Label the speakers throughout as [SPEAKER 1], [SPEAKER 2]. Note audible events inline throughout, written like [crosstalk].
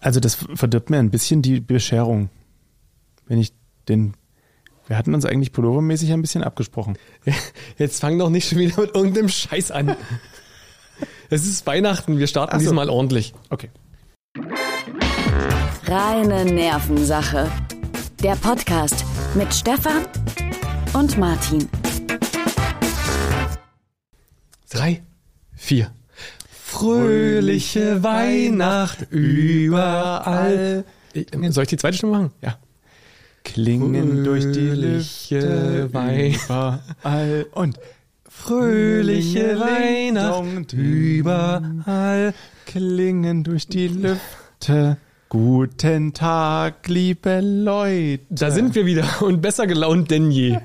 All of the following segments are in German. [SPEAKER 1] Also das verdirbt mir ein bisschen die Bescherung. Wenn ich den. Wir hatten uns eigentlich pullovermäßig ein bisschen abgesprochen.
[SPEAKER 2] Jetzt fang doch nicht schon wieder mit irgendeinem Scheiß an. Es ist Weihnachten, wir starten
[SPEAKER 1] Ach so.
[SPEAKER 2] diesmal ordentlich.
[SPEAKER 1] Okay.
[SPEAKER 3] Reine Nervensache. Der Podcast mit Stefan und Martin.
[SPEAKER 2] Drei, vier. Fröhliche Weihnacht überall. Äh, Soll ich die zweite Stimme machen? Ja.
[SPEAKER 1] Klingen durch die
[SPEAKER 2] Fröhliche
[SPEAKER 1] Lüfte
[SPEAKER 2] Wei-
[SPEAKER 1] überall und
[SPEAKER 2] Fröhliche
[SPEAKER 1] Weihnacht
[SPEAKER 2] überall.
[SPEAKER 1] klingen durch die Lüfte. Guten Tag, liebe Leute.
[SPEAKER 2] Da sind wir wieder und besser gelaunt denn je.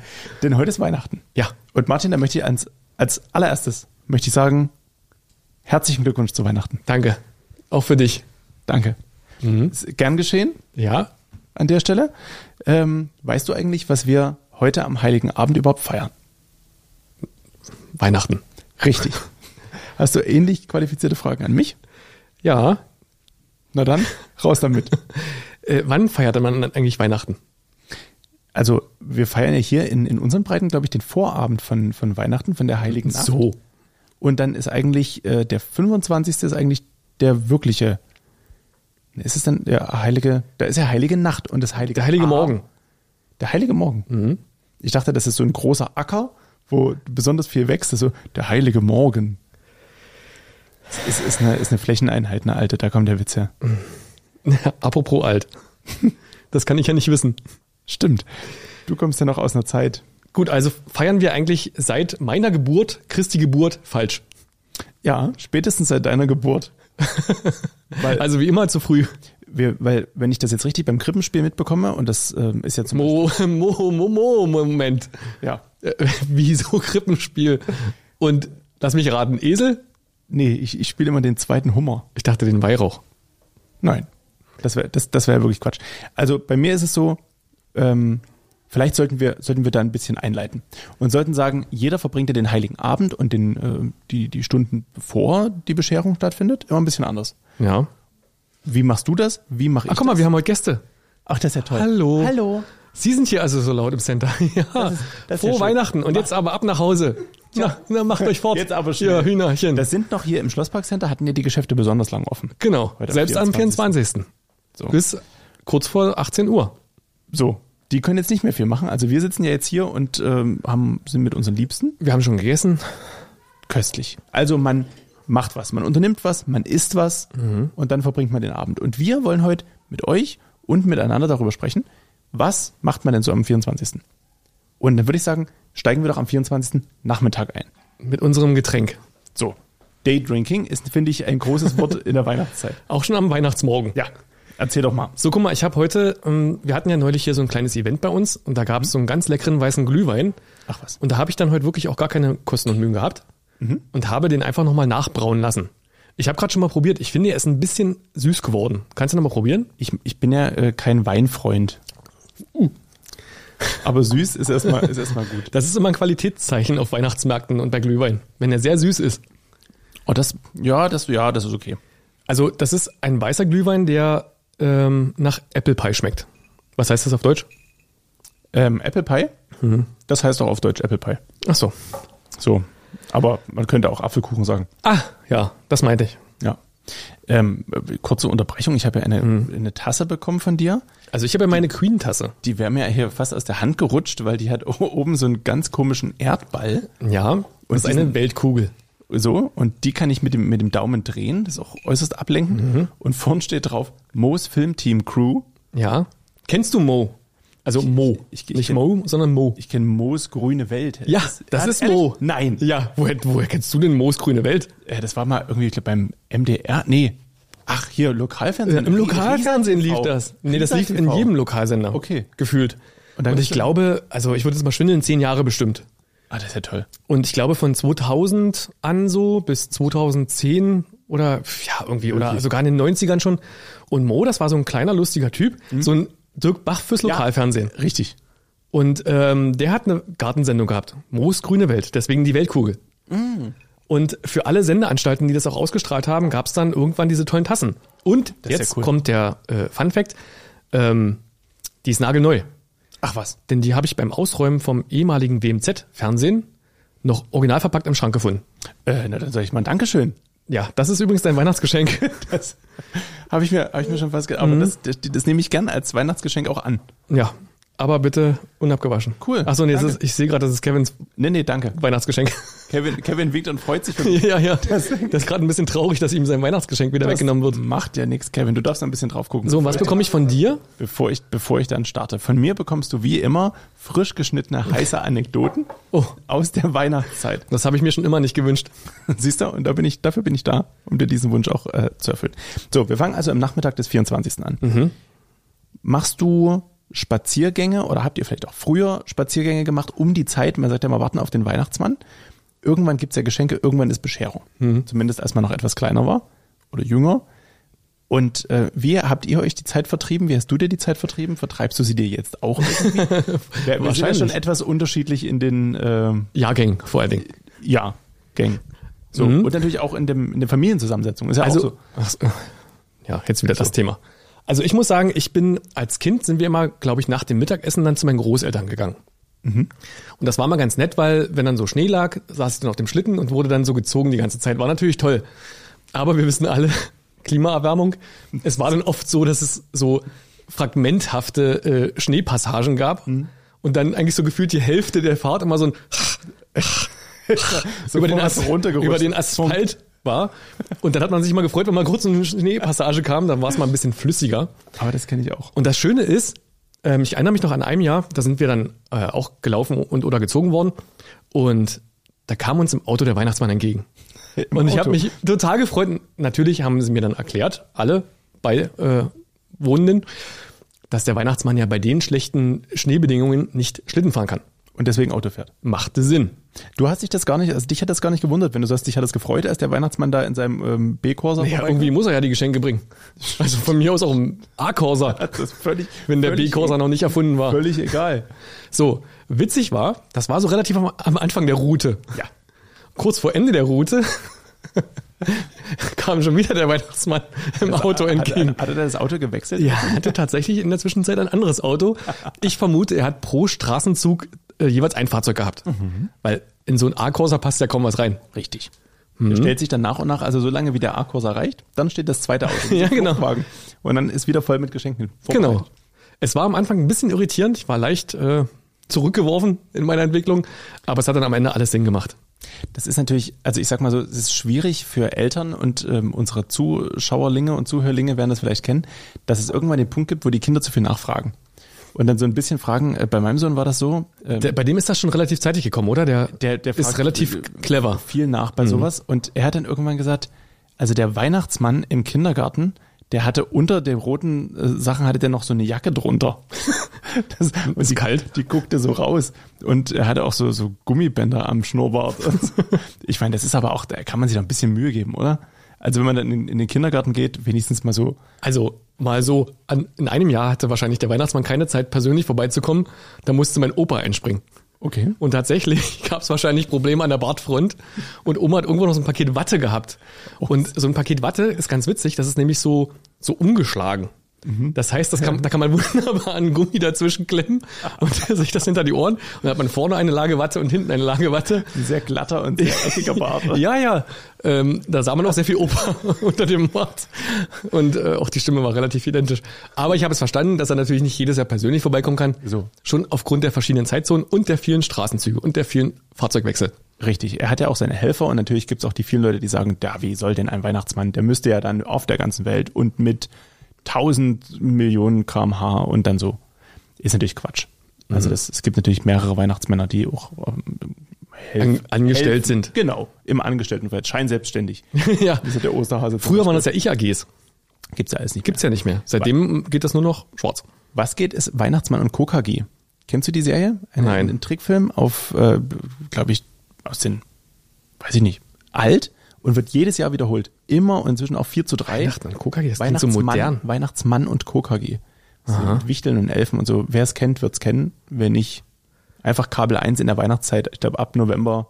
[SPEAKER 1] Denn heute ist Weihnachten.
[SPEAKER 2] Ja.
[SPEAKER 1] Und Martin, da möchte ich als, als allererstes möchte ich sagen, herzlichen Glückwunsch zu Weihnachten.
[SPEAKER 2] Danke. Auch für dich.
[SPEAKER 1] Danke. Ist gern geschehen
[SPEAKER 2] Ja?
[SPEAKER 1] an der Stelle. Ähm, weißt du eigentlich, was wir heute am Heiligen Abend überhaupt feiern?
[SPEAKER 2] Weihnachten.
[SPEAKER 1] Richtig. [laughs] Hast du ähnlich qualifizierte Fragen an mich?
[SPEAKER 2] Ja.
[SPEAKER 1] Na dann, raus damit.
[SPEAKER 2] Äh, wann feierte man eigentlich Weihnachten?
[SPEAKER 1] Also, wir feiern ja hier in, in unseren Breiten, glaube ich, den Vorabend von, von Weihnachten, von der Heiligen Nacht. Und dann ist eigentlich äh, der 25. ist eigentlich der wirkliche. Ist es dann der heilige? Da ist ja heilige Nacht und das heilige.
[SPEAKER 2] Der heilige
[SPEAKER 1] Ab-
[SPEAKER 2] Morgen. Mhm.
[SPEAKER 1] Der heilige Morgen. Ich dachte, das ist so ein großer Acker, wo besonders viel wächst. Also der heilige Morgen. Es ist, ist, eine, ist eine Flächeneinheit, eine alte. Da kommt der Witz her.
[SPEAKER 2] [laughs]
[SPEAKER 1] [laughs]
[SPEAKER 2] Apropos alt. Das kann ich ja nicht wissen.
[SPEAKER 1] Stimmt. Du kommst ja noch aus einer Zeit.
[SPEAKER 2] Gut, also feiern wir eigentlich seit meiner Geburt, Christi Geburt, falsch.
[SPEAKER 1] Ja, spätestens seit deiner
[SPEAKER 2] [laughs]
[SPEAKER 1] Geburt. Weil-
[SPEAKER 2] Also wie immer zu früh.
[SPEAKER 1] Wir, weil, wenn ich das jetzt richtig beim Krippenspiel mitbekomme, und das ähm, ist ja zum
[SPEAKER 2] Mo, mo, mo, mo, Moment.
[SPEAKER 1] Ja.
[SPEAKER 2] Äh, wieso Krippenspiel? Und lass mich raten, Esel?
[SPEAKER 1] Nee, ich, ich spiele immer den zweiten Hummer.
[SPEAKER 2] Ich dachte den Weihrauch.
[SPEAKER 1] Nein. Das wäre das, das wär wirklich Quatsch. Also bei mir ist es so, ähm, vielleicht sollten wir, sollten wir da ein bisschen einleiten und sollten sagen, jeder verbringt ja den Heiligen Abend und den, äh, die, die Stunden bevor die Bescherung stattfindet, immer ein bisschen anders.
[SPEAKER 2] Ja.
[SPEAKER 1] Wie machst du das? Wie mache ich
[SPEAKER 2] Ach, guck mal, wir haben heute Gäste.
[SPEAKER 1] Ach, das ist ja toll.
[SPEAKER 2] Hallo.
[SPEAKER 1] Hallo.
[SPEAKER 2] Sie sind hier also so laut im Center. [laughs]
[SPEAKER 1] ist- das
[SPEAKER 2] Ja.
[SPEAKER 1] ist ja
[SPEAKER 2] Frohe
[SPEAKER 1] schön.
[SPEAKER 2] Weihnachten und jetzt aber ab nach Hause. Na, na macht euch fort.
[SPEAKER 1] Jetzt aber schnell.
[SPEAKER 2] Ja, Hühnerchen.
[SPEAKER 1] Das sind noch hier im Schlossparkcenter, hatten ja die Geschäfte besonders lang offen.
[SPEAKER 2] genau.
[SPEAKER 1] Heute am
[SPEAKER 2] Selbst am 24.
[SPEAKER 1] So.
[SPEAKER 2] Bis kurz vor 18 Uhr.
[SPEAKER 1] So, die können jetzt nicht mehr viel machen. Also wir sitzen ja jetzt hier und ähm, haben, sind mit unseren Liebsten
[SPEAKER 2] Wir haben schon gegessen.
[SPEAKER 1] köstlich. Also man macht was, man unternimmt was, man isst was und dann verbringt man den Abend. Und wir wollen heute mit euch und miteinander darüber sprechen, was macht man denn so am 24. Und dann würde ich sagen, steigen wir doch am 24. Nachmittag ein.
[SPEAKER 2] Mit unserem Getränk.
[SPEAKER 1] So, Daydrinking ist, finde ich, ein großes Wort in der Weihnachtszeit.
[SPEAKER 2] Auch schon am Weihnachtsmorgen.
[SPEAKER 1] Ja, erzähl doch mal.
[SPEAKER 2] So, guck mal, ich habe heute, ähm, wir hatten ja neulich hier so ein kleines Event bei uns und da gab
[SPEAKER 1] Mhm.
[SPEAKER 2] es so einen ganz leckeren weißen Glühwein.
[SPEAKER 1] Ach was.
[SPEAKER 2] Und da habe ich dann heute wirklich auch gar keine Kosten und Mühen gehabt
[SPEAKER 1] Mhm.
[SPEAKER 2] und habe den einfach nochmal nachbrauen lassen. Ich habe gerade schon mal probiert. Ich finde, er ist ein bisschen süß geworden. Kannst du nochmal probieren?
[SPEAKER 1] Ich, ich bin ja äh, kein Weinfreund. Aber süß ist erstmal ist erstmal
[SPEAKER 2] [laughs]
[SPEAKER 1] gut.
[SPEAKER 2] Das ist immer ein Qualitätszeichen auf Weihnachtsmärkten und bei Glühwein, wenn er sehr süß ist.
[SPEAKER 1] Oh, das, ja, das, ja, das ist okay.
[SPEAKER 2] Also, das ist ein weißer Glühwein, der ähm, nach Apple Pie schmeckt. Was heißt das auf Deutsch?
[SPEAKER 1] Ähm, Apple Pie?
[SPEAKER 2] Mhm.
[SPEAKER 1] Das heißt auch auf Deutsch Apple Pie.
[SPEAKER 2] Ach so.
[SPEAKER 1] So. Aber man könnte auch Apfelkuchen sagen.
[SPEAKER 2] Ah, ja, das meinte ich.
[SPEAKER 1] Ja. Ähm, äh, kurze Unterbrechung. Ich habe ja eine,
[SPEAKER 2] Mhm.
[SPEAKER 1] eine Tasse bekommen von dir.
[SPEAKER 2] Also, ich habe ja meine Queen-Tasse.
[SPEAKER 1] Die wäre mir hier fast aus der Hand gerutscht, weil die hat [laughs] o- oben so einen ganz komischen Erdball.
[SPEAKER 2] Ja, und das ist eine
[SPEAKER 1] diesen-
[SPEAKER 2] Weltkugel.
[SPEAKER 1] So. Und die kann ich mit dem, mit dem Daumen drehen. Das ist auch äußerst ablenkend.
[SPEAKER 2] Mhm.
[SPEAKER 1] Und vorn steht drauf Moos Filmteam Crew.
[SPEAKER 2] Ja. Kennst du Mo? Also Mo.
[SPEAKER 1] ich- ich-
[SPEAKER 2] Nicht Mo, sondern Mo.
[SPEAKER 1] Ich kenne Moos Grüne Welt.
[SPEAKER 2] Ja, das
[SPEAKER 1] Ja,
[SPEAKER 2] ist
[SPEAKER 1] ehrlich?
[SPEAKER 2] Mo.
[SPEAKER 1] Nein.
[SPEAKER 2] Ja, woher, woher kennst du denn Moos grüne Welt?
[SPEAKER 1] Ja, das war mal irgendwie ich glaub, beim MDR. Nee. Ach, hier, Lokalfernsehen.
[SPEAKER 2] Äh, Im Lokalfernsehen lief
[SPEAKER 1] Riesa-
[SPEAKER 2] das. Nee, das lief in
[SPEAKER 1] Riesa-
[SPEAKER 2] jedem Lokalsender.
[SPEAKER 1] Okay.
[SPEAKER 2] Gefühlt. Und,
[SPEAKER 1] dann-
[SPEAKER 2] ich glaube, also ich würde jetzt mal schwindeln, zehn Jahre bestimmt.
[SPEAKER 1] Ah, das ist ja toll.
[SPEAKER 2] Und ich glaube von 2000 an so bis 2010 oder ja irgendwie oder
[SPEAKER 1] Wirklich?
[SPEAKER 2] sogar in den 90ern schon. Und Mo, das war so ein kleiner lustiger Typ, so ein Dirk Bach fürs Lokalfernsehen.
[SPEAKER 1] Mhm. Richtig. Mhm.
[SPEAKER 2] Und ähm, der hat eine Gartensendung gehabt. Moos grüne Welt, deswegen die Weltkugel. Und für alle Sendeanstalten, die das auch ausgestrahlt haben, gab es dann irgendwann diese tollen Tassen. Und
[SPEAKER 1] Das ist
[SPEAKER 2] jetzt
[SPEAKER 1] ja cool.
[SPEAKER 2] kommt der äh, Fun Fact. Ähm, die ist nagelneu.
[SPEAKER 1] Ach was.
[SPEAKER 2] Denn die habe ich beim Ausräumen vom ehemaligen WMZ-Fernsehen noch original verpackt im Schrank gefunden.
[SPEAKER 1] Äh, na, dann sage ich mal Dankeschön.
[SPEAKER 2] Ja, das ist übrigens dein Weihnachtsgeschenk. [laughs]
[SPEAKER 1] Das habe ich, mir- hab ich mir schon fast gedacht.
[SPEAKER 2] Mhm.
[SPEAKER 1] Aber das, das, das nehme ich gern als Weihnachtsgeschenk auch an.
[SPEAKER 2] ja, aber bitte unabgewaschen.
[SPEAKER 1] Cool,
[SPEAKER 2] Achso, nee, es
[SPEAKER 1] danke.
[SPEAKER 2] ist, ich sehe gerade, das ist Kevins
[SPEAKER 1] Nee, nee, danke.
[SPEAKER 2] Weihnachtsgeschenk. [laughs]
[SPEAKER 1] Kevin, Kevin winkt und freut sich für mich.
[SPEAKER 2] ja, ja. Das, ist gerade ein bisschen traurig, dass ihm sein Weihnachtsgeschenk wieder weggenommen wird.
[SPEAKER 1] Macht ja nichts, Kevin. Du darfst ein bisschen drauf gucken.
[SPEAKER 2] So, und was bekomme ich von dir?
[SPEAKER 1] Bevor ich, bevor ich dann starte. Von mir bekommst du wie immer frisch geschnittene heiße Anekdoten
[SPEAKER 2] Oh.
[SPEAKER 1] aus der Weihnachtszeit.
[SPEAKER 2] Das habe ich mir schon immer nicht gewünscht.
[SPEAKER 1] [laughs] Siehst du? Und da bin ich, dafür bin ich da, um dir diesen Wunsch auch äh, zu erfüllen. So, wir fangen also am Nachmittag des 24. an. Machst du Spaziergänge oder habt ihr vielleicht auch früher Spaziergänge gemacht um die Zeit? Man sagt ja mal, warten auf den Weihnachtsmann. Irgendwann gibt's ja Geschenke, irgendwann ist Bescherung. Zumindest als man noch etwas kleiner war oder jünger. Und äh, wie habt ihr euch die Zeit vertrieben? Wie hast du dir die Zeit vertrieben? Vertreibst du sie dir jetzt auch? irgendwie? wir, wir sind ja
[SPEAKER 2] Wahrscheinlich.
[SPEAKER 1] schon etwas unterschiedlich in den ähm,
[SPEAKER 2] Jahrgängen vor allen Dingen.
[SPEAKER 1] ja, Gang. So, und natürlich auch in, dem, in der Familienzusammensetzung. Ist ja auch so.
[SPEAKER 2] Also ach so. ja, jetzt wieder das Thema. Also ich muss sagen, ich bin als Kind sind wir immer, glaube ich, nach dem Mittagessen dann zu meinen Großeltern gegangen.
[SPEAKER 1] Mhm.
[SPEAKER 2] Und das war mal ganz nett, weil wenn dann so Schnee lag, saß ich dann auf dem Schlitten und wurde dann so gezogen die ganze Zeit. War natürlich toll. Aber wir wissen alle, [laughs] Klimaerwärmung. Es war dann oft so, dass es so fragmenthafte äh, Schneepassagen gab und dann eigentlich so gefühlt die Hälfte der Fahrt immer [laughs] so ein über, den As
[SPEAKER 1] runtergerutscht.
[SPEAKER 2] über den Asphalt war. Und dann hat man sich mal gefreut, wenn mal kurz eine Schneepassage kam, dann war es mal ein bisschen flüssiger.
[SPEAKER 1] Aber das kenne ich auch.
[SPEAKER 2] Und das Schöne ist, ähm, ich erinnere mich noch an einem Jahr, da sind wir dann äh, auch gelaufen und oder gezogen worden und da kam uns im Auto der Weihnachtsmann entgegen.
[SPEAKER 1] Im
[SPEAKER 2] Und ich habe
[SPEAKER 1] Auto.
[SPEAKER 2] mich total gefreut. Und Natürlich haben sie mir dann erklärt, alle bei äh, Wohnenden, dass der Weihnachtsmann ja bei den schlechten Schneebedingungen nicht Schlitten fahren kann.
[SPEAKER 1] Und deswegen Auto fährt.
[SPEAKER 2] Machte Sinn.
[SPEAKER 1] Du hast dich das gar nicht, also dich hat das gar nicht gewundert, wenn du sagst, dich hat das gefreut, als der Weihnachtsmann da in seinem ähm, B-Corsa
[SPEAKER 2] Ja,
[SPEAKER 1] vorbeikam?
[SPEAKER 2] irgendwie muss er ja die Geschenke bringen. Also von mir aus auch ein
[SPEAKER 1] [laughs]
[SPEAKER 2] A-Corsa,
[SPEAKER 1] Das ist völlig,
[SPEAKER 2] wenn der
[SPEAKER 1] völlig-
[SPEAKER 2] B-Corsa noch nicht erfunden war.
[SPEAKER 1] Völlig egal.
[SPEAKER 2] So, witzig war, das war so relativ am, am Anfang der Route.
[SPEAKER 1] Ja.
[SPEAKER 2] Kurz vor Ende der Route [laughs] kam schon wieder der Weihnachtsmann im Auto entgegen.
[SPEAKER 1] Hat, hat, hat er das Auto gewechselt?
[SPEAKER 2] Ja, er hatte tatsächlich in der Zwischenzeit ein anderes Auto. Ich vermute, er hat pro Straßenzug äh, jeweils ein Fahrzeug gehabt.
[SPEAKER 1] Mhm.
[SPEAKER 2] Weil in so ein A-Corsa passt ja kaum was rein.
[SPEAKER 1] Richtig. Mhm. Der stellt sich dann nach und nach, also so lange wie der A-Corsa reicht, dann steht das zweite [laughs] Auto.
[SPEAKER 2] Ja, genau.
[SPEAKER 1] Hochwagen. Und dann ist wieder voll mit Geschenken. vorbereitet.
[SPEAKER 2] Genau. Es war am Anfang ein bisschen irritierend. Ich war leicht äh, zurückgeworfen in meiner Entwicklung. Aber es hat dann am Ende alles Sinn gemacht.
[SPEAKER 1] Das ist natürlich, also ich sag mal so, es ist schwierig für Eltern und ähm, unsere Zuschauerlinge und Zuhörlinge werden das vielleicht kennen, dass es irgendwann den Punkt gibt, wo die Kinder zu viel nachfragen. Und dann so ein bisschen fragen, äh, bei meinem Sohn war das so, ähm,
[SPEAKER 2] Der, bei dem ist das schon relativ zeitig gekommen, oder? Der,
[SPEAKER 1] Der- der
[SPEAKER 2] ist
[SPEAKER 1] fragt- äh,
[SPEAKER 2] relativ clever.
[SPEAKER 1] viel nach bei sowas. Und er hat dann irgendwann gesagt, also der Weihnachtsmann im Kindergarten, der hatte unter den roten äh, Sachen hatte der noch so eine Jacke drunter. [laughs] das, und ist die, kalt. Die guckte so raus und er hatte auch so, so Gummibänder am [laughs] Schnurrbart. Und so. Ich meine, das ist aber auch, da kann man sich doch ein bisschen Mühe geben, oder? Also wenn man dann in, in den Kindergarten geht, wenigstens mal so.
[SPEAKER 2] Also mal so, an, in einem Jahr hatte wahrscheinlich der Weihnachtsmann keine Zeit, persönlich vorbeizukommen. Da musste mein Opa einspringen.
[SPEAKER 1] Okay.
[SPEAKER 2] Und tatsächlich [laughs] gab es wahrscheinlich Probleme an der Bartfront. Und Oma hat irgendwo noch so ein Paket Watte gehabt. Und so ein Paket Watte ist ganz witzig, das ist nämlich so, so umgeschlagen. Das heißt, das kann, da kann man [laughs] wunderbar einen Gummi dazwischen klemmen und [laughs] sich das hinter die Ohren. Und dann hat man vorne eine Lage Watte und hinten eine Lage Watte.
[SPEAKER 1] Ein sehr glatter und sehr [laughs] eckiger Bart.
[SPEAKER 2] [laughs] Ja, ja. Ähm, da sah man auch sehr viel Opa [laughs] unter dem Mord. Und äh, auch die Stimme war relativ identisch. Aber ich habe es verstanden, dass er natürlich nicht jedes Jahr persönlich vorbeikommen kann.
[SPEAKER 1] Wieso?
[SPEAKER 2] Schon aufgrund der verschiedenen Zeitzonen und der vielen Straßenzüge und der vielen Fahrzeugwechsel. [laughs]
[SPEAKER 1] Richtig, er hat ja auch seine Helfer und natürlich gibt's auch die vielen Leute, die sagen, da, wie soll denn ein Weihnachtsmann, der müsste ja dann auf der ganzen Welt und mit 1000 Millionen kmh und dann so. Ist natürlich Quatsch.
[SPEAKER 2] Mhm.
[SPEAKER 1] Also das, es gibt natürlich mehrere Weihnachtsmänner, die auch ähm, helfen.
[SPEAKER 2] An, angestellt
[SPEAKER 1] helfen.
[SPEAKER 2] sind.
[SPEAKER 1] Genau, im Angestelltenfeld,
[SPEAKER 2] [laughs]
[SPEAKER 1] scheinselbstständig.
[SPEAKER 2] ja.
[SPEAKER 1] Das ist ja der Osterhase. zum
[SPEAKER 2] Früher
[SPEAKER 1] Beispiel.
[SPEAKER 2] waren das ja Ich-AGs.
[SPEAKER 1] gibt's ja alles nicht.
[SPEAKER 2] Gibt's ja nicht mehr. Seitdem geht das nur noch schwarz.
[SPEAKER 1] Was geht, ist Weihnachtsmann und KKG. Kennst du die Serie? Ein,
[SPEAKER 2] Nein.
[SPEAKER 1] Ein Trickfilm auf, äh, glaube ich, aus den, weiß ich nicht, alt und wird jedes Jahr wiederholt. Immer und inzwischen auch 4 zu 3.
[SPEAKER 2] Weihnachten und KKG, das klingt so
[SPEAKER 1] Weihnachtsmann,
[SPEAKER 2] modern.
[SPEAKER 1] Weihnachtsmann und KKG. Das sind Wichteln und Elfen und so. Wer es kennt, wird es kennen. Wer nicht, einfach Kabel 1 in der Weihnachtszeit. Ich glaube, ab November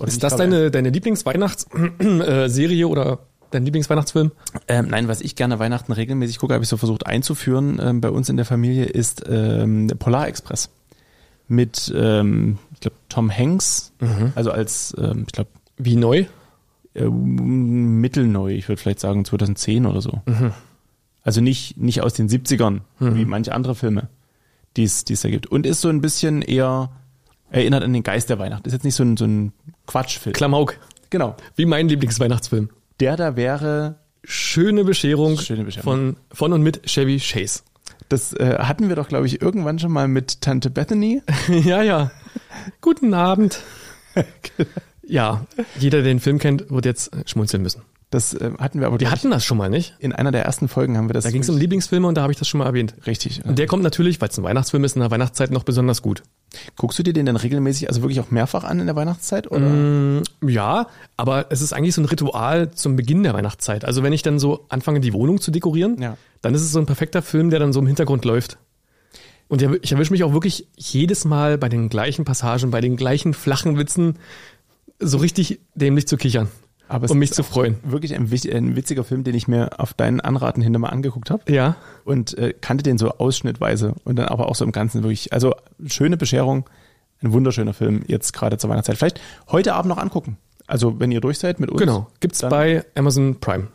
[SPEAKER 1] Oder
[SPEAKER 2] Ist
[SPEAKER 1] nicht
[SPEAKER 2] das
[SPEAKER 1] Kabel-
[SPEAKER 2] deine, deine [clears throat] Lieblingsweihnachtsserie oder dein Lieblingsweihnachtsfilm?
[SPEAKER 1] Ähm, nein, was ich gerne Weihnachten regelmäßig gucke, habe ich so versucht einzuführen ähm, bei uns in der Familie, ist ähm, der Polar Express. Mit, ähm, ich glaube, Tom Hanks, also als, ähm, ich glaube,
[SPEAKER 2] Wie neu?
[SPEAKER 1] ähm, mittelneu, ich würde vielleicht sagen 2010 oder so. Also nicht, nicht aus den 70ern, wie manche andere Filme, die es die es da gibt. Und ist so ein bisschen eher, erinnert an den Geist der Weihnacht. Ist jetzt nicht so ein, so ein Quatschfilm.
[SPEAKER 2] Klamauk.
[SPEAKER 1] Genau.
[SPEAKER 2] Wie mein Lieblingsweihnachtsfilm.
[SPEAKER 1] Der da wäre
[SPEAKER 2] Schöne Bescherung,
[SPEAKER 1] Schöne Bescherung.
[SPEAKER 2] Von, von und mit Chevy Chase. [laughs]
[SPEAKER 1] Das äh, hatten wir doch, glaube ich, irgendwann schon mal mit Tante Bethany.
[SPEAKER 2] ja, ja. Guten [laughs] Abend. ja, jeder, der den Film kennt, wird jetzt schmunzeln müssen.
[SPEAKER 1] Das äh, hatten wir aber
[SPEAKER 2] Wir
[SPEAKER 1] glaub ich,
[SPEAKER 2] hatten das schon mal, nicht?
[SPEAKER 1] in einer der ersten Folgen haben wir das.
[SPEAKER 2] Da ging es um Lieblingsfilme und da habe ich das schon mal erwähnt.
[SPEAKER 1] richtig.
[SPEAKER 2] Und der kommt natürlich, weil es ein Weihnachtsfilm ist, in der Weihnachtszeit noch besonders gut.
[SPEAKER 1] Guckst du dir den dann regelmäßig, also wirklich auch mehrfach an in der Weihnachtszeit? Oder?
[SPEAKER 2] Mm, Ja, aber es ist eigentlich so ein Ritual zum Beginn der Weihnachtszeit. Also wenn ich dann so anfange, die Wohnung zu dekorieren,
[SPEAKER 1] Ja.
[SPEAKER 2] dann ist es so ein perfekter Film, der dann so im Hintergrund läuft. Und der- ich erwische mich auch wirklich jedes Mal bei den gleichen Passagen, bei den gleichen flachen Witzen so richtig dämlich zu kichern
[SPEAKER 1] Aber es
[SPEAKER 2] und um mich
[SPEAKER 1] ist
[SPEAKER 2] zu freuen.
[SPEAKER 1] Wirklich ein, wich- ein witziger Film, den ich mir auf deinen Anraten hin nochmal angeguckt habe.
[SPEAKER 2] Ja,
[SPEAKER 1] Und äh, kannte den so ausschnittweise und dann aber auch so im Ganzen wirklich. Also schöne Bescherung, ein wunderschöner Film jetzt gerade zur Weihnachtszeit. Vielleicht heute Abend noch angucken. Also wenn ihr durch seid mit uns.
[SPEAKER 2] genau. Gibt's
[SPEAKER 1] Dann-
[SPEAKER 2] bei Amazon Prime.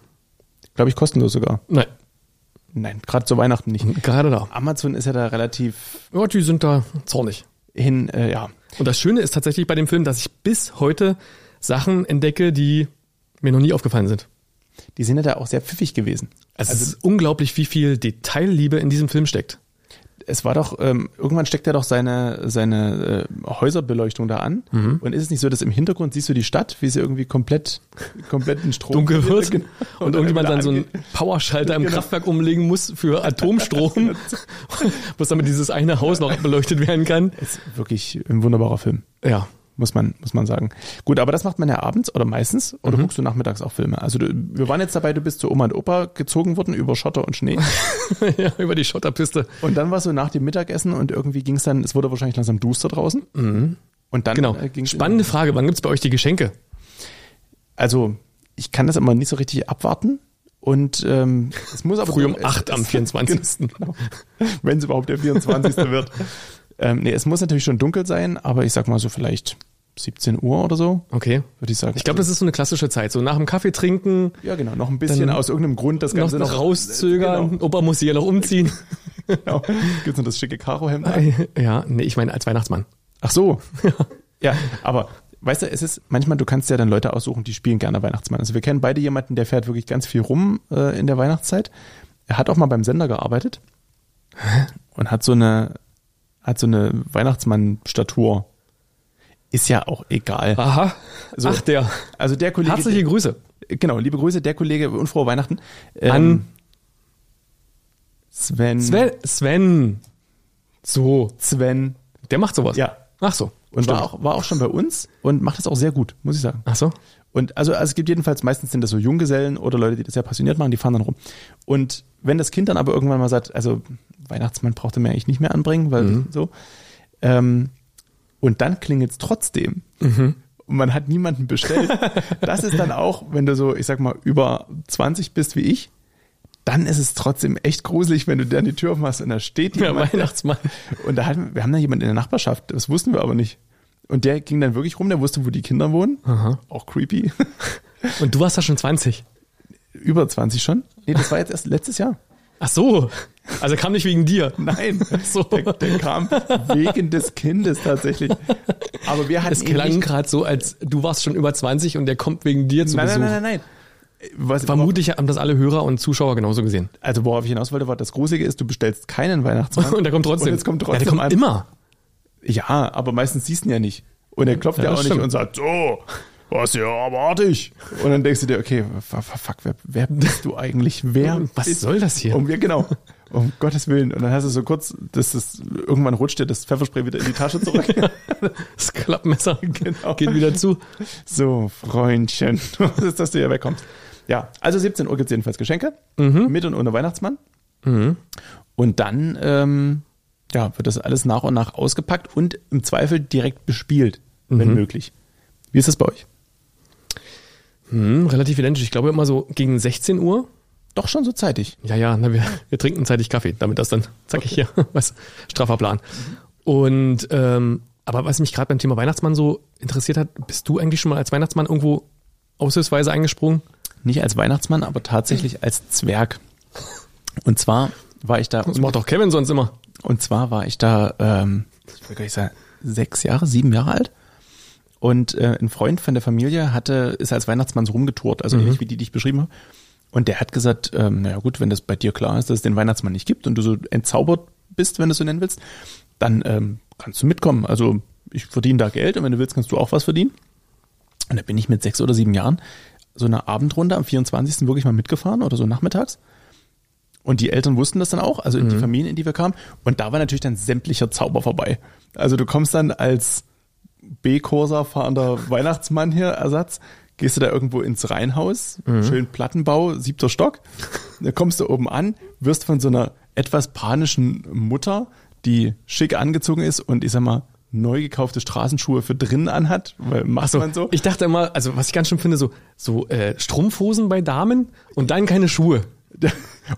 [SPEAKER 1] Glaube ich kostenlos sogar.
[SPEAKER 2] Nein,
[SPEAKER 1] Nein, gerade zu Weihnachten nicht.
[SPEAKER 2] gerade da.
[SPEAKER 1] Amazon ist ja da relativ
[SPEAKER 2] Ja, die sind da zornig.
[SPEAKER 1] hin, äh, ja.
[SPEAKER 2] Und das Schöne ist tatsächlich bei dem Film, dass ich bis heute Sachen entdecke, die mir noch nie aufgefallen sind.
[SPEAKER 1] Die sind ja da auch sehr pfiffig gewesen.
[SPEAKER 2] Also, es ist unglaublich, wie viel Detailliebe in diesem Film steckt.
[SPEAKER 1] Es war doch, ähm, irgendwann steckt er doch seine, seine äh, Häuserbeleuchtung da an.
[SPEAKER 2] Mhm.
[SPEAKER 1] Und ist es nicht so, dass im Hintergrund siehst du die Stadt, wie sie irgendwie
[SPEAKER 2] [laughs]
[SPEAKER 1] komplett, komplett in Strom
[SPEAKER 2] Dunkel wird
[SPEAKER 1] Genau.
[SPEAKER 2] und, irgendjemand dann so einen
[SPEAKER 1] angeht.
[SPEAKER 2] Powerschalter im Kraftwerk umlegen muss
[SPEAKER 1] [laughs]
[SPEAKER 2] für
[SPEAKER 1] Genau.
[SPEAKER 2] Atomstrom, [laughs] muss damit dieses eine Haus noch beleuchtet werden kann.
[SPEAKER 1] Ist wirklich ein wunderbarer Film,
[SPEAKER 2] Ja, [laughs]
[SPEAKER 1] muss man, muss man sagen. Gut, aber das macht man ja abends oder meistens
[SPEAKER 2] Mhm.
[SPEAKER 1] oder guckst du nachmittags auch Filme. Also du, wir waren jetzt dabei, du bist zu Oma und Opa gezogen worden über Schotter und
[SPEAKER 2] [laughs]
[SPEAKER 1] Schnee.
[SPEAKER 2] ja über die Schotterpiste.
[SPEAKER 1] Und dann war es so nach dem Mittagessen und irgendwie ging es dann, es wurde wahrscheinlich langsam duster draußen. Und dann
[SPEAKER 2] Genau.
[SPEAKER 1] äh, ging's in-
[SPEAKER 2] Spannende Frage, wann gibt's bei euch die Geschenke?
[SPEAKER 1] also ich kann das immer nicht so richtig abwarten. Und ähm, es muss aber
[SPEAKER 2] Früh um
[SPEAKER 1] es-
[SPEAKER 2] 8
[SPEAKER 1] [laughs]
[SPEAKER 2] am
[SPEAKER 1] es-
[SPEAKER 2] 24..
[SPEAKER 1] Genau, Wenn es überhaupt der 24. wird. Ähm, nee, es muss natürlich schon dunkel sein, aber ich sag mal so vielleicht 17 Uhr oder so,
[SPEAKER 2] Okay.
[SPEAKER 1] würde ich sagen. Also,
[SPEAKER 2] Ich glaube, das ist so eine klassische Zeit. So nach dem Kaffee trinken,
[SPEAKER 1] ja genau, noch ein bisschen
[SPEAKER 2] Dann
[SPEAKER 1] aus irgendeinem Grund das
[SPEAKER 2] noch,
[SPEAKER 1] Ganze
[SPEAKER 2] noch rauszögern, Opa muss sich ja noch umziehen.
[SPEAKER 1] [laughs] Genau, genau. Gibt's noch das schicke Karohemd an?
[SPEAKER 2] ja, nee, ich meine als Weihnachtsmann.
[SPEAKER 1] Ach so. ja, aber weißt du, es ist manchmal, du kannst ja dann Leute aussuchen, die spielen gerne Weihnachtsmann. Also wir kennen beide jemanden, der fährt wirklich ganz viel rum äh, in der Weihnachtszeit. Er hat auch mal beim Sender gearbeitet und hat so eine hat so eine Weihnachtsmann-Statur. Ist ja auch egal.
[SPEAKER 2] Aha. Ah, Ach der.
[SPEAKER 1] Also der Kollege,
[SPEAKER 2] Herzliche Grüße.
[SPEAKER 1] genau, liebe Grüße, der Kollege und frohe Weihnachten ähm,
[SPEAKER 2] An
[SPEAKER 1] Sven.
[SPEAKER 2] Sven. Sven. So.
[SPEAKER 1] Sven.
[SPEAKER 2] Der macht sowas.
[SPEAKER 1] Ja.
[SPEAKER 2] Ach so.
[SPEAKER 1] Und
[SPEAKER 2] Stimmt.
[SPEAKER 1] war auch, war auch schon bei uns und macht das auch sehr gut, muss ich sagen. [laughs]
[SPEAKER 2] Ach so.
[SPEAKER 1] Und also, also es gibt jedenfalls meistens sind das so Junggesellen oder Leute, die das sehr passioniert machen, die fahren dann rum. Und wenn das Kind dann aber irgendwann mal sagt, also Weihnachtsmann braucht er mir eigentlich nicht mehr anbringen, weil so, ähm, und dann klingelt's trotzdem. Und man hat niemanden bestellt. das ist dann auch, wenn du so, ich sag mal, über 20 bist wie ich, dann ist es trotzdem echt gruselig, wenn du dann die Tür aufmachst und da steht
[SPEAKER 2] Der
[SPEAKER 1] jemand.
[SPEAKER 2] Weihnachtsmann.
[SPEAKER 1] Und da hatten, wir haben da jemanden in der Nachbarschaft, das wussten wir aber nicht. Und der ging dann wirklich rum, der wusste, wo die Kinder wohnen. Auch creepy.
[SPEAKER 2] Und du warst da schon 20.
[SPEAKER 1] Über 20 schon? Nee, das war jetzt erst letztes Jahr.
[SPEAKER 2] Ach so. Also kam nicht wegen dir.
[SPEAKER 1] [laughs] Nein,
[SPEAKER 2] so.
[SPEAKER 1] der, der kam wegen des Kindes tatsächlich. Aber wir hatten
[SPEAKER 2] Es
[SPEAKER 1] ihn
[SPEAKER 2] klang
[SPEAKER 1] nicht.
[SPEAKER 2] gerade so, als du warst schon über 20 und der kommt wegen dir zu
[SPEAKER 1] Nein, nein,
[SPEAKER 2] Besuch.
[SPEAKER 1] nein, nein, nein. Was,
[SPEAKER 2] Vermutlich haben das alle Hörer und Zuschauer genauso gesehen.
[SPEAKER 1] also worauf ich hinaus wollte, war das Gruselige ist, du bestellst keinen Weihnachtsmann.
[SPEAKER 2] [laughs] Und der kommt trotzdem.
[SPEAKER 1] Und jetzt kommt
[SPEAKER 2] ja, der
[SPEAKER 1] trotzdem
[SPEAKER 2] kommt
[SPEAKER 1] an.
[SPEAKER 2] immer.
[SPEAKER 1] Ja, aber meistens siehst du ihn ja nicht. Und er klopft ja,
[SPEAKER 2] Ja,
[SPEAKER 1] auch
[SPEAKER 2] das
[SPEAKER 1] nicht
[SPEAKER 2] stimmt.
[SPEAKER 1] und sagt, so, was ja abartig. Und dann denkst du dir, okay, f- f- fuck, wer, wer bist du eigentlich? Wer?
[SPEAKER 2] Was
[SPEAKER 1] bist-
[SPEAKER 2] soll das hier?
[SPEAKER 1] Um, ja, genau. Um [laughs] Gottes Willen. Und dann hast du so kurz, dass das, irgendwann rutscht dir das Pfefferspray wieder in die Tasche zurück.
[SPEAKER 2] [laughs] Das Klappmesser
[SPEAKER 1] [laughs] Genau.
[SPEAKER 2] geht wieder zu.
[SPEAKER 1] So, Freundchen, [laughs] was ist, dass du hier wegkommst. Ja, also 17 Uhr gibt es jedenfalls Geschenke,
[SPEAKER 2] Mhm.
[SPEAKER 1] mit und ohne Weihnachtsmann. Und dann ähm,
[SPEAKER 2] Mhm.
[SPEAKER 1] ja, wird das alles nach und nach ausgepackt und im Zweifel direkt bespielt, wenn möglich. Wie ist das bei euch?
[SPEAKER 2] Hm, relativ identisch. Ich glaube immer so gegen 16 Uhr.
[SPEAKER 1] Doch schon so zeitig.
[SPEAKER 2] Ja, ja, na, wir, wir trinken zeitig Kaffee, damit das dann, zack ich hier, [laughs] was, straffer Plan. Und, ähm, aber was mich gerade beim Thema Weihnachtsmann so interessiert hat, bist du eigentlich schon mal als Weihnachtsmann irgendwo aushilfsweise eingesprungen?
[SPEAKER 1] Nicht als Weihnachtsmann, aber tatsächlich als Zwerg. Und zwar war ich da.
[SPEAKER 2] Das macht doch Kevin sonst immer.
[SPEAKER 1] Und zwar war ich da, ähm, ich will gar nicht sagen, sechs Jahre, sieben Jahre alt. Und äh, ein Freund von der Familie hatte, ist als Weihnachtsmann so rumgetourt, also ähnlich wie die, die ich beschrieben habe. Und der hat gesagt, ähm, naja gut, wenn das bei dir klar ist, dass es den Weihnachtsmann nicht gibt und du so entzaubert bist, wenn du es so nennen willst, dann ähm, kannst du mitkommen. Also ich verdiene da Geld und wenn du willst, kannst du auch was verdienen. Und da bin ich mit sechs oder sieben Jahren so eine Abendrunde am 24. wirklich mal mitgefahren oder so nachmittags. Und die Eltern wussten das dann auch, also in die Familien, in die wir kamen. Und da war natürlich dann sämtlicher Zauber vorbei. Also du kommst dann als B-Kurser fahrender Weihnachtsmann hier Ersatz, gehst du da irgendwo ins Reihenhaus, schön Plattenbau, siebter Stock, dann kommst du oben an, wirst von so einer etwas panischen Mutter, die schick angezogen ist und ich sag mal, neu gekaufte Straßenschuhe für drinnen anhat, weil macht
[SPEAKER 2] So,
[SPEAKER 1] man so.
[SPEAKER 2] Ich dachte immer, also was ich ganz schön finde, so, so äh, Strumpfhosen bei Damen und dann keine Schuhe.
[SPEAKER 1] [laughs]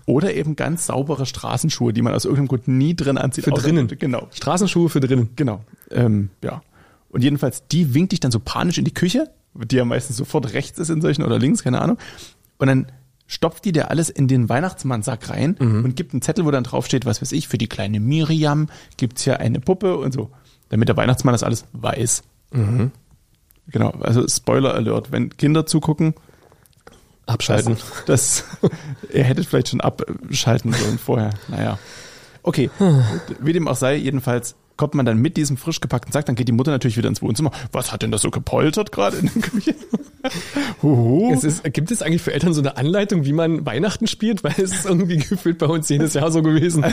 [SPEAKER 1] Oder eben ganz saubere Straßenschuhe, die man aus irgendeinem Grund nie drin anzieht.
[SPEAKER 2] Für
[SPEAKER 1] außer-
[SPEAKER 2] drinnen.
[SPEAKER 1] Genau.
[SPEAKER 2] Straßenschuhe für drinnen.
[SPEAKER 1] Genau. Ähm, ja. Und jedenfalls, die winkt dich dann so panisch in die Küche, die ja meistens sofort rechts ist in solchen oder links, keine Ahnung. Und dann stopft die dir alles in den Weihnachtsmannsack rein
[SPEAKER 2] Mhm.
[SPEAKER 1] und gibt einen Zettel, wo dann draufsteht, was weiß ich, für die kleine Miriam gibt's hier eine Puppe und so. Damit der Weihnachtsmann das alles weiß.
[SPEAKER 2] Mhm.
[SPEAKER 1] Genau, also Spoiler Alert, wenn Kinder zugucken,
[SPEAKER 2] Abschalten.
[SPEAKER 1] Also [laughs] das, ihr hättet vielleicht schon abschalten sollen vorher. Naja. Okay, wie dem auch sei, jedenfalls kommt man dann mit diesem frisch gepackten Sack, dann geht die Mutter natürlich wieder ins Wohnzimmer. Was hat denn das so gepoltert gerade in der Küche? Huhu.
[SPEAKER 2] Es ist, gibt es eigentlich für Eltern so eine Anleitung, wie man Weihnachten spielt? Weil es ist irgendwie [laughs] gefühlt bei uns jedes Jahr so gewesen.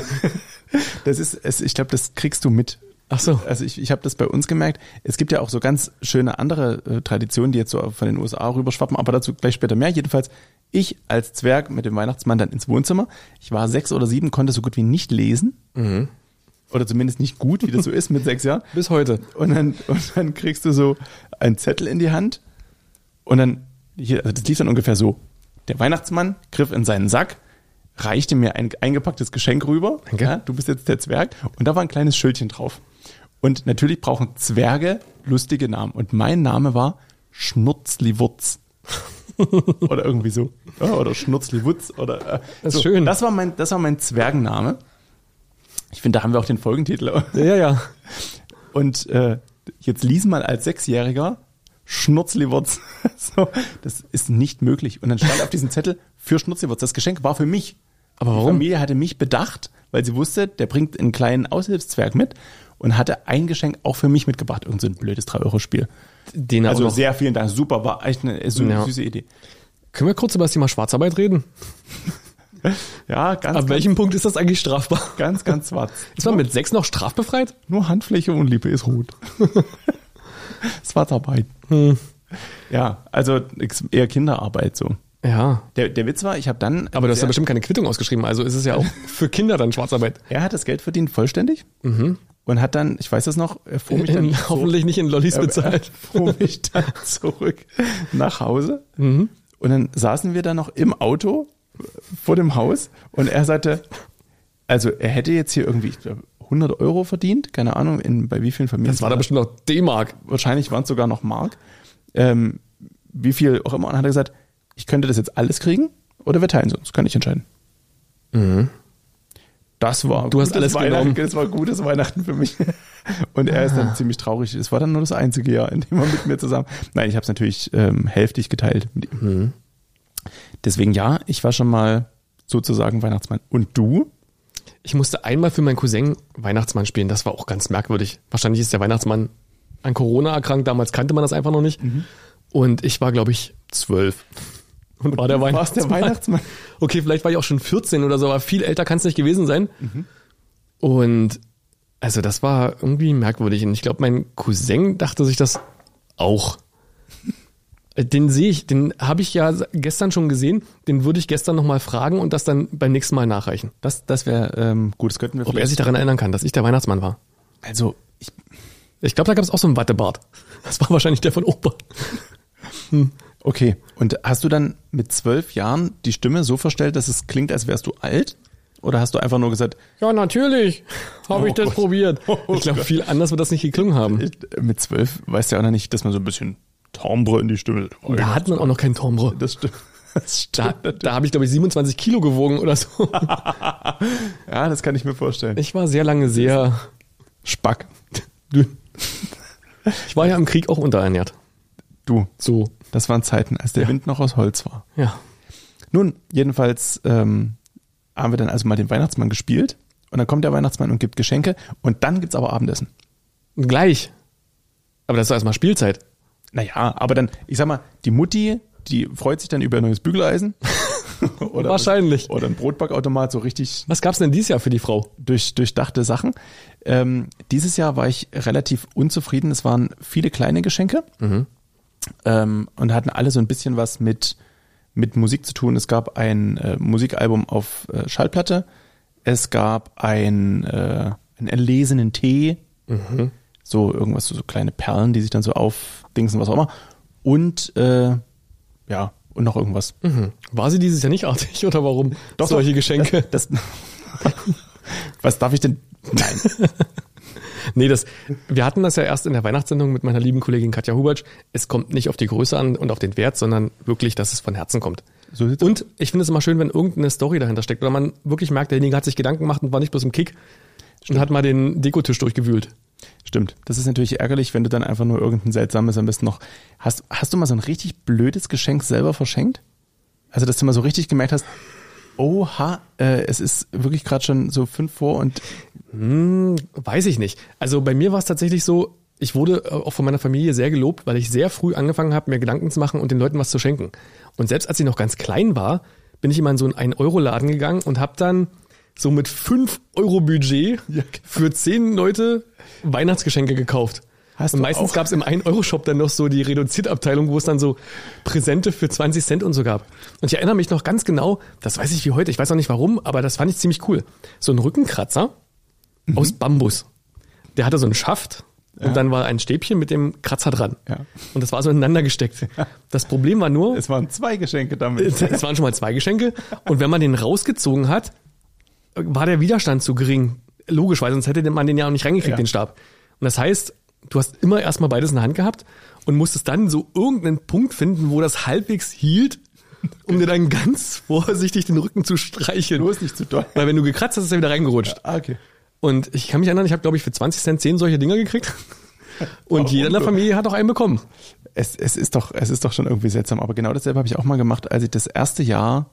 [SPEAKER 1] Das ist, es, ich glaube, das kriegst du mit.
[SPEAKER 2] Ach so.
[SPEAKER 1] Also ich, ich habe das bei uns gemerkt. Es gibt ja auch so ganz schöne andere äh, Traditionen, die jetzt so von den USA rüberschwappen, aber dazu gleich später mehr. Jedenfalls, ich als Zwerg mit dem Weihnachtsmann dann ins Wohnzimmer. Ich war sechs oder sieben, konnte so gut wie nicht lesen. Oder zumindest nicht gut, wie das so ist mit sechs Jahren.
[SPEAKER 2] Bis heute.
[SPEAKER 1] Und dann, und dann kriegst du so einen Zettel in die Hand. Und dann, hier, also das lief dann ungefähr so. Der Weihnachtsmann griff in seinen Sack, reichte mir ein eingepacktes Geschenk rüber.
[SPEAKER 2] Danke.
[SPEAKER 1] Ja, du bist jetzt der Zwerg. Und da war ein kleines Schildchen drauf. Und natürlich brauchen Zwerge lustige Namen. Und mein Name war Schnurzliwurz. oder irgendwie so. Ja, oder Schnurzliwutz. Oder, äh,
[SPEAKER 2] Das
[SPEAKER 1] so.
[SPEAKER 2] ist schön.
[SPEAKER 1] Das war mein, das war mein Zwergenname. Ich finde, da haben wir auch den Folgentitel.
[SPEAKER 2] Ja, ja.
[SPEAKER 1] Und äh, jetzt lies mal als Sechsjähriger Schnurzliwurz. [laughs] so, das ist nicht möglich. Und dann stand auf diesem Zettel für Schnurzliwurz. Das Geschenk war für mich.
[SPEAKER 2] Aber
[SPEAKER 1] Die
[SPEAKER 2] warum?
[SPEAKER 1] Familie hatte mich bedacht, weil sie wusste, der bringt einen kleinen Aushilfszwerg mit und hatte ein Geschenk auch für mich mitgebracht. Irgend so ein blödes 3-Euro-Spiel.
[SPEAKER 2] Den
[SPEAKER 1] Also
[SPEAKER 2] also sehr.
[SPEAKER 1] sehr vielen Dank. Super, war echt eine sü
[SPEAKER 2] Ja.
[SPEAKER 1] süße Idee.
[SPEAKER 2] Können wir kurz über das Thema Schwarzarbeit reden?
[SPEAKER 1] Ja, ganz,
[SPEAKER 2] Ab
[SPEAKER 1] ganz,
[SPEAKER 2] welchem Punkt ist das eigentlich strafbar?
[SPEAKER 1] ganz, ganz schwarz.
[SPEAKER 2] Ist man mit sechs noch strafbefreit?
[SPEAKER 1] Nur Handfläche und Lippe ist
[SPEAKER 2] [laughs]
[SPEAKER 1] rot. Schwarzarbeit.
[SPEAKER 2] Hm.
[SPEAKER 1] Ja, also nix- eher Kinderarbeit so.
[SPEAKER 2] Ja.
[SPEAKER 1] Der, der Witz war, ich habe dann.
[SPEAKER 2] Aber du hast ja
[SPEAKER 1] er,
[SPEAKER 2] bestimmt keine Quittung ausgeschrieben, also ist es [laughs] ja auch für Kinder dann Schwarzarbeit.
[SPEAKER 1] er hat das Geld verdient vollständig und hat dann, ich weiß das noch, äh, vor mich dann
[SPEAKER 2] Mhm.
[SPEAKER 1] [laughs]
[SPEAKER 2] In, hoffentlich nicht in Lollis [laughs] bezahlt.
[SPEAKER 1] fuhr mich dann zurück nach Hause.
[SPEAKER 2] Mhm.
[SPEAKER 1] Und dann saßen wir da noch im Auto vor dem Haus und er sagte, also er hätte jetzt hier irgendwie ich glaub, 100 Euro verdient, keine Ahnung, in, bei wie vielen Familien.
[SPEAKER 2] Das war da bestimmt noch D-Mark.
[SPEAKER 1] wahrscheinlich waren es sogar noch Mark, ähm, wie viel auch immer. Und hat er gesagt, ich könnte das jetzt alles kriegen oder wir teilen es uns, kann ich entscheiden. Mhm. Das war
[SPEAKER 2] Du hast alles
[SPEAKER 1] Weihnachten,
[SPEAKER 2] genommen.
[SPEAKER 1] Das war gutes Weihnachten für mich. [laughs] Und er ist dann ziemlich traurig. Es war dann nur das einzige Jahr, in dem er mit mir zusammen. Nein, ich habe es natürlich ähm, hälftig geteilt mit ihm. Deswegen ja, ich war schon mal sozusagen Weihnachtsmann. Und du?
[SPEAKER 2] Ich musste einmal für meinen Cousin Weihnachtsmann spielen. Das war auch ganz merkwürdig. Wahrscheinlich ist der Weihnachtsmann an Corona erkrankt. Damals kannte man das einfach noch nicht. Und ich war, glaube ich, zwölf. Und war der
[SPEAKER 1] du warst der
[SPEAKER 2] Weihnachtsmann.
[SPEAKER 1] Weihnachtsmann.
[SPEAKER 2] Okay, vielleicht war ich auch schon 14 oder so, aber viel älter kann es nicht gewesen sein. Und also das war irgendwie merkwürdig. Und ich glaube, mein Cousin dachte sich das auch. Äh, Den sehe ich, den habe ich ja gestern schon gesehen. Den würde ich gestern nochmal fragen und das dann beim nächsten Mal nachreichen.
[SPEAKER 1] Das, das wäre ähm, gut, das könnten wir
[SPEAKER 2] Ob er sich daran erinnern kann, dass ich der Weihnachtsmann war.
[SPEAKER 1] Also, ich,
[SPEAKER 2] Ich glaube, da gab es auch so einen Wattebart. Das war wahrscheinlich der von Opa.
[SPEAKER 1] Okay. Und hast du dann mit zwölf Jahren die Stimme so verstellt, dass es klingt, als wärst du alt? Oder hast du einfach nur gesagt,
[SPEAKER 2] Ja, natürlich. Habe
[SPEAKER 1] Oh
[SPEAKER 2] ich das
[SPEAKER 1] Gott.
[SPEAKER 2] probiert.
[SPEAKER 1] Oh
[SPEAKER 2] ich glaube,
[SPEAKER 1] Gott.
[SPEAKER 2] viel anders wird das nicht geklungen haben.
[SPEAKER 1] äh, mit zwölf weißt du ja auch noch nicht, dass man so ein bisschen Tombre in die Stimme. Oh,
[SPEAKER 2] Da hat man auch noch keinen Tombre.
[SPEAKER 1] das stimmt. Das
[SPEAKER 2] Da,
[SPEAKER 1] stimmt.
[SPEAKER 2] da habe ich, glaube ich, 27 Kilo gewogen oder so.
[SPEAKER 1] Ja, das kann ich mir vorstellen.
[SPEAKER 2] [laughs] Ich war sehr lange sehr.
[SPEAKER 1] Spack.
[SPEAKER 2] dünn. Ich war ja im Krieg auch unterernährt.
[SPEAKER 1] Du,
[SPEAKER 2] So.
[SPEAKER 1] das waren Zeiten, als der Wind noch aus Holz war.
[SPEAKER 2] Ja.
[SPEAKER 1] Nun, jedenfalls ähm, haben wir dann also mal den Weihnachtsmann gespielt und dann kommt der Weihnachtsmann und gibt Geschenke und dann gibt's aber Abendessen.
[SPEAKER 2] Gleich. Aber das ist doch erstmal Spielzeit.
[SPEAKER 1] Naja, aber dann, ich sag mal, die Mutti, die freut sich dann über ein neues Bügeleisen. [laughs] oder
[SPEAKER 2] Wahrscheinlich.
[SPEAKER 1] Oder ein Brotbackautomat, so richtig
[SPEAKER 2] Was gab's denn dieses Jahr für die Frau?
[SPEAKER 1] durch, durchdachte Sachen. Ähm, dieses Jahr war ich relativ unzufrieden. Es waren viele kleine Geschenke
[SPEAKER 2] Mhm.
[SPEAKER 1] ähm, und hatten alle so ein bisschen was mit, mit Musik zu tun. Es gab ein äh, Musikalbum auf äh, Schallplatte. Es gab ein, äh, einen erlesenen Tee.
[SPEAKER 2] Mhm.
[SPEAKER 1] So irgendwas, so, so kleine Perlen, die sich dann so aufdingsen, was auch immer. Und äh, ja, und noch irgendwas.
[SPEAKER 2] War sie dieses Jahr nicht artig oder warum?
[SPEAKER 1] Doch,
[SPEAKER 2] Mhm. solche
[SPEAKER 1] doch.
[SPEAKER 2] [laughs] Geschenke.
[SPEAKER 1] Das, [laughs] was darf ich denn? Nein.
[SPEAKER 2] Nee, das, wir hatten das ja erst in der Weihnachtssendung mit meiner lieben Kollegin Katja Hubertsch. Es kommt nicht auf die Größe an und auf den Wert, sondern wirklich, dass es von Herzen kommt.
[SPEAKER 1] So sieht's
[SPEAKER 2] und ich finde es immer schön, wenn irgendeine Story dahinter steckt oder man wirklich merkt, derjenige hat sich Gedanken gemacht und war nicht bloß im Kick und hat mal den Dekotisch durchgewühlt.
[SPEAKER 1] Stimmt. Das ist natürlich ärgerlich, wenn du dann einfach nur irgendein seltsames am besten noch. Hast, hast du mal so ein richtig blödes Geschenk selber verschenkt? Also, dass du mal so richtig gemerkt hast, oha, äh, es ist wirklich gerade schon so fünf vor und
[SPEAKER 2] Weiß ich nicht. Also bei mir war es tatsächlich so, ich wurde äh, auch von meiner Familie sehr gelobt, weil ich sehr früh angefangen habe, mir Gedanken zu machen und den Leuten was zu schenken. Und selbst als ich noch ganz klein war, bin ich immer in so einen 1-Euro-Laden gegangen und habe dann so mit
[SPEAKER 1] [laughs]
[SPEAKER 2] 5-Euro-Budget
[SPEAKER 1] genau.
[SPEAKER 2] für 10 Leute Weihnachtsgeschenke gekauft.
[SPEAKER 1] Hast du
[SPEAKER 2] und meistens
[SPEAKER 1] auch?
[SPEAKER 2] gab es im 1-Euro-Shop dann noch so die Reduziertabteilung, wo es dann so Präsente für 20 Cent und so gab. Und ich erinnere mich noch ganz genau, das weiß ich wie heute, ich weiß auch nicht warum, aber das fand ich ziemlich cool. So ein Rückenkratzer
[SPEAKER 1] Mhm.
[SPEAKER 2] aus Bambus. Der hatte so einen Schaft und dann war ein Stäbchen mit dem Kratzer dran.
[SPEAKER 1] Ja.
[SPEAKER 2] Und das war so ineinander gesteckt. Das Problem war nur,
[SPEAKER 1] es waren zwei Geschenke
[SPEAKER 2] [laughs]
[SPEAKER 1] damit. [laughs]
[SPEAKER 2] es waren schon mal zwei Geschenke und wenn man den rausgezogen hat, war der Widerstand zu gering. Logisch, weil sonst hätte man den ja auch nicht reingekriegt,
[SPEAKER 1] Ja.
[SPEAKER 2] den Stab. Und das heißt, du hast immer erstmal beides in der Hand gehabt und musstest dann so irgendeinen Punkt finden, wo das halbwegs hielt, um dir dann ganz vorsichtig den Rücken zu streicheln.
[SPEAKER 1] Bloß nicht zu doll.
[SPEAKER 2] Weil wenn du gekratzt hast, ist er wieder reingerutscht.
[SPEAKER 1] Ah, okay.
[SPEAKER 2] Und ich kann mich erinnern, ich habe, glaube ich, für 20 Cent 10 solche Dinger gekriegt. Und jeder in der Familie hat auch einen bekommen.
[SPEAKER 1] Es, es, ist doch, es ist doch schon irgendwie seltsam, aber genau dasselbe habe ich auch mal gemacht, als ich das erste Jahr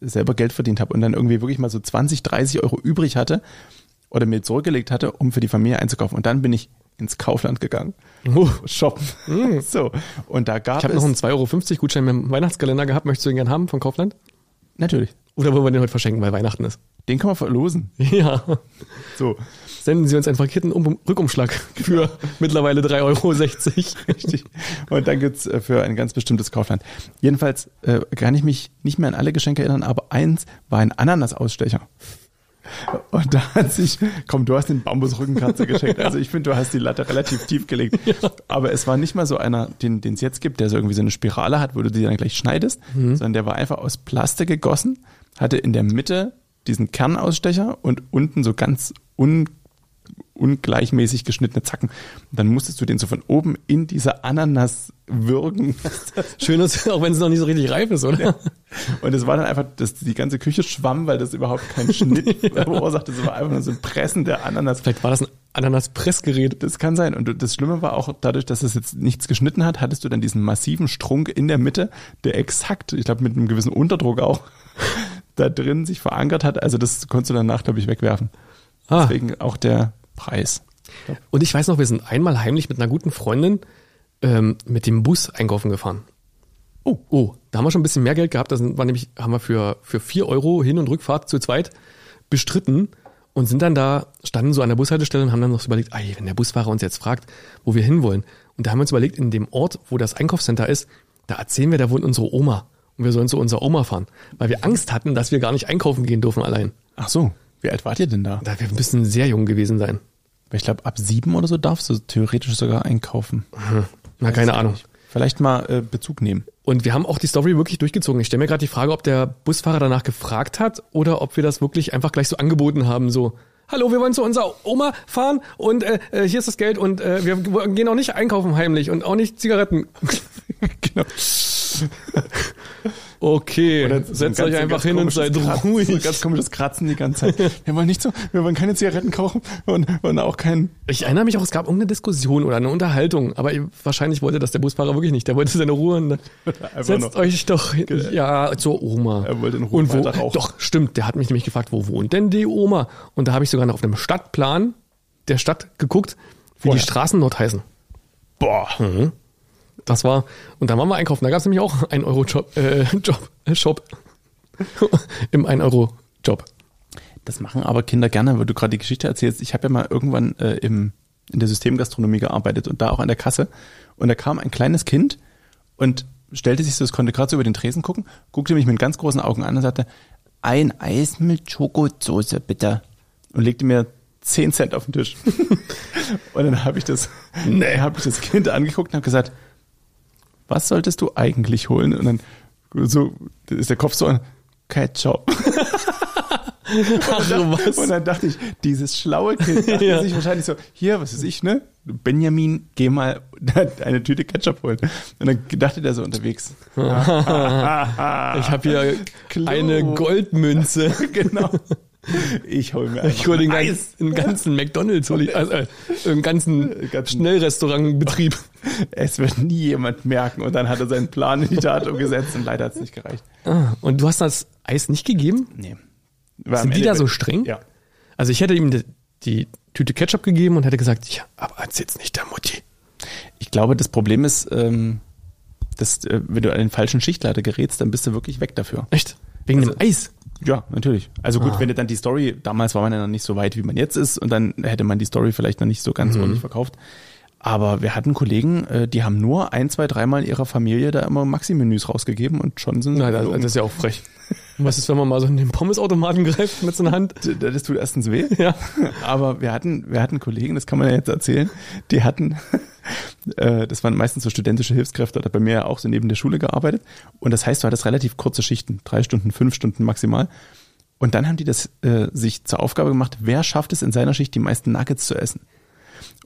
[SPEAKER 1] selber Geld verdient habe und dann irgendwie wirklich mal so 20, 30 Euro übrig hatte oder mir zurückgelegt hatte, um für die Familie einzukaufen. Und dann bin ich ins Kaufland gegangen.
[SPEAKER 2] Oh.
[SPEAKER 1] Shoppen. [laughs] So. Und da gab
[SPEAKER 2] Mm. Ich habe
[SPEAKER 1] es.
[SPEAKER 2] noch einen 2,50 Euro Gutschein im Weihnachtskalender gehabt. Möchtest du den gern haben vom Kaufland?
[SPEAKER 1] natürlich.
[SPEAKER 2] Oder wollen wir den heute verschenken, weil Weihnachten ist? [laughs]
[SPEAKER 1] Den kann man verlosen.
[SPEAKER 2] Ja.
[SPEAKER 1] So.
[SPEAKER 2] Senden Sie uns einen verkehrten um Rückumschlag für [laughs] mittlerweile 3,60 Euro.
[SPEAKER 1] Richtig. Und dann gibt's äh, für ein ganz bestimmtes Kaufland. Jedenfalls äh, kann ich mich nicht mehr an alle Geschenke erinnern, aber eins war ein Ananasausstecher. Und da hat sich, komm, du hast den Bambusrückenkratzer geschenkt. Also ich finde, du hast die Latte relativ tief gelegt. Aber es war nicht mal so einer, den den es jetzt gibt, der so irgendwie so eine Spirale hat, wo du die dann gleich schneidest, sondern der war einfach aus Plastik gegossen, hatte in der Mitte diesen Kernausstecher und unten so ganz un ungleichmäßig geschnittene Zacken. Und dann musstest du den so von oben in diese Ananas [laughs] würgen.
[SPEAKER 2] Schön ist, auch wenn es noch nicht so richtig reif ist, oder?
[SPEAKER 1] Und es war dann einfach, dass die ganze Küche schwamm, weil das überhaupt keinen [laughs] Schnitt verursachte. Es war einfach nur so ein Pressen der Ananas.
[SPEAKER 2] Vielleicht war das ein Ananas-Pressgerät.
[SPEAKER 1] Das kann sein. Und das Schlimme war auch, dadurch, dass es jetzt nichts geschnitten hat, hattest du dann diesen massiven Strunk in der Mitte, der exakt, ich glaube mit einem gewissen Unterdruck auch, [laughs] da drin sich verankert hat. Also das konntest du danach, glaube ich, wegwerfen.
[SPEAKER 2] Ah.
[SPEAKER 1] Deswegen auch der Preis.
[SPEAKER 2] Und ich weiß noch, wir sind einmal heimlich mit einer guten Freundin ähm, mit dem Bus einkaufen gefahren.
[SPEAKER 1] Oh.
[SPEAKER 2] Oh, da haben wir schon ein bisschen mehr Geld gehabt. Da sind, war nämlich, haben wir für, für 4 Euro Hin- und Rückfahrt zu zweit bestritten und sind dann da, standen so an der Bushaltestelle und haben dann noch so überlegt, ey, wenn der Busfahrer uns jetzt fragt, wo wir hinwollen. Und da haben wir uns überlegt, in dem Ort, wo das Einkaufscenter ist, da erzählen wir, da wohnt unsere Oma. Und wir sollen zu unserer Oma fahren, weil wir Angst hatten, dass wir gar nicht einkaufen gehen dürfen allein.
[SPEAKER 1] Ach so, wie alt wart ihr denn da?
[SPEAKER 2] Da wir müssen sehr jung gewesen sein.
[SPEAKER 1] Weil ich glaube, ab sieben oder so darfst du theoretisch sogar einkaufen.
[SPEAKER 2] Na, keine Ahnung.
[SPEAKER 1] Vielleicht mal äh, Bezug nehmen.
[SPEAKER 2] Und wir haben auch die Story wirklich durchgezogen. Ich stelle mir gerade die Frage, ob der Busfahrer danach gefragt hat oder ob wir das wirklich einfach gleich so angeboten haben, so, hallo, wir wollen zu unserer Oma fahren und äh, äh, hier ist das Geld und äh, wir gehen auch nicht einkaufen heimlich und auch nicht Zigaretten.
[SPEAKER 1] [laughs]
[SPEAKER 2] [laughs]
[SPEAKER 1] Genau.
[SPEAKER 2] Okay,
[SPEAKER 1] So
[SPEAKER 2] setzt
[SPEAKER 1] ein
[SPEAKER 2] euch
[SPEAKER 1] ganz-
[SPEAKER 2] einfach
[SPEAKER 1] ganz
[SPEAKER 2] hin und
[SPEAKER 1] komisches
[SPEAKER 2] seid
[SPEAKER 1] Kratzen,
[SPEAKER 2] ruhig.
[SPEAKER 1] so ein Ganz komisches Kratzen die ganze [laughs] Zeit. Wir wollen nicht so, wir wollen keine Zigaretten kaufen und, und auch keinen.
[SPEAKER 2] Ich erinnere mich auch, es gab irgendeine Diskussion oder eine Unterhaltung, aber ihr- wahrscheinlich wollte das der Busfahrer wirklich nicht. Der wollte seine Ruhe und
[SPEAKER 1] [laughs]
[SPEAKER 2] dann setzt
[SPEAKER 1] noch.
[SPEAKER 2] euch doch hin. ja zur Oma.
[SPEAKER 1] Er wollte in Ruhe
[SPEAKER 2] und wo,
[SPEAKER 1] weiter rauchen.
[SPEAKER 2] Doch, stimmt. Der hat mich nämlich gefragt, wo wohnt denn die Oma? Und da habe ich sogar noch auf einem Stadtplan der Stadt geguckt, wie
[SPEAKER 1] Vorher.
[SPEAKER 2] die Straßen dort heißen.
[SPEAKER 1] Boah.
[SPEAKER 2] Das war, und dann waren wir einkaufen. Da gab es nämlich auch 1-Euro-Job, äh, Job, äh, Shop. [laughs] Im 1-Euro-Job.
[SPEAKER 1] Das machen aber Kinder gerne, weil du gerade die Geschichte erzählst. Ich habe ja mal irgendwann äh, im, in der Systemgastronomie gearbeitet und da auch an der Kasse. Und da kam ein kleines Kind und stellte sich so, es konnte gerade so über den Tresen gucken, guckte mich mit ganz großen Augen an und sagte, ein Eis mit Schokosoße bitte. Und legte mir 10 Cent auf den Tisch. und dann habe ich das, nee, habe ich das Kind angeguckt und habe gesagt, was solltest du eigentlich holen? Und dann so ist der Kopf so an, Ketchup.
[SPEAKER 2] Ach,
[SPEAKER 1] Und dann dachte ich, dieses schlaue Kind dachte
[SPEAKER 2] [laughs] Ja.
[SPEAKER 1] sich wahrscheinlich so, hier, was weiß ich, ne? Benjamin, geh mal [laughs] eine Tüte Ketchup holen. Und dann dachte der so
[SPEAKER 2] [laughs]
[SPEAKER 1] unterwegs.
[SPEAKER 2] Ich habe hier
[SPEAKER 1] Klo.
[SPEAKER 2] eine Goldmünze.
[SPEAKER 1] [laughs] genau. Ich hol mir
[SPEAKER 2] [laughs] Ich hole den
[SPEAKER 1] ein
[SPEAKER 2] ganzen, den ganzen McDonalds, hol ich, also, äh, den [laughs] ganzen,
[SPEAKER 1] ganzen-
[SPEAKER 2] Schnellrestaurantbetrieb.
[SPEAKER 1] Es wird nie jemand merken. Und dann hat er seinen Plan in die Tat umgesetzt und leider hat es nicht gereicht.
[SPEAKER 2] Ah, Und du hast das Eis nicht gegeben?
[SPEAKER 1] Nee.
[SPEAKER 2] Sind die da so streng?
[SPEAKER 1] Ja.
[SPEAKER 2] Also ich hätte ihm die, die Tüte Ketchup gegeben und hätte gesagt, ja, aber erzähl's nicht der Mutti.
[SPEAKER 1] Ich glaube, das Problem ist, ähm, dass äh, wenn du an den falschen Schichtleiter gerätst, dann bist du wirklich weg dafür.
[SPEAKER 2] Echt? Wegen dem Eis?
[SPEAKER 1] Ja, natürlich. Also gut,
[SPEAKER 2] Ah.
[SPEAKER 1] wenn du dann die Story, damals war man ja noch nicht so weit, wie man jetzt ist, und dann hätte man die Story vielleicht noch nicht so
[SPEAKER 2] Mhm.
[SPEAKER 1] ganz ordentlich verkauft. Aber wir hatten Kollegen, äh, die haben nur ein, zwei, dreimal ihrer Familie da immer Maxi-Menüs rausgegeben und schon sind sie um
[SPEAKER 2] Nein, das, also
[SPEAKER 1] geflogen.
[SPEAKER 2] das ist ja auch frech. Und was ist, wenn man mal so in den Pommesautomaten greift mit so einer Hand?
[SPEAKER 1] das, das tut erstens
[SPEAKER 2] [laughs]
[SPEAKER 1] weh.
[SPEAKER 2] Ja.
[SPEAKER 1] [laughs] Aber wir hatten, wir hatten Kollegen, das kann man ja jetzt erzählen, die hatten, [laughs] äh, das waren meistens so studentische Hilfskräfte, hat bei mir ja auch so neben der Schule gearbeitet. Und das heißt, du hattest relativ kurze Schichten, drei Stunden, fünf Stunden maximal. Und dann haben die das äh, sich zur Aufgabe gemacht, wer schafft es in seiner Schicht, die meisten Nuggets zu essen.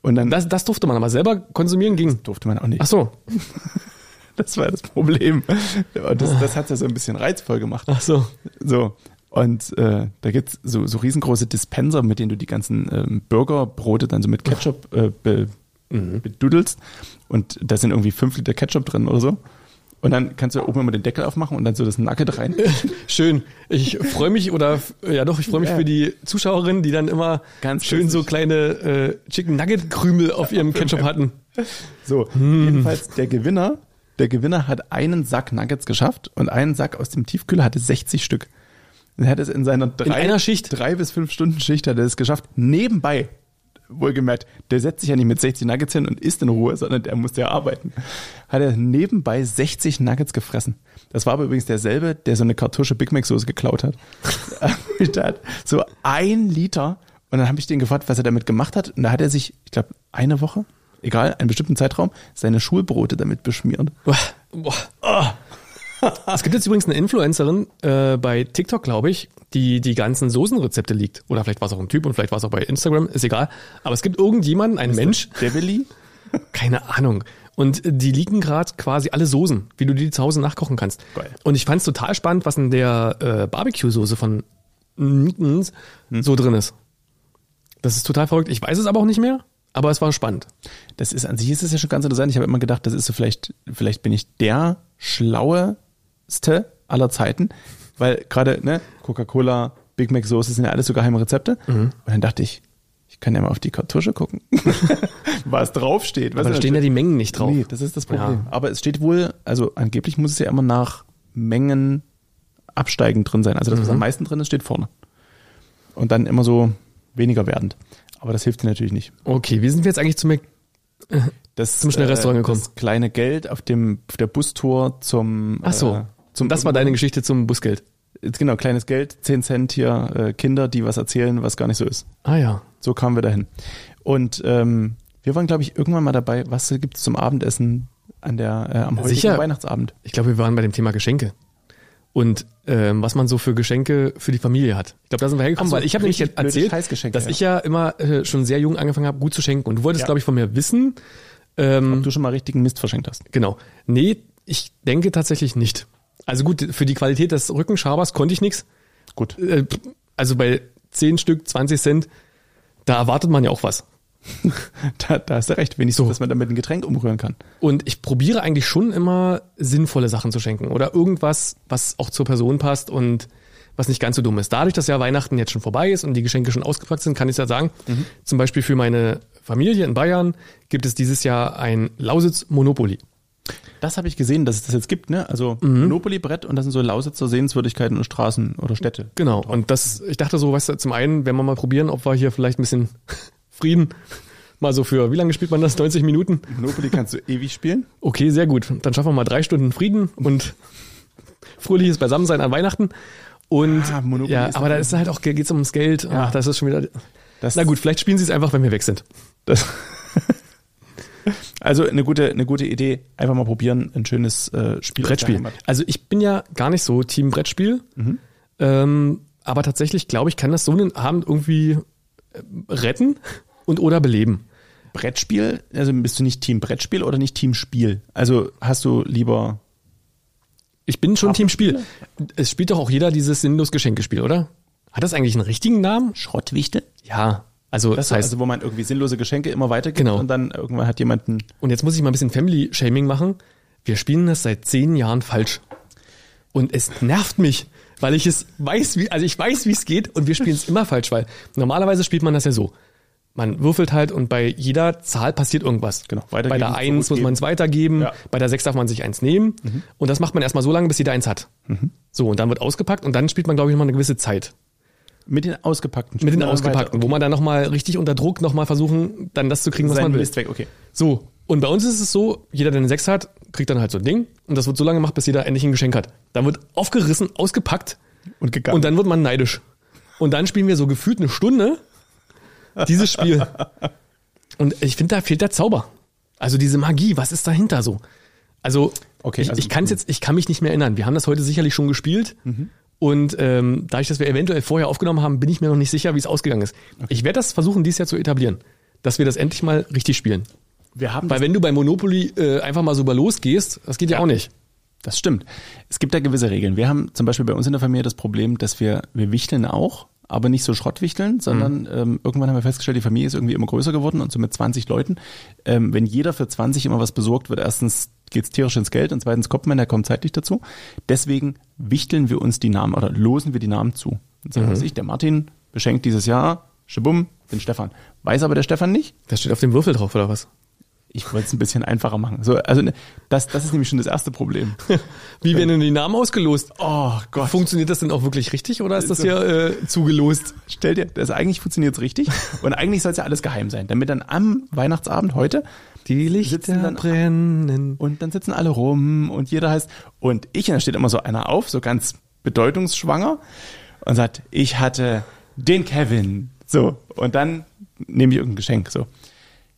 [SPEAKER 1] Und dann
[SPEAKER 2] Das, das durfte man aber selber konsumieren ging.
[SPEAKER 1] durfte man auch nicht.
[SPEAKER 2] Ach so.
[SPEAKER 1] Das war das Problem. Und das, das hat ja so ein bisschen reizvoll gemacht.
[SPEAKER 2] Ach so.
[SPEAKER 1] So. Und äh, da gibt's so, so riesengroße Dispenser, mit denen du die ganzen ähm, Burgerbrote dann so mit Ketchup äh, be, bedudelst. Und da sind irgendwie fünf Liter Ketchup drin oder so. Und dann kannst du oben immer den Deckel aufmachen und dann so das Nugget rein.
[SPEAKER 2] [laughs] Schön. Ich freue mich oder ja doch, ich freue mich
[SPEAKER 1] Ja.
[SPEAKER 2] für die Zuschauerin, die dann immer
[SPEAKER 1] Ganz
[SPEAKER 2] schön so
[SPEAKER 1] lustig.
[SPEAKER 2] kleine äh, Chicken Nugget Krümel
[SPEAKER 1] [laughs]
[SPEAKER 2] auf ihrem Ketchup hatten.
[SPEAKER 1] So, jedenfalls der Gewinner, der Gewinner hat einen Sack Nuggets geschafft und einen Sack aus dem Tiefkühler hatte 60 Stück. Und er hat es in seiner drei,
[SPEAKER 2] einer Schicht?
[SPEAKER 1] drei bis fünf Stunden Schicht hat er es geschafft. Nebenbei, wohlgemerkt, der setzt sich ja nicht mit 60 Nuggets hin und isst in Ruhe, sondern der musste ja arbeiten. Hat er nebenbei 60 Nuggets gefressen. Das war aber übrigens derselbe, der so eine Kartusche Big Mac Soße geklaut
[SPEAKER 2] [laughs]
[SPEAKER 1] hat. der hat so ein Liter und dann habe ich den gefragt, was er damit gemacht hat. Und da hat er sich, ich glaube, eine Woche, egal, einen bestimmten Zeitraum, seine Schulbrote damit beschmiert.
[SPEAKER 2] Boah. Boah. Ah. Es gibt jetzt übrigens eine Influencerin äh, bei TikTok, glaube ich, die die ganzen Soßenrezepte liegt. Oder vielleicht war es auch ein Typ und vielleicht war es auch bei Instagram, ist egal. Aber es gibt irgendjemanden, einen Mensch,
[SPEAKER 1] Der Willi?
[SPEAKER 2] Keine Ahnung. Und äh, die liegen gerade quasi alle Soßen, wie du die zu Hause nachkochen kannst.
[SPEAKER 1] Geil.
[SPEAKER 2] Und ich fand's total spannend, was in der äh, Barbecue-Soße von Nickens
[SPEAKER 1] Hm.
[SPEAKER 2] so drin ist. Das ist total verrückt. Ich weiß es aber auch nicht mehr, aber es war spannend.
[SPEAKER 1] Das ist an sich ist es ja schon ganz interessant. Ich habe immer gedacht, das ist so vielleicht, vielleicht bin ich der schlaueste aller Zeiten, weil gerade ne, Coca-Cola, Big Mac Soße sind ja alles so geheime Rezepte.
[SPEAKER 2] Mhm.
[SPEAKER 1] Und dann dachte ich, ich kann ja mal auf die Kartusche
[SPEAKER 2] [laughs]
[SPEAKER 1] gucken, was draufsteht.
[SPEAKER 2] Aber da stehen ja die Mengen nicht drauf.
[SPEAKER 1] Nee, das ist das Problem.
[SPEAKER 2] Ja.
[SPEAKER 1] Aber es steht wohl, also angeblich muss es ja immer nach Mengen absteigend drin sein. Also das, was
[SPEAKER 2] Mhm.
[SPEAKER 1] am meisten drin ist, steht vorne. Und dann immer so weniger werdend. Aber das hilft dir natürlich nicht.
[SPEAKER 2] Okay, wie sind wir jetzt eigentlich zu Mc
[SPEAKER 1] Das, äh,
[SPEAKER 2] Zum Schnellrestaurant gekommen.
[SPEAKER 1] Das kleine Geld auf dem auf der Bustour zum.
[SPEAKER 2] Ach so.
[SPEAKER 1] Äh, zum
[SPEAKER 2] das war deine Geschichte zum Busgeld.
[SPEAKER 1] genau, kleines Geld, 10 Cent hier, äh, Kinder, die was erzählen, was gar nicht so ist.
[SPEAKER 2] Ah ja.
[SPEAKER 1] So kamen wir dahin. Und ähm, wir waren, glaube ich, irgendwann mal dabei, was gibt's zum Abendessen an der, äh, am heutigen
[SPEAKER 2] Sicher.
[SPEAKER 1] Weihnachtsabend?
[SPEAKER 2] Ich glaube, wir waren bei dem Thema Geschenke. Und ähm, was man so für Geschenke für die Familie hat. Ich glaube, da sind wir hergekommen,
[SPEAKER 1] Ach so,
[SPEAKER 2] weil ich habe nämlich
[SPEAKER 1] richtig blöde
[SPEAKER 2] erzählt,
[SPEAKER 1] Scheißgeschenke,
[SPEAKER 2] dass
[SPEAKER 1] ja.
[SPEAKER 2] ich ja immer äh, schon sehr jung angefangen habe, gut zu schenken. Und du wolltest,
[SPEAKER 1] Ja.
[SPEAKER 2] glaube ich, von mir wissen. Ähm,
[SPEAKER 1] Du schon mal richtigen Mist verschenkt hast.
[SPEAKER 2] Genau. Nee, ich denke tatsächlich nicht. Also gut, für die Qualität des Rückenschabers konnte ich nichts.
[SPEAKER 1] Gut. [laughs]
[SPEAKER 2] Äh, Also bei 10 Stück, 20 Cent, da erwartet man ja auch was.
[SPEAKER 1] Da, da hast du recht, wenigstens,
[SPEAKER 2] So.
[SPEAKER 1] dass man damit ein Getränk umrühren kann.
[SPEAKER 2] Und ich probiere eigentlich schon immer sinnvolle Sachen zu schenken oder irgendwas, was auch zur Person passt und was nicht ganz so dumm ist. Dadurch, dass ja Weihnachten jetzt schon vorbei ist und die Geschenke schon ausgepackt sind, kann ich ja sagen, zum Beispiel für meine Familie in Bayern gibt es dieses Jahr ein Lausitz Monopoly.
[SPEAKER 1] Das habe ich gesehen, dass es das jetzt gibt, ne? Also
[SPEAKER 2] Mhm.
[SPEAKER 1] Monopoly-Brett und das sind so Lausitzer Sehenswürdigkeiten und Straßen oder Städte.
[SPEAKER 2] Genau. Und das, ich dachte so, weißt du, zum einen werden wir mal probieren, ob wir hier vielleicht ein bisschen [laughs] Frieden mal so für, wie lange spielt man das? 90 Minuten?
[SPEAKER 1] Monopoly kannst du ewig spielen.
[SPEAKER 2] Okay, sehr gut. Dann schaffen wir mal drei Stunden Frieden und fröhliches Beisammensein an Weihnachten. Und
[SPEAKER 1] Ah, Monopoly
[SPEAKER 2] ja,
[SPEAKER 1] ist
[SPEAKER 2] aber da ist halt auch geht's ums Geld. Ach, das ist schon wieder.
[SPEAKER 1] Das-
[SPEAKER 2] Na gut, vielleicht spielen sie es einfach, wenn wir weg sind.
[SPEAKER 1] Das [laughs] also eine gute, eine gute Idee. Einfach mal probieren, ein schönes äh, Spiel.
[SPEAKER 2] Brettspiel. Also ich bin ja gar nicht so Team Brettspiel.
[SPEAKER 1] Mhm.
[SPEAKER 2] Ähm, aber tatsächlich, glaube ich, kann das so einen Abend irgendwie äh, retten und oder beleben.
[SPEAKER 1] Brettspiel, also bist du nicht Team Brettspiel oder nicht Team Spiel? Also hast du lieber
[SPEAKER 2] Ich bin schon Team Spiel. Es spielt doch auch jeder dieses sinnlos Geschenkespiel, oder? Hat das eigentlich einen richtigen Namen?
[SPEAKER 1] Schrottwichte?
[SPEAKER 2] Ja. Also das heißt,
[SPEAKER 1] also wo man irgendwie sinnlose Geschenke immer weitergibt
[SPEAKER 2] Genau.
[SPEAKER 1] und dann irgendwann hat jemand ein
[SPEAKER 2] und jetzt muss ich mal ein bisschen Family Shaming machen. Wir spielen das seit zehn Jahren falsch. Und es nervt mich, weil ich es weiß, wie, also ich weiß, wie es geht und wir spielen es immer falsch, weil normalerweise spielt man das ja so. Man würfelt halt und bei jeder Zahl passiert irgendwas.
[SPEAKER 1] Genau,
[SPEAKER 2] Bei
[SPEAKER 1] weitergeben,
[SPEAKER 2] der 1 muss
[SPEAKER 1] zurückgeben.
[SPEAKER 2] man es weitergeben,
[SPEAKER 1] Ja. Mhm.
[SPEAKER 2] bei der 6 darf man sich eins nehmen und das macht man erstmal so lange, bis jeder eins hat. So, und dann wird ausgepackt und dann spielt man, glaube ich, nochmal eine gewisse Zeit.
[SPEAKER 1] mit den ausgepackten
[SPEAKER 2] Mit den
[SPEAKER 1] Spielen
[SPEAKER 2] ausgepackten, wo man dann nochmal richtig unter Druck nochmal versuchen, dann das zu kriegen, was
[SPEAKER 1] weiter.
[SPEAKER 2] man
[SPEAKER 1] Seinen
[SPEAKER 2] will.
[SPEAKER 1] Mist weg, okay.
[SPEAKER 2] So, und bei uns ist es so, jeder, der eine 6 hat, kriegt dann halt so ein Ding und das wird so lange gemacht, bis jeder endlich ein Geschenk hat. Dann wird aufgerissen, ausgepackt
[SPEAKER 1] Und gegangen.
[SPEAKER 2] und dann wird man neidisch. Und dann spielen wir so gefühlt eine Stunde dieses Spiel. Und ich finde, da fehlt der Zauber. Also diese Magie, was ist dahinter so? Also,
[SPEAKER 1] Okay,
[SPEAKER 2] ich,
[SPEAKER 1] also-
[SPEAKER 2] ich kann jetzt, ich kann mich nicht mehr erinnern. Wir haben das heute sicherlich schon gespielt.
[SPEAKER 1] Mhm.
[SPEAKER 2] Und ähm, dadurch, dass wir eventuell vorher aufgenommen haben, bin ich mir noch nicht sicher, wie es ausgegangen ist. Ich werde das versuchen, dieses Jahr zu etablieren, dass wir das endlich mal richtig spielen.
[SPEAKER 1] wir haben
[SPEAKER 2] Weil wenn du bei Monopoly äh, einfach mal so über losgehst, das geht ja, auch nicht.
[SPEAKER 1] Das stimmt. Es gibt da gewisse Regeln. Wir haben zum Beispiel bei uns in der Familie das Problem, dass wir, wir wichteln auch, aber nicht so Schrottwichteln, sondern ähm, irgendwann haben wir festgestellt, die Familie ist irgendwie immer größer geworden und so mit 20 Leuten. Ähm, wenn jeder für 20 immer was besorgt wird, erstens geht's tierisch ins Geld und zweitens kommt man, da kommt zeitlich dazu. Deswegen wichteln wir uns die Namen oder losen wir die Namen zu. Und sagen was ich, der Martin beschenkt dieses Jahr, schibum, den Stefan. Weiß aber der Stefan nicht,
[SPEAKER 2] Das steht auf dem Würfel drauf, oder was?
[SPEAKER 1] ich wollte es ein bisschen einfacher machen. So, also ne, das, das ist nämlich schon das erste Problem.
[SPEAKER 2] [laughs] Wie werden denn die Namen ausgelost?
[SPEAKER 1] Oh Gott.
[SPEAKER 2] Funktioniert das denn auch wirklich richtig oder ist das hier äh, zugelost?
[SPEAKER 1] Stell dir, das eigentlich funktioniert's [laughs] richtig und eigentlich soll's ja alles geheim sein, damit dann am Weihnachtsabend heute
[SPEAKER 2] Die
[SPEAKER 1] Sitzen dann-
[SPEAKER 2] brennen.
[SPEAKER 1] und dann sitzen alle rum und jeder heißt und ich und da steht immer so einer auf, so ganz bedeutungsschwanger und sagt, ich hatte den Kevin, so und dann nehme ich irgendein Geschenk, so.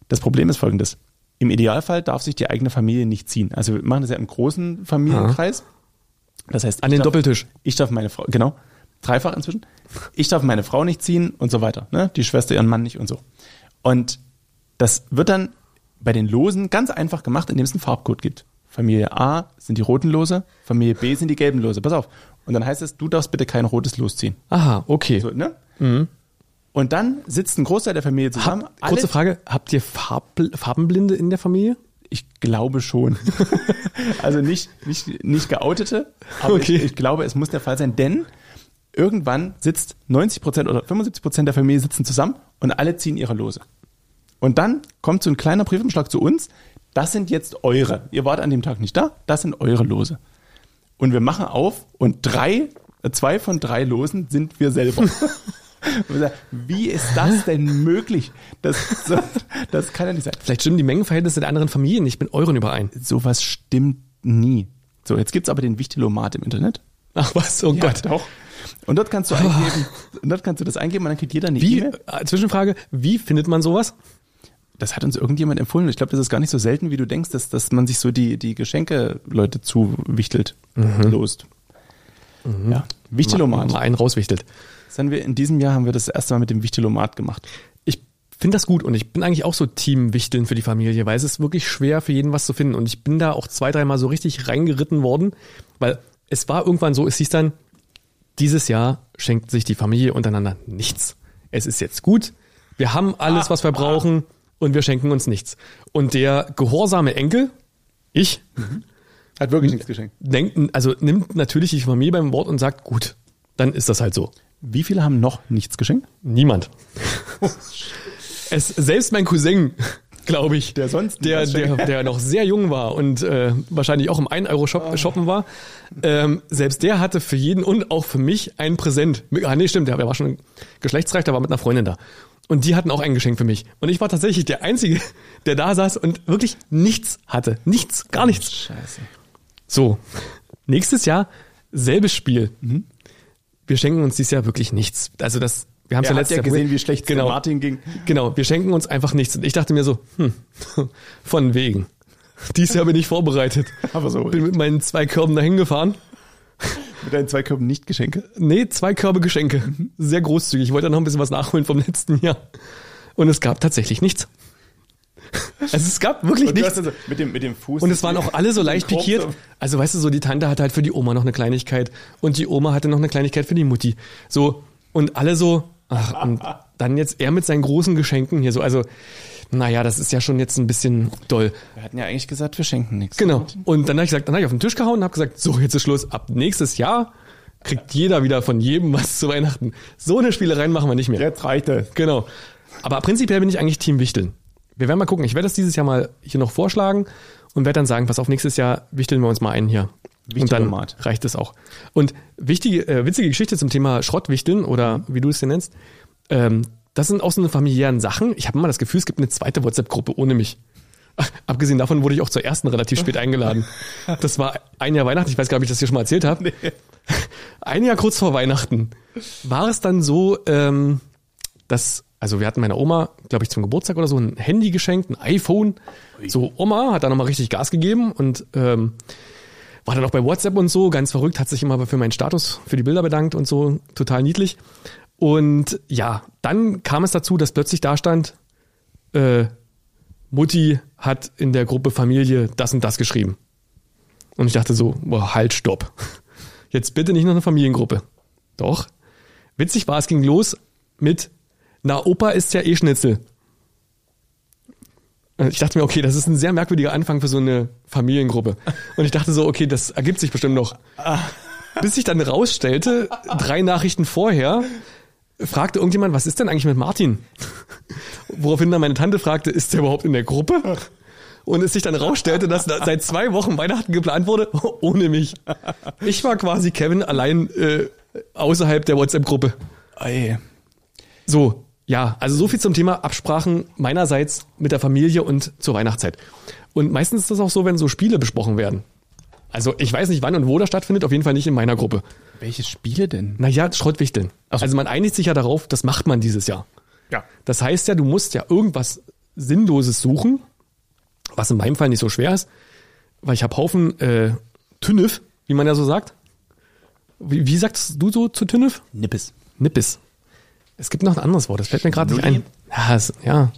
[SPEAKER 1] Das Problem ist folgendes: Im Idealfall darf sich die eigene Familie nicht ziehen. Also wir machen das ja im großen Familienkreis. Das heißt,
[SPEAKER 2] An
[SPEAKER 1] ich
[SPEAKER 2] den
[SPEAKER 1] darf-
[SPEAKER 2] Doppeltisch.
[SPEAKER 1] ich darf meine Frau, genau, dreifach inzwischen, ich darf meine Frau nicht ziehen und so weiter, ne? die Schwester ihren Mann nicht und so. Und das wird dann bei den Losen ganz einfach gemacht, indem es einen Farbcode gibt. Familie A sind die roten Lose, Familie B sind die gelben Lose. Pass auf. Und dann heißt es, du darfst bitte kein rotes Los ziehen.
[SPEAKER 2] Aha, okay. Mhm.
[SPEAKER 1] So, ne? Und dann sitzt ein Großteil der Familie zusammen.
[SPEAKER 2] Hab,
[SPEAKER 1] alle-
[SPEAKER 2] kurze Frage, habt ihr Farb, Farbenblinde in der [laughs] Familie?
[SPEAKER 1] Ich glaube [laughs] schon. also nicht, nicht, nicht geoutete, aber
[SPEAKER 2] Okay.
[SPEAKER 1] ich, ich glaube, es muss der Fall sein, denn irgendwann sitzt 90 Prozent oder 75 Prozent der Familie sitzen zusammen und alle ziehen ihre Lose. Und dann kommt so ein kleiner Briefumschlag zu uns. Das sind jetzt eure. Ihr wart an dem Tag nicht da. Das sind eure Lose. Und wir machen auf und drei, äh, zwei von drei Losen sind wir selber. Und wir sagen, Wie ist das denn möglich? Das, so, das kann ja nicht sein
[SPEAKER 2] Vielleicht stimmen die Mengenverhältnisse der anderen Familien nicht mit euren überein.
[SPEAKER 1] sowas stimmt nie. So, jetzt gibt's aber den Wichtilomat im Internet.
[SPEAKER 2] Ach was, oh Gott.
[SPEAKER 1] doch. Und dort kannst du eingeben, und dort kannst du das eingeben und dann kriegt jeder eine
[SPEAKER 2] Ah. Wie,
[SPEAKER 1] E-Mail.
[SPEAKER 2] äh, Zwischenfrage, wie findet man sowas?
[SPEAKER 1] Das hat uns irgendjemand empfohlen. Ich glaube, das ist gar nicht so selten, wie du denkst, dass, dass man sich so die, die Geschenke Leute zuwichtelt,
[SPEAKER 2] Mhm.
[SPEAKER 1] lost. Ja, Wichtelomat.
[SPEAKER 2] Mal einen rauswichtelt.
[SPEAKER 1] Das haben wir in diesem Jahr haben wir das erste Mal mit dem Wichtelomat gemacht.
[SPEAKER 2] ich finde das gut und ich bin eigentlich auch so Teamwichteln für die Familie, weil es ist wirklich schwer für jeden was zu finden und ich bin da auch zwei, dreimal so richtig reingeritten worden, weil es war irgendwann so, es hieß dann, dieses Jahr schenkt sich die Familie untereinander nichts. Es ist jetzt gut, wir haben alles, was wir brauchen und wir schenken uns nichts. Und der gehorsame Enkel, ich,
[SPEAKER 1] Hat wirklich nichts geschenkt.
[SPEAKER 2] denkt, also nimmt natürlich die Familie beim Wort und sagt, gut, dann ist das halt so.
[SPEAKER 1] Wie viele haben noch nichts geschenkt? [laughs]
[SPEAKER 2] Niemand. es, selbst mein Cousin, glaube ich,
[SPEAKER 1] Der sonst nie
[SPEAKER 2] der,
[SPEAKER 1] was schenkt.
[SPEAKER 2] der, der noch sehr jung war und äh, wahrscheinlich auch im 1-Euro-Shop
[SPEAKER 1] Ah.
[SPEAKER 2] shoppen war, ähm, selbst der hatte für jeden und auch für mich ein Präsent. Ah, nee, stimmt, der, der war schon geschlechtsreich, der war mit einer Freundin da. Und die hatten auch ein Geschenk für mich. Und ich war tatsächlich der Einzige, der da saß und wirklich nichts hatte. Nichts, gar nichts.
[SPEAKER 1] Oh, Scheiße.
[SPEAKER 2] So, nächstes Jahr selbes Spiel.
[SPEAKER 1] Mhm.
[SPEAKER 2] Wir schenken uns dieses Jahr wirklich nichts. Also das, wir haben
[SPEAKER 1] Er
[SPEAKER 2] es ja
[SPEAKER 1] hat
[SPEAKER 2] letztes
[SPEAKER 1] ja
[SPEAKER 2] Jahr
[SPEAKER 1] gesehen, wie schlecht es dem
[SPEAKER 2] genau,
[SPEAKER 1] Martin ging.
[SPEAKER 2] Genau, wir schenken uns einfach nichts. Und ich dachte mir so, hm, [laughs] von wegen. Dieses Jahr bin ich vorbereitet.
[SPEAKER 1] Aber so.
[SPEAKER 2] Bin mit meinen zwei Körben dahin gefahren.
[SPEAKER 1] Mit deinen zwei Körben nicht Geschenke?
[SPEAKER 2] Nee, zwei Körbe Geschenke. Sehr großzügig. Ich wollte da noch ein bisschen was nachholen vom letzten Jahr. Und es gab tatsächlich nichts. Also es gab wirklich
[SPEAKER 1] Und du
[SPEAKER 2] nichts.
[SPEAKER 1] hast dann so mit, dem, mit dem Fuß.
[SPEAKER 2] Und es waren auch alle so leicht
[SPEAKER 1] [laughs] Den Korb
[SPEAKER 2] pikiert.
[SPEAKER 1] so-
[SPEAKER 2] Also weißt du, so die Tante hatte halt für die Oma noch eine Kleinigkeit und die Oma hatte noch eine Kleinigkeit für die Mutti. So und alle so.
[SPEAKER 1] [laughs]
[SPEAKER 2] Ach, und dann jetzt er mit seinen großen Geschenken hier so. Also naja, das ist ja schon jetzt ein bisschen doll.
[SPEAKER 1] Wir hatten ja eigentlich gesagt, wir schenken nichts.
[SPEAKER 2] Genau. Und dann habe ich gesagt, dann habe ich auf den Tisch gehauen und habe gesagt, so jetzt ist Schluss. Ab nächstes Jahr kriegt jeder wieder von jedem was zu Weihnachten. So eine Spielerei machen wir nicht mehr.
[SPEAKER 1] Jetzt reicht es.
[SPEAKER 2] Genau. Aber prinzipiell bin ich eigentlich Team Wichteln. Wir werden mal gucken. Ich werde das dieses Jahr mal hier noch vorschlagen und werde dann sagen, pass auf, nächstes Jahr wichteln wir uns mal ein hier. Und dann
[SPEAKER 1] Wichtelformat.
[SPEAKER 2] reicht es auch. Und wichtige, äh, witzige Geschichte zum Thema Schrottwichteln oder wie du es hier nennst. Ähm, das sind auch so eine familiären Sachen. Ich habe immer das Gefühl, es gibt eine zweite WhatsApp-Gruppe ohne mich. [laughs] Ach, Abgesehen davon wurde ich auch zur ersten relativ spät eingeladen. Das war ein Jahr Weihnachten. Ich weiß gar nicht, ob ich das hier schon mal erzählt habe. [laughs] Ein Jahr kurz vor Weihnachten war es dann so, ähm, dass, also wir hatten meiner Oma, glaube ich, zum Geburtstag oder so ein Handy geschenkt, ein iPhone. So, Oma hat da nochmal richtig Gas gegeben und ähm, war dann auch bei WhatsApp und so, ganz verrückt, hat sich immer für meinen Status, für die Bilder bedankt und so, total niedlich. Und ja, dann kam es dazu, dass plötzlich da stand, äh, Mutti hat in der Gruppe Familie das und das geschrieben. Und ich dachte so, boah, halt, stopp. [laughs] Jetzt bitte nicht noch eine Familiengruppe. Doch. Witzig war, es ging los mit, na, Opa ist ja eh Schnitzel. Und Äh, Ich dachte mir, okay, das ist ein sehr merkwürdiger Anfang für so eine Familiengruppe. Und ich dachte so, okay, das ergibt sich bestimmt noch. Bis ich dann rausstellte, drei Nachrichten vorher, fragte irgendjemand, was ist denn eigentlich mit Martin? Woraufhin dann meine Tante fragte, ist der überhaupt in der Gruppe? Und es sich dann rausstellte, dass da seit zwei Wochen Weihnachten geplant wurde, ohne mich. Ich war quasi Kevin allein äh, außerhalb der WhatsApp-Gruppe.
[SPEAKER 1] Ey.
[SPEAKER 2] So, ja, also so viel zum Thema Absprachen meinerseits mit der Familie und zur Weihnachtszeit. Und meistens ist das auch so, wenn so Spiele besprochen werden. Also ich weiß nicht, wann und wo das stattfindet, auf jeden Fall nicht in meiner Gruppe.
[SPEAKER 1] Welche Spiele denn?
[SPEAKER 2] Naja, Schrottwichteln. Also man einigt sich ja darauf, das macht man dieses Jahr.
[SPEAKER 1] Ja.
[SPEAKER 2] Das heißt ja, du musst ja irgendwas Sinnloses suchen, was in meinem Fall nicht so schwer ist, weil ich habe Haufen äh, Tünnif, wie man ja so sagt. Wie, wie sagst du so zu Tünnif?
[SPEAKER 1] Nippes.
[SPEAKER 2] Nippes. Es gibt noch ein anderes Wort, das fällt mir gerade nicht
[SPEAKER 1] Schnulli?
[SPEAKER 2] ein. Ja, es, ja,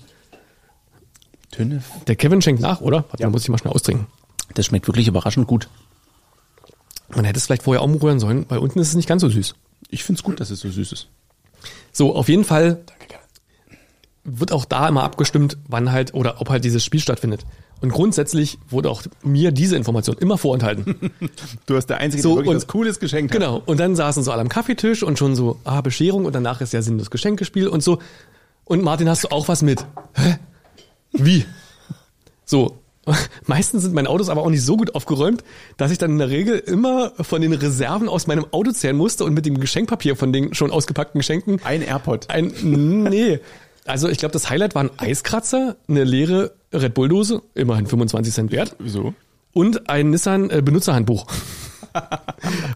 [SPEAKER 1] Töne.
[SPEAKER 2] der Kevin schenkt nach, oder? Warte, ja. muss ich mal schnell austrinken.
[SPEAKER 1] Das schmeckt wirklich überraschend gut.
[SPEAKER 2] Man hätte es vielleicht vorher umrühren sollen, weil unten ist es nicht ganz so süß.
[SPEAKER 1] Ich find's gut, dass es so süß ist.
[SPEAKER 2] So, auf jeden Fall wird auch da immer abgestimmt, wann halt oder ob halt dieses Spiel stattfindet. Und grundsätzlich wurde auch mir diese Information immer vorenthalten.
[SPEAKER 1] Du hast der Einzige,
[SPEAKER 2] So,
[SPEAKER 1] der wirklich
[SPEAKER 2] und-
[SPEAKER 1] was Cooles geschenkt hat.
[SPEAKER 2] genau. Und dann saßen so alle am Kaffeetisch und schon so, ah, Bescherung und danach ist ja Sinn des Geschenkespiel und so. Und Martin, hast du auch was mit? Hä? Wie? So. [laughs] Meistens sind meine Autos aber auch nicht so gut aufgeräumt, dass ich dann in der Regel immer von den Reserven aus meinem Auto zählen musste und mit dem Geschenkpapier von den schon ausgepackten Geschenken
[SPEAKER 1] Ein AirPod.
[SPEAKER 2] ein, nee. Also ich glaube, das Highlight war ein Eiskratzer, eine leere Red Bull-Dose, immerhin 25 Cent wert,
[SPEAKER 1] So. [laughs]
[SPEAKER 2] und ein Nissan äh, Benutzerhandbuch.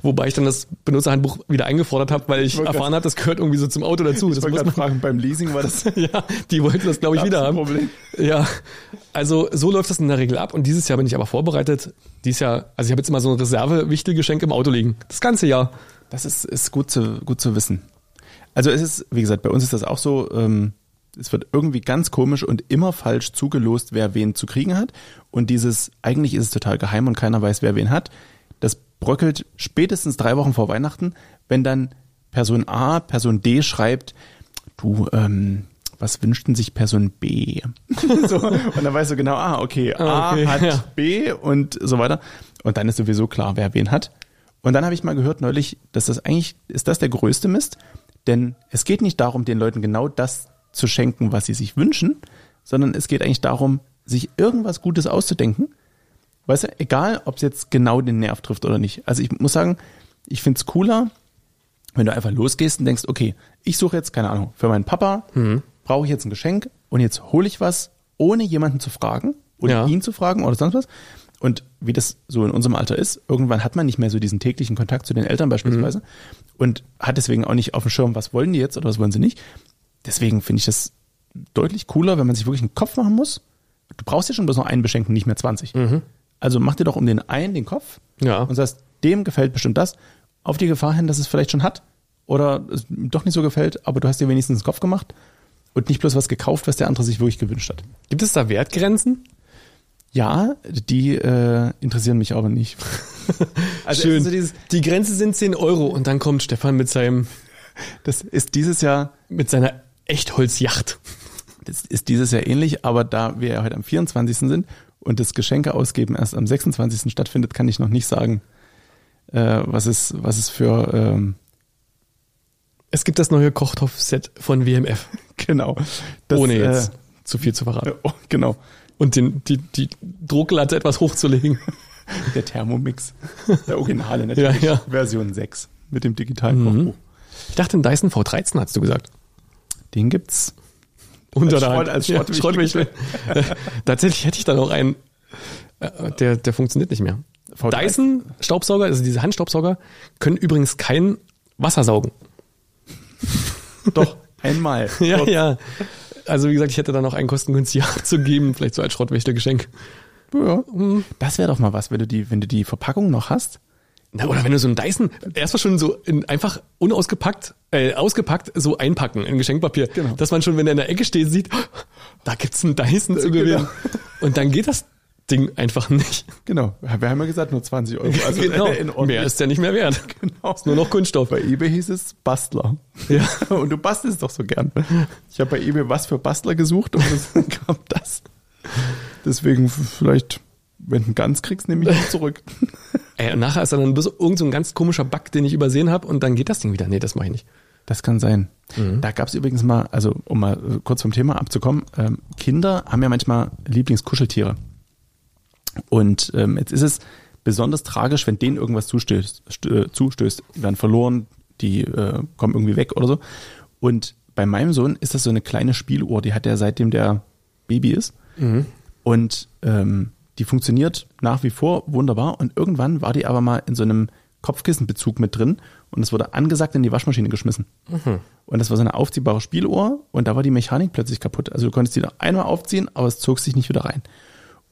[SPEAKER 2] Wobei ich dann das Benutzerhandbuch wieder eingefordert habe, weil ich
[SPEAKER 1] wollte
[SPEAKER 2] erfahren habe, das gehört irgendwie so zum Auto dazu. Das
[SPEAKER 1] Ich wollte
[SPEAKER 2] muss
[SPEAKER 1] gerade
[SPEAKER 2] man,
[SPEAKER 1] fragen, beim Leasing war [laughs] das
[SPEAKER 2] [laughs] ja, die wollten das, glaube ich, wieder haben.
[SPEAKER 1] Problem.
[SPEAKER 2] Ja, also so läuft das in der Regel ab und dieses Jahr bin ich aber vorbereitet. Dieses Jahr, also ich habe jetzt immer so ein Reserve-Wichtelgeschenk im Auto liegen. Das ganze Jahr.
[SPEAKER 1] Das ist, ist gut, zu, gut zu wissen. Also es ist, wie gesagt, bei uns ist das auch so, ähm, es wird irgendwie ganz komisch und immer falsch zugelost, wer wen zu kriegen hat. Und dieses, eigentlich ist es total geheim und keiner weiß, wer wen hat, das bröckelt spätestens drei Wochen vor Weihnachten, wenn dann Person A, Person D schreibt, du, ähm, was wünschten sich Person B? [laughs] so, und dann weißt du genau, ah, okay, A
[SPEAKER 2] Ah, okay,
[SPEAKER 1] hat
[SPEAKER 2] ja.
[SPEAKER 1] B und so weiter. Und dann ist sowieso klar, wer wen hat. Und dann habe ich mal gehört neulich, dass das eigentlich, ist das der größte Mist? Denn es geht nicht darum, den Leuten genau das zu schenken, was sie sich wünschen, sondern es geht eigentlich darum, sich irgendwas Gutes auszudenken. Weißt du, egal, ob es jetzt genau den Nerv trifft oder nicht. Also ich muss sagen, ich finde es cooler, wenn du einfach losgehst und denkst, okay, ich suche jetzt, keine Ahnung, für meinen Papa brauche ich jetzt ein Geschenk und jetzt hole ich was, ohne jemanden zu fragen oder
[SPEAKER 2] Ja.
[SPEAKER 1] ihn zu fragen oder sonst was. Und wie das so in unserem Alter ist, irgendwann hat man nicht mehr so diesen täglichen Kontakt zu den Eltern beispielsweise und hat deswegen auch nicht auf dem Schirm, was wollen die jetzt oder was wollen sie nicht. Deswegen finde ich das deutlich cooler, wenn man sich wirklich einen Kopf machen muss. Du brauchst ja schon bloß noch einen Beschenken, nicht mehr 20. Also mach dir doch um den einen den Kopf
[SPEAKER 2] Ja.
[SPEAKER 1] und sagst, dem gefällt bestimmt das, auf die Gefahr hin, dass es vielleicht schon hat oder es ihm doch nicht so gefällt, aber du hast dir wenigstens einen Kopf gemacht und nicht bloß was gekauft, was der andere sich wirklich gewünscht hat.
[SPEAKER 2] Gibt es da Wertgrenzen?
[SPEAKER 1] Ja, die äh, interessieren mich aber nicht. [laughs] Also es ist so dieses-
[SPEAKER 2] die Grenze sind 10 Euro und dann kommt Stefan mit seinem,
[SPEAKER 1] Das ist dieses Jahr
[SPEAKER 2] mit seiner Echtholzjacht.
[SPEAKER 1] Das ist dieses Jahr ähnlich, aber da wir ja heute am 24. sind und das Geschenke ausgeben erst am 26. stattfindet, kann ich noch nicht sagen, äh, was es, was es für, ähm, [laughs]
[SPEAKER 2] Es gibt das neue Kochtopf-Set von WMF.
[SPEAKER 1] genau. Das,
[SPEAKER 2] ohne jetzt
[SPEAKER 1] Äh,
[SPEAKER 2] zu viel zu verraten.
[SPEAKER 1] äh, [laughs] oh, genau.
[SPEAKER 2] Und den, die, die Drucklatte etwas hochzulegen.
[SPEAKER 1] Der Thermomix. Der originale
[SPEAKER 2] [laughs] Ja,
[SPEAKER 1] natürlich.
[SPEAKER 2] ja. Mhm.
[SPEAKER 1] Version 6 mit dem digitalen Kochbuch.
[SPEAKER 2] Ich dachte, ein Dyson V13 hast du gesagt.
[SPEAKER 1] Den gibt's.
[SPEAKER 2] Unter
[SPEAKER 1] Als
[SPEAKER 2] der
[SPEAKER 1] Schrott-
[SPEAKER 2] Hand.
[SPEAKER 1] als
[SPEAKER 2] ja,
[SPEAKER 1] Schrottwichtel.
[SPEAKER 2] Schrottwichtel. Äh, Tatsächlich hätte ich da noch einen, äh, der, der funktioniert nicht mehr.
[SPEAKER 1] V13.
[SPEAKER 2] Dyson-Staubsauger, also diese Handstaubsauger, können übrigens kein Wasser saugen.
[SPEAKER 1] [laughs] Doch, einmal.
[SPEAKER 2] [laughs] Ja, ja. Also wie gesagt, ich hätte da noch einen [laughs] kostengünstiger abzugeben, vielleicht so als Schrottwächtergeschenk.
[SPEAKER 1] Ja.
[SPEAKER 2] Mhm.
[SPEAKER 1] Das wäre doch mal was, wenn du die, wenn du die Verpackung noch hast.
[SPEAKER 2] Na, oder wenn du so einen Dyson erstmal schon so in, einfach unausgepackt, äh, ausgepackt so einpacken in Geschenkpapier,
[SPEAKER 1] Genau.
[SPEAKER 2] dass man schon, wenn er in der Ecke steht, sieht, [gasps] da gibt's einen Dyson zu
[SPEAKER 1] Genau.
[SPEAKER 2] gewinnen. Und dann geht das Ding einfach nicht.
[SPEAKER 1] Genau. Wir haben ja gesagt, nur 20 Euro.
[SPEAKER 2] [laughs]
[SPEAKER 1] Also in Ordnung.
[SPEAKER 2] mehr ist ja nicht Genau. mehr wert.
[SPEAKER 1] Genau.
[SPEAKER 2] Ist nur noch Kunststoff.
[SPEAKER 1] Bei eBay hieß es Bastler.
[SPEAKER 2] Ja.
[SPEAKER 1] [laughs] Und du bastelst doch so gern. Ich habe bei eBay was für Bastler gesucht und dann [laughs] kam das. Deswegen f- vielleicht, wenn du einen Ganz kriegst, nehme ich ihn [laughs] zurück.
[SPEAKER 2] Ey, und nachher ist dann bloß irgend so ein ganz komischer Bug, den ich übersehen habe und dann geht das Ding wieder. Nee, das mache ich nicht.
[SPEAKER 1] Das kann sein. Da gab es übrigens mal, also um mal äh, kurz vom Thema abzukommen, ähm, Kinder haben ja manchmal Lieblingskuscheltiere. Und ähm, jetzt ist es besonders tragisch, wenn denen irgendwas zustößt, stö- äh, zustößt. Die werden verloren, die äh, kommen irgendwie weg oder so. Und bei meinem Sohn ist das so eine kleine Spieluhr, die hat er seitdem der Baby ist. Und ähm, die funktioniert nach wie vor wunderbar. Und irgendwann war die aber mal in so einem Kopfkissenbezug mit drin und es wurde angesagt in die Waschmaschine geschmissen. Und das war so eine aufziehbare Spieluhr und da war die Mechanik plötzlich kaputt. Also du konntest die da einmal aufziehen, aber es zog sich nicht wieder rein.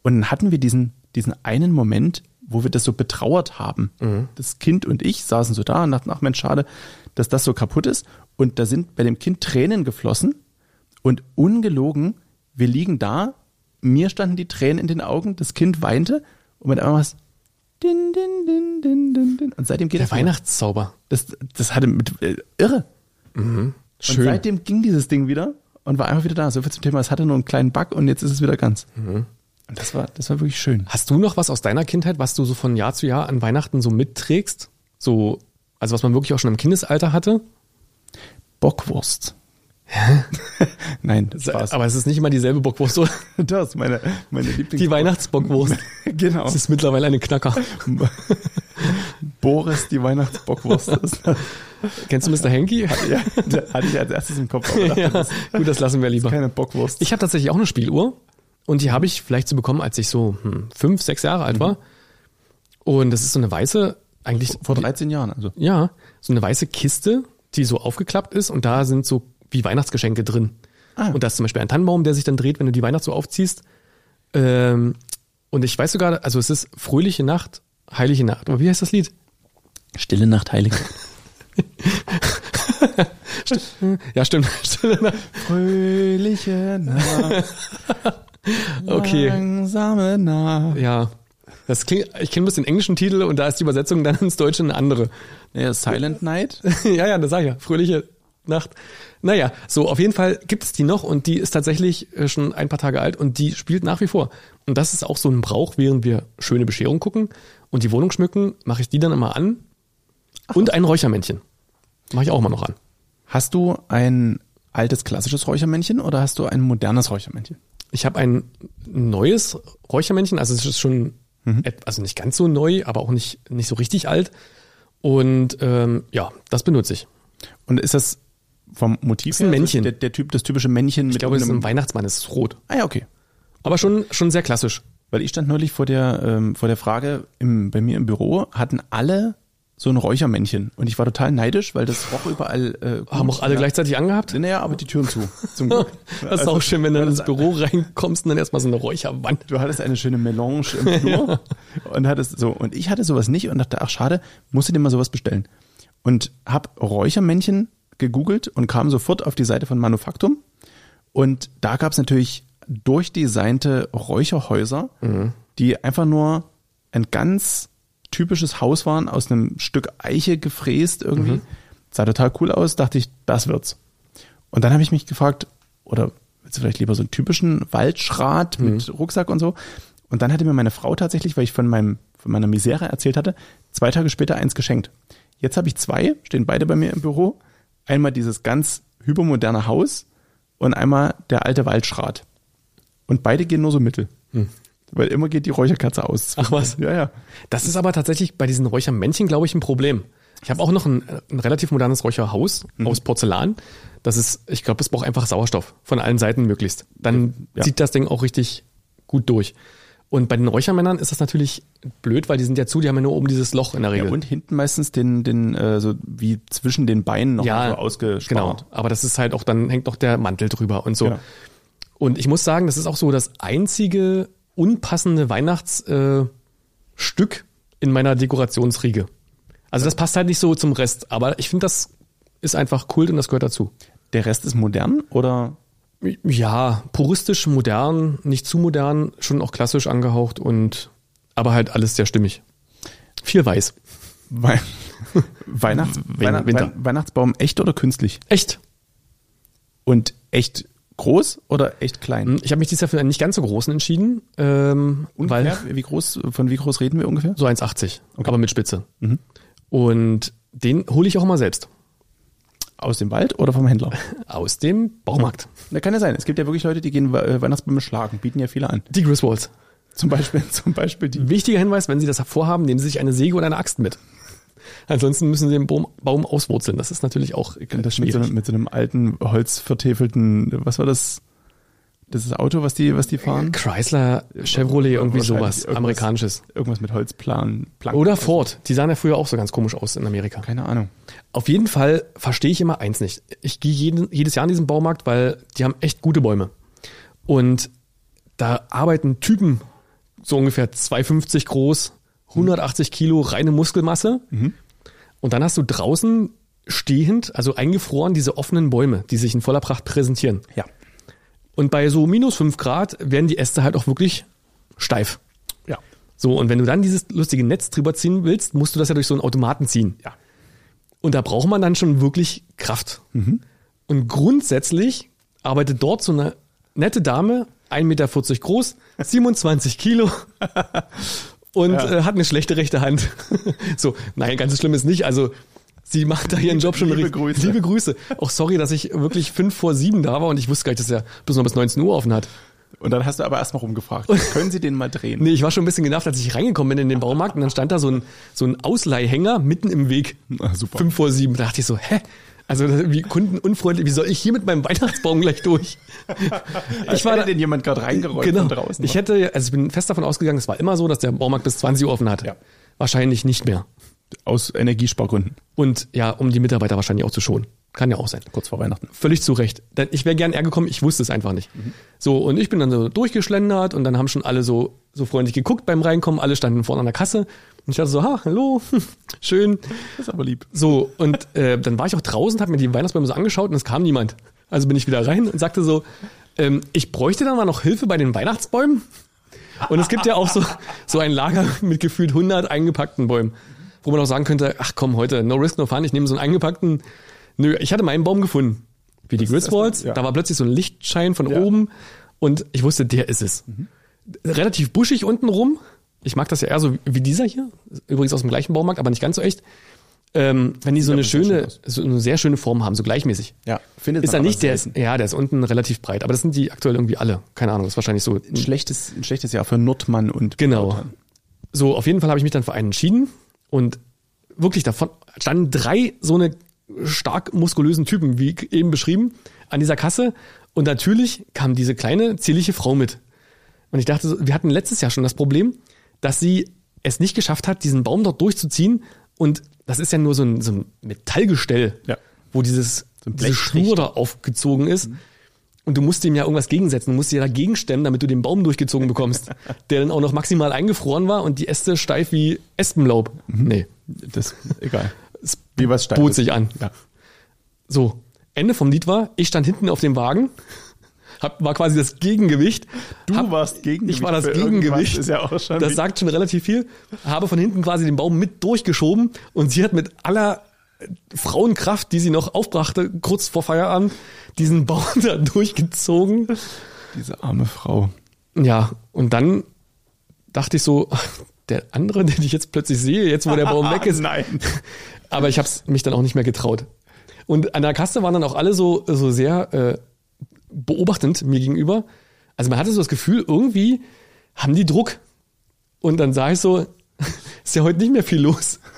[SPEAKER 1] Und dann hatten wir diesen, diesen einen Moment, wo wir das so betrauert haben.
[SPEAKER 2] Mhm.
[SPEAKER 1] Das Kind und ich saßen so da und dachten, ach Mensch, schade, dass das so kaputt ist. Und da sind bei dem Kind Tränen geflossen und ungelogen, wir liegen da, mir standen die Tränen in den Augen, das Kind weinte und mit einmal was. Din, din, din, din, din, din. Und seitdem geht
[SPEAKER 2] Der
[SPEAKER 1] das wieder.
[SPEAKER 2] Weihnachtszauber.
[SPEAKER 1] Das, das hatte mit, äh, irre. Und
[SPEAKER 2] Schön.
[SPEAKER 1] seitdem ging dieses Ding wieder und war einfach wieder da. So viel zum Thema, es hatte nur einen kleinen Bug und jetzt ist es wieder ganz.
[SPEAKER 2] Mhm.
[SPEAKER 1] Und das war, das war wirklich schön.
[SPEAKER 2] Hast du noch was aus deiner Kindheit, was du so von Jahr zu Jahr an Weihnachten so mitträgst? So, also was man wirklich auch schon im Kindesalter hatte?
[SPEAKER 1] Bockwurst. [laughs] Nein, das war's.
[SPEAKER 2] Aber es ist nicht immer dieselbe Bockwurst, oder?
[SPEAKER 1] das ist meine, meine Lieblings...
[SPEAKER 2] Die Weihnachtsbockwurst.
[SPEAKER 1] genau.
[SPEAKER 2] Das ist mittlerweile eine Knacker.
[SPEAKER 1] Boris, die Weihnachtsbockwurst. Das,
[SPEAKER 2] Kennst du Mr. Henky?
[SPEAKER 1] ja, das hatte ich als erstes im Kopf. Aber
[SPEAKER 2] ja.
[SPEAKER 1] ja.
[SPEAKER 2] Gut, das lassen wir lieber.
[SPEAKER 1] Keine Bockwurst.
[SPEAKER 2] Ich habe tatsächlich auch eine Spieluhr und die habe ich vielleicht so bekommen, als ich so hm, fünf, sechs Jahre alt war. Und das ist so eine weiße eigentlich
[SPEAKER 1] Vor 13 Jahren, also.
[SPEAKER 2] ja, so eine weiße Kiste, die so aufgeklappt ist und da sind so wie Weihnachtsgeschenke drin.
[SPEAKER 1] Ah.
[SPEAKER 2] Und da ist zum Beispiel ein Tannenbaum, der sich dann dreht, wenn du die Weihnachtsuhr aufziehst. Ähm, und ich weiß sogar, also es ist Fröhliche Nacht, Heilige Nacht. Aber wie heißt das Lied?
[SPEAKER 1] Stille Nacht, heilige.
[SPEAKER 2] Ja, stimmt. [laughs] Stille Nacht.
[SPEAKER 1] Fröhliche Nacht,
[SPEAKER 2] Okay.
[SPEAKER 1] langsame Nacht.
[SPEAKER 2] Ja. Das klingt, ich kenne bloß den englischen Titel und da ist die Übersetzung dann ins Deutsche eine andere. [laughs]
[SPEAKER 1] Ja, Silent Night.
[SPEAKER 2] ja, ja, das sag ich ja. Fröhliche Nacht. Naja, so auf jeden Fall gibt es die noch und die ist tatsächlich äh, schon ein paar Tage alt und die spielt nach wie vor. Und das ist auch so ein Brauch, während wir schöne Bescherung gucken und die Wohnung schmücken, mache ich die dann immer an. Und ein Räuchermännchen. Mache ich auch immer noch an.
[SPEAKER 1] Hast du ein altes klassisches Räuchermännchen oder hast du ein modernes Räuchermännchen?
[SPEAKER 2] Ich habe ein neues Räuchermännchen, also es ist schon,
[SPEAKER 1] Mhm.
[SPEAKER 2] et- also nicht ganz so neu, aber auch nicht, nicht so richtig alt. Und ähm, ja, das benutze ich.
[SPEAKER 1] Und ist das vom Motiv
[SPEAKER 2] Ist ein
[SPEAKER 1] her so
[SPEAKER 2] Männchen.
[SPEAKER 1] Der, der Typ, das typische Männchen
[SPEAKER 2] Ich
[SPEAKER 1] mit
[SPEAKER 2] glaube, es ist ein
[SPEAKER 1] einem...
[SPEAKER 2] Weihnachtsmann, es ist rot.
[SPEAKER 1] Ah ja, okay.
[SPEAKER 2] Aber schon, schon sehr klassisch.
[SPEAKER 1] Weil ich stand neulich vor der, ähm, vor der Frage, im, bei mir im Büro hatten alle so ein Räuchermännchen. Und ich war total neidisch, weil das roch überall äh, gut.
[SPEAKER 2] Haben auch alle
[SPEAKER 1] Ja. Also,
[SPEAKER 2] gleichzeitig angehabt?
[SPEAKER 1] [laughs] Naja, aber die Türen zu,
[SPEAKER 2] [laughs]
[SPEAKER 1] zum
[SPEAKER 2] Das
[SPEAKER 1] Glück.
[SPEAKER 2] ist auch schön, wenn du ins Büro reinkommst und dann erstmal so eine Räucherwand.
[SPEAKER 1] Du hattest eine schöne Melange im Flur und hattest so. Und ich hatte sowas nicht und dachte, ach schade, musst du dir mal sowas bestellen. Und hab Räuchermännchen gegoogelt und kam sofort auf die Seite von Manufaktum. Und da gab es natürlich durchdesignte Räucherhäuser, die einfach nur ein ganz typisches Haus waren, aus einem Stück Eiche gefräst irgendwie. Sah total cool aus, dachte ich, das wird's. Und dann habe ich mich gefragt, oder willst du vielleicht lieber so einen typischen Waldschrat
[SPEAKER 2] Mhm.
[SPEAKER 1] mit Rucksack und so? Und dann hatte mir meine Frau tatsächlich, weil ich von, meinem, von meiner Misere erzählt hatte, zwei Tage später eins geschenkt. Jetzt habe ich zwei, stehen beide bei mir im Büro. Einmal dieses ganz hypermoderne Haus und einmal der alte Waldschrat. Und beide gehen nur so mittel. Weil immer geht die Räucherkerze aus.
[SPEAKER 2] Hm. Ach was.
[SPEAKER 1] Ja, ja.
[SPEAKER 2] Das ist aber tatsächlich bei diesen Räuchermännchen, glaube ich, ein Problem. Ich habe auch noch ein, ein relativ modernes Räucherhaus aus Porzellan. Das ist, ich glaube, es braucht einfach Sauerstoff von allen Seiten möglichst. Dann
[SPEAKER 1] Ja.
[SPEAKER 2] zieht das Ding auch richtig gut durch. Und bei den Räuchermännern ist das natürlich blöd, weil die sind ja zu, die haben ja nur oben dieses Loch in der
[SPEAKER 1] ja
[SPEAKER 2] Regel.
[SPEAKER 1] und hinten meistens den, den äh, so wie zwischen den Beinen noch mal so
[SPEAKER 2] Genau,
[SPEAKER 1] ausgespart.
[SPEAKER 2] aber das ist halt auch, dann hängt noch der Mantel drüber und so.
[SPEAKER 1] Genau.
[SPEAKER 2] Und ich muss sagen, das ist auch so das einzige unpassende Weihnachtsstück äh, Stück in meiner Dekorationsriege. Also das passt halt nicht so zum Rest, aber ich finde, das ist einfach Kult und das gehört dazu.
[SPEAKER 1] Der Rest ist modern oder
[SPEAKER 2] Ja, puristisch, modern, nicht zu modern, schon auch klassisch angehaucht und aber halt alles sehr stimmig. Viel weiß. [laughs]
[SPEAKER 1] Wei Weihnachts Weihnacht
[SPEAKER 2] Winter.
[SPEAKER 1] Wei- Weihnachtsbaum echt oder künstlich?
[SPEAKER 2] Echt.
[SPEAKER 1] Und echt groß oder echt klein?
[SPEAKER 2] Ich habe mich dieses Jahr für einen nicht ganz so großen entschieden, ähm, weil
[SPEAKER 1] Ungefähr, wie groß, von wie groß reden wir ungefähr?
[SPEAKER 2] So 1,80, aber mit Spitze.
[SPEAKER 1] Mhm.
[SPEAKER 2] Und den hole ich auch immer selbst.
[SPEAKER 1] Aus dem Wald oder vom
[SPEAKER 2] [laughs]
[SPEAKER 1] Händler?
[SPEAKER 2] Aus dem Baumarkt.
[SPEAKER 1] Da kann ja sein. Es gibt ja wirklich Leute, die gehen We- äh, Weihnachtsbäume schlagen, bieten ja viele an. [laughs]
[SPEAKER 2] Die Griswolds.
[SPEAKER 1] Zum Beispiel, zum Beispiel die.
[SPEAKER 2] Wichtiger Hinweis, wenn Sie das vorhaben, nehmen Sie sich eine Säge oder eine Axt mit. Ansonsten müssen Sie den Baum, Baum auswurzeln. Das ist natürlich auch äh,
[SPEAKER 1] mit, so,
[SPEAKER 2] schwierig.
[SPEAKER 1] einem- mit so einem alten, holzvertäfelten, was war das? Das ist das Auto, was die, was die fahren?
[SPEAKER 2] Chrysler, Chevrolet, irgendwie
[SPEAKER 1] Wahrscheinlich
[SPEAKER 2] sowas.
[SPEAKER 1] irgendwas-
[SPEAKER 2] Amerikanisches.
[SPEAKER 1] Irgendwas mit Holzplan. Planken.
[SPEAKER 2] Oder Ford. Die sahen ja früher auch so ganz komisch aus in Amerika.
[SPEAKER 1] Keine Ahnung.
[SPEAKER 2] Auf jeden Fall verstehe ich immer eins nicht. Ich gehe jeden, jedes Jahr in diesen Baumarkt, weil die haben echt gute Bäume. Und da arbeiten Typen so ungefähr 2,50 groß, 180 Kilo reine Muskelmasse. Und dann hast du draußen stehend, also eingefroren, diese offenen Bäume, die sich in voller Pracht präsentieren.
[SPEAKER 1] Ja.
[SPEAKER 2] Und bei so minus 5 Grad werden die Äste halt auch wirklich steif.
[SPEAKER 1] Ja.
[SPEAKER 2] So, und wenn du dann dieses lustige Netz drüber ziehen willst, musst du das ja durch so einen Automaten ziehen.
[SPEAKER 1] Ja.
[SPEAKER 2] Und da braucht man dann schon wirklich Kraft.
[SPEAKER 1] Mhm.
[SPEAKER 2] Und grundsätzlich arbeitet dort so eine nette Dame, 1,40 Meter groß, 27
[SPEAKER 1] [laughs]
[SPEAKER 2] Kilo und
[SPEAKER 1] Ja.
[SPEAKER 2] äh, hat eine schlechte rechte Hand. [laughs] so, nein, ganz so schlimm ist nicht. Also sie macht da ihren Job schon
[SPEAKER 1] Liebe
[SPEAKER 2] richtig-
[SPEAKER 1] Grüße.
[SPEAKER 2] Liebe Grüße. Auch sorry, dass ich wirklich fünf vor sieben da war und ich wusste gar nicht, dass er bis noch bis 19 Uhr offen hat.
[SPEAKER 1] Und dann hast du aber erstmal
[SPEAKER 2] [laughs]
[SPEAKER 1] rumgefragt. Können Sie den mal drehen?
[SPEAKER 2] Nee, ich war schon ein bisschen genervt, als ich reingekommen bin in den Baumarkt und dann stand da so ein, so ein Ausleihhänger mitten im Weg.
[SPEAKER 1] Ah, super.
[SPEAKER 2] Fünf vor sieben. Da dachte ich so, hä? Also das- wie kundenunfreundlich, wie soll ich hier mit meinem Weihnachtsbaum
[SPEAKER 1] [laughs]
[SPEAKER 2] gleich durch?
[SPEAKER 1] Als
[SPEAKER 2] Ich war
[SPEAKER 1] hätte
[SPEAKER 2] da-
[SPEAKER 1] den jemand gerade reingerollt
[SPEAKER 2] genau.
[SPEAKER 1] von draußen.
[SPEAKER 2] Ich hätte, also ich bin fest davon ausgegangen, es war immer so, dass der Baumarkt bis 20 Uhr offen hat.
[SPEAKER 1] Ja.
[SPEAKER 2] Wahrscheinlich nicht mehr.
[SPEAKER 1] Aus Energiespargründen.
[SPEAKER 2] Und ja, um die Mitarbeiter wahrscheinlich auch zu schonen. Kann ja auch sein.
[SPEAKER 1] Kurz vor Weihnachten.
[SPEAKER 2] Völlig zu Recht. Denn ich wäre gern eher gekommen, ich wusste es einfach nicht.
[SPEAKER 1] Mhm.
[SPEAKER 2] So, und ich bin dann so durchgeschlendert und dann haben schon alle so, so freundlich geguckt beim Reinkommen. Alle standen vorne an der Kasse. Und ich dachte so, ha, hallo, [laughs] schön.
[SPEAKER 1] Das ist aber lieb.
[SPEAKER 2] So, und äh, dann war ich auch draußen, habe mir die Weihnachtsbäume so angeschaut und es kam niemand. Also bin ich wieder rein und sagte so, ähm, ich bräuchte dann mal noch Hilfe bei den Weihnachtsbäumen. Und es gibt ja auch so, so ein Lager mit gefühlt 100 eingepackten Bäumen, wo man auch sagen könnte, ach komm, heute, no risk, no fun, ich nehme so einen eingepackten. Nö, ich hatte meinen Baum gefunden. Wie die Griswolds,
[SPEAKER 1] erstmal, ja.
[SPEAKER 2] da war plötzlich so ein Lichtschein von oben und ich wusste, der ist es.
[SPEAKER 1] Mhm.
[SPEAKER 2] Relativ buschig unten rum. Ich mag das ja eher so wie dieser hier. Übrigens aus dem gleichen Baumarkt, aber nicht ganz so echt. Ähm, wenn die so eine
[SPEAKER 1] aber sehr schön
[SPEAKER 2] schöne,
[SPEAKER 1] aus.
[SPEAKER 2] so eine sehr schöne Form haben, so gleichmäßig.
[SPEAKER 1] Ja, findet
[SPEAKER 2] Ist er
[SPEAKER 1] man aber
[SPEAKER 2] nicht, der ist,
[SPEAKER 1] selten.
[SPEAKER 2] ja, der ist unten relativ breit, aber das sind die aktuell irgendwie alle. Keine Ahnung, ist wahrscheinlich so.
[SPEAKER 1] Ein schlechtes, ein schlechtes Jahr für Nordmann und
[SPEAKER 2] Genau. So, auf jeden Fall habe ich mich dann für einen entschieden und wirklich davon standen drei so eine stark muskulösen Typen, wie eben beschrieben, an dieser Kasse und natürlich kam diese kleine, zierliche Frau mit. Und ich dachte, so, wir hatten letztes Jahr schon das Problem, dass sie es nicht geschafft hat, diesen Baum dort durchzuziehen und das ist ja nur so ein, so ein Metallgestell,
[SPEAKER 1] Ja.
[SPEAKER 2] wo dieses,
[SPEAKER 1] ein
[SPEAKER 2] diese
[SPEAKER 1] Blechschicht.
[SPEAKER 2] Schnur da aufgezogen ist.
[SPEAKER 1] Mhm.
[SPEAKER 2] Und du musst dem ja irgendwas gegensetzen. Du musst dir dagegen stemmen, damit du den Baum
[SPEAKER 1] [laughs]
[SPEAKER 2] durchgezogen bekommst, der dann auch noch maximal eingefroren war und die Äste steif wie Espenlaub.
[SPEAKER 1] Mhm.
[SPEAKER 2] Nee,
[SPEAKER 1] Das, egal. Wie was
[SPEAKER 2] bot sich an.
[SPEAKER 1] Ja.
[SPEAKER 2] So, Ende vom Lied war, ich stand hinten auf dem Wagen, hab, war quasi das Gegengewicht.
[SPEAKER 1] Du warst Gegengewicht
[SPEAKER 2] Ich war das
[SPEAKER 1] für irgendwas,
[SPEAKER 2] Gegengewicht.
[SPEAKER 1] ist ja auch schon
[SPEAKER 2] das
[SPEAKER 1] wie-
[SPEAKER 2] sagt schon relativ viel. Habe von hinten quasi den Baum mit durchgeschoben und sie hat mit aller Frauenkraft, die sie noch aufbrachte, kurz vor Feierabend, diesen Baum [laughs] da durchgezogen.
[SPEAKER 1] Diese arme Frau.
[SPEAKER 2] Ja, und dann dachte ich so, [laughs] der andere, [laughs] den ich jetzt plötzlich sehe, jetzt wo der Baum weg Oh, ist,
[SPEAKER 1] Ah, [laughs]
[SPEAKER 2] [laughs]
[SPEAKER 1] Nein.
[SPEAKER 2] aber ich habe mich dann auch nicht mehr getraut. Und an der Kasse waren dann auch alle so, so sehr äh, beobachtend mir gegenüber. Also man hatte so das Gefühl, irgendwie haben die Druck. Und dann sah ich so, [laughs] ist ja heute nicht mehr viel los. [laughs]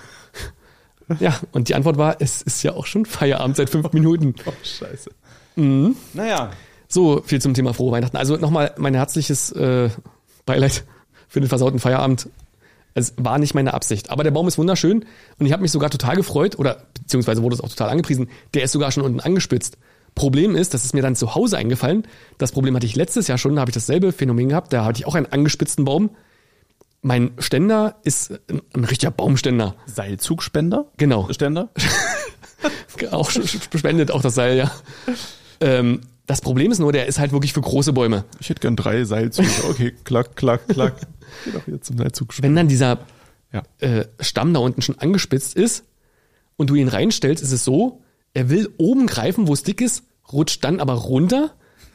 [SPEAKER 2] Ja, und die Antwort war, es ist ja auch schon Feierabend seit fünf Minuten.
[SPEAKER 1] Oh, scheiße.
[SPEAKER 2] Mhm.
[SPEAKER 1] Naja.
[SPEAKER 2] So viel zum Thema frohe Weihnachten. Also nochmal mein herzliches äh, Beileid für den versauten Feierabend. Es war nicht meine Absicht, aber der Baum ist wunderschön und ich habe mich sogar total gefreut oder beziehungsweise wurde es auch total angepriesen. Der ist sogar schon unten angespitzt. Problem ist, das ist mir dann zu Hause eingefallen. Das Problem hatte ich letztes Jahr schon, da habe ich dasselbe Phänomen gehabt. Da hatte ich auch einen angespitzten Baum. Mein Ständer ist ein, ein richtiger Baumständer.
[SPEAKER 1] Seilzugspender?
[SPEAKER 2] Genau.
[SPEAKER 1] Ständer?
[SPEAKER 2] Auch sch- sch- spendet auch das Seil, ja. Ähm, das Problem ist nur, der ist halt wirklich für große Bäume.
[SPEAKER 1] Ich hätte gern drei Seilzüge. Okay, klack, klack,
[SPEAKER 2] [laughs]
[SPEAKER 1] klack. Geh doch jetzt zum Seilzugspender.
[SPEAKER 2] wenn dann dieser
[SPEAKER 1] Ja.
[SPEAKER 2] äh, Stamm da unten schon angespitzt ist und du ihn reinstellst, ist es so, er will oben greifen, wo es dick ist, rutscht dann aber runter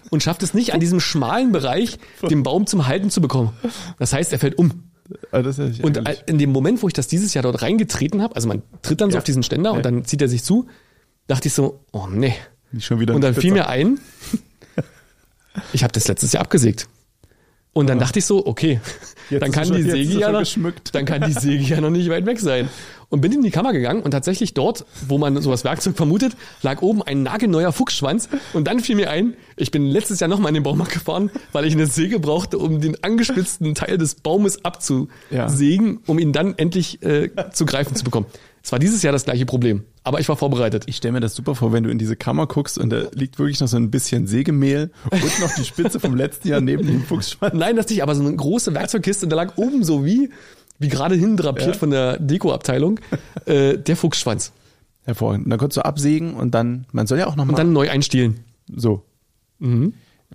[SPEAKER 2] und schafft es nicht, an diesem schmalen Bereich den Baum zum Halten zu bekommen. Das heißt, er fällt um.
[SPEAKER 1] Ah, das ist ja
[SPEAKER 2] Und
[SPEAKER 1] ärgerlich.
[SPEAKER 2] in dem Moment, wo ich das dieses Jahr dort reingetreten habe, also man tritt dann so
[SPEAKER 1] Ja.
[SPEAKER 2] auf diesen Ständer
[SPEAKER 1] Ja.
[SPEAKER 2] und dann zieht er sich zu, dachte ich so, oh nee.
[SPEAKER 1] Nicht schon wieder
[SPEAKER 2] Und
[SPEAKER 1] ein
[SPEAKER 2] dann fiel
[SPEAKER 1] Spitzer.
[SPEAKER 2] mir ein, ich habe das letztes Jahr abgesägt. Und dann dachte ich so, okay,
[SPEAKER 1] Ah. Jetzt
[SPEAKER 2] dann
[SPEAKER 1] ist
[SPEAKER 2] kann
[SPEAKER 1] schon-
[SPEAKER 2] die
[SPEAKER 1] jetzt
[SPEAKER 2] Säge
[SPEAKER 1] ist
[SPEAKER 2] ja
[SPEAKER 1] schon
[SPEAKER 2] noch,
[SPEAKER 1] geschmückt.
[SPEAKER 2] dann kann die Säge ja noch nicht weit weg sein. Und bin in die Kammer gegangen und tatsächlich dort, wo man sowas Werkzeug vermutet, lag oben ein nagelneuer Fuchsschwanz. Und dann fiel mir ein, ich bin letztes Jahr nochmal in den Baumarkt gefahren, weil ich eine Säge brauchte, um den angespitzten Teil des Baumes
[SPEAKER 1] Ja.
[SPEAKER 2] abzusägen, um ihn dann endlich äh, zu greifen zu bekommen. Es war dieses Jahr das gleiche Problem, aber ich war vorbereitet.
[SPEAKER 1] Ich stelle mir das super vor, wenn du in diese Kammer guckst und da liegt wirklich noch so ein bisschen Sägemehl und noch die Spitze vom letzten Jahr neben dem Fuchsschwanz.
[SPEAKER 2] Nein, das nicht, aber so eine große Werkzeugkiste, da lag oben so wie, wie gerade hin drapiert
[SPEAKER 1] Ja.
[SPEAKER 2] von der Dekoabteilung, äh, der Fuchsschwanz.
[SPEAKER 1] Hervorragend. Und dann konntest du absägen und dann, man soll ja auch
[SPEAKER 2] Und
[SPEAKER 1] nochmal
[SPEAKER 2] dann neu einstielen. Mhm.
[SPEAKER 1] so.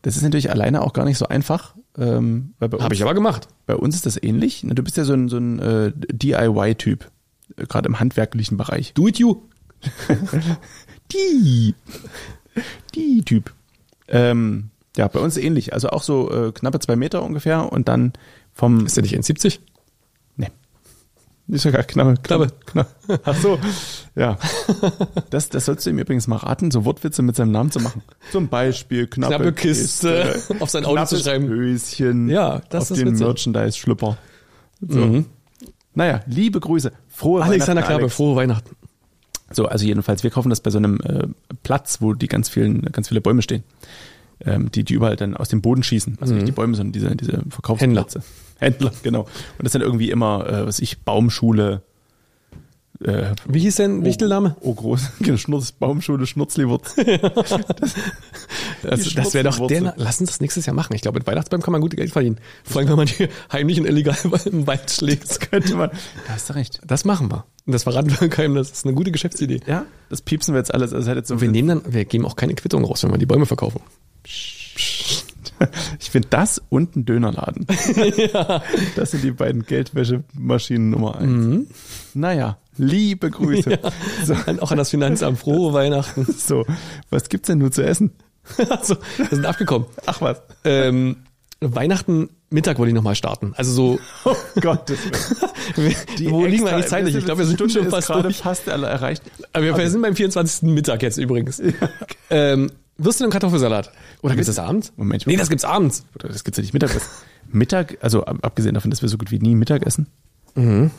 [SPEAKER 1] Das ist natürlich alleine auch gar nicht so einfach. Ähm, weil bei uns,
[SPEAKER 2] Habe ich aber gemacht.
[SPEAKER 1] bei uns ist das ähnlich. Ne, Du bist ja so ein, so ein äh, DIY-Typ, äh, gerade im handwerklichen Bereich.
[SPEAKER 2] Do it you.
[SPEAKER 1] Die. Die Typ. Ähm, ja, bei uns ähnlich. Also auch so äh, knappe zwei Meter ungefähr und dann vom.
[SPEAKER 2] Ist der nicht 1,70?
[SPEAKER 1] Nee. Ist ja gar knappe. Knappe.
[SPEAKER 2] [laughs]
[SPEAKER 1] knappe. Ach so. Ja. Das, das sollst du ihm übrigens mal raten, so Wortwitze mit seinem Namen zu machen. Zum Beispiel knappe,
[SPEAKER 2] Knappe Kiste. [laughs] Auf sein Auto zu
[SPEAKER 1] knappes
[SPEAKER 2] schreiben.
[SPEAKER 1] Höschen.
[SPEAKER 2] Ja,
[SPEAKER 1] auf
[SPEAKER 2] das ist
[SPEAKER 1] den
[SPEAKER 2] witzig. Mhm.
[SPEAKER 1] Merchandise-Schlüpper. So. Naja, liebe Grüße. Frohe
[SPEAKER 2] Alexander
[SPEAKER 1] Weihnachten,
[SPEAKER 2] Knabe,
[SPEAKER 1] Alex.
[SPEAKER 2] frohe Weihnachten.
[SPEAKER 1] So, also jedenfalls, wir kaufen das bei so einem äh, Platz, wo die ganz vielen, ganz viele Bäume stehen, ähm, die die überall dann aus dem Boden schießen. Also nicht die Bäume, sondern diese diese Verkaufsplätze. Händler, genau. Und das sind irgendwie immer, äh, was ich Baumschule, äh,
[SPEAKER 2] Wie hieß denn Wichtelname?
[SPEAKER 1] Oh, groß. [laughs] Schnurz, Baumschule, [laughs] Schnurzliwurz.
[SPEAKER 2] Also, das wäre doch der. Na- Lass uns das nächstes Jahr machen. Ich glaube, mit Weihnachtsbäumen kann man gut Geld verdienen. Vor allem, wenn man die heimlich und illegal [laughs] im Wald schlägt.
[SPEAKER 1] Könnte man. Da hast du recht.
[SPEAKER 2] Das machen wir. Und das verraten wir keinem. Das ist eine gute Geschäftsidee.
[SPEAKER 1] Ja, das piepsen wir jetzt alles. Also hätte jetzt so
[SPEAKER 2] Wir nehmen dann, wir geben auch keine Quittung raus, wenn wir die Bäume verkaufen.
[SPEAKER 1] ich finde das und ein
[SPEAKER 2] [laughs]
[SPEAKER 1] Dönerladen. Das sind die beiden Geldwäschemaschinen Nummer eins.
[SPEAKER 2] Mhm.
[SPEAKER 1] Naja, liebe Grüße. So,
[SPEAKER 2] Dann Halt auch an das Finanzamt. Frohe Weihnachten. [laughs]
[SPEAKER 1] so, was gibt's denn nur zu essen?
[SPEAKER 2] Also, wir sind abgekommen.
[SPEAKER 1] Ach was.
[SPEAKER 2] Ähm, Weihnachten Mittag wollte ich nochmal starten. Also so,
[SPEAKER 1] Oh Gottes Willen.
[SPEAKER 2] wo liegen [laughs] wir eigentlich
[SPEAKER 1] Oh, extra-
[SPEAKER 2] zeitlich? Ich glaube, wir sind
[SPEAKER 1] Stunde
[SPEAKER 2] schon
[SPEAKER 1] ist
[SPEAKER 2] fast
[SPEAKER 1] gerade
[SPEAKER 2] durch.
[SPEAKER 1] fast alle erreicht.
[SPEAKER 2] Aber wir sind beim 24. Mittag jetzt übrigens. Ähm, Würstchen und Kartoffelsalat. Oder gibt's das abends?
[SPEAKER 1] Moment.
[SPEAKER 2] Nee, das gibt's abends.
[SPEAKER 1] Oder Das gibt's ja nicht Mittagessen. Mittag, also ab- abgesehen davon, dass wir so gut wie nie Mittag essen.
[SPEAKER 2] Mhm.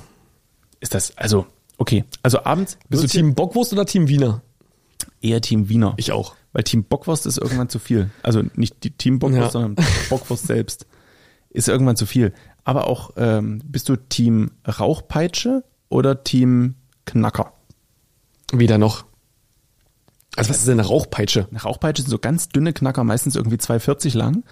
[SPEAKER 1] Ist das, also, okay. Also abends
[SPEAKER 2] Bist du Team Bockwurst oder Team Wiener?
[SPEAKER 1] eher Team Wiener.
[SPEAKER 2] Ich auch.
[SPEAKER 1] Weil Team Bockwurst ist irgendwann zu viel. Also nicht die Team Bockwurst,
[SPEAKER 2] Ja.
[SPEAKER 1] sondern Bockwurst selbst ist irgendwann zu viel. Aber auch, ähm, bist du Team Rauchpeitsche oder Team Knacker?
[SPEAKER 2] Weder noch. Also was ist denn eine Rauchpeitsche?
[SPEAKER 1] Eine Rauchpeitsche sind so ganz dünne Knacker, meistens irgendwie 2,40 lang.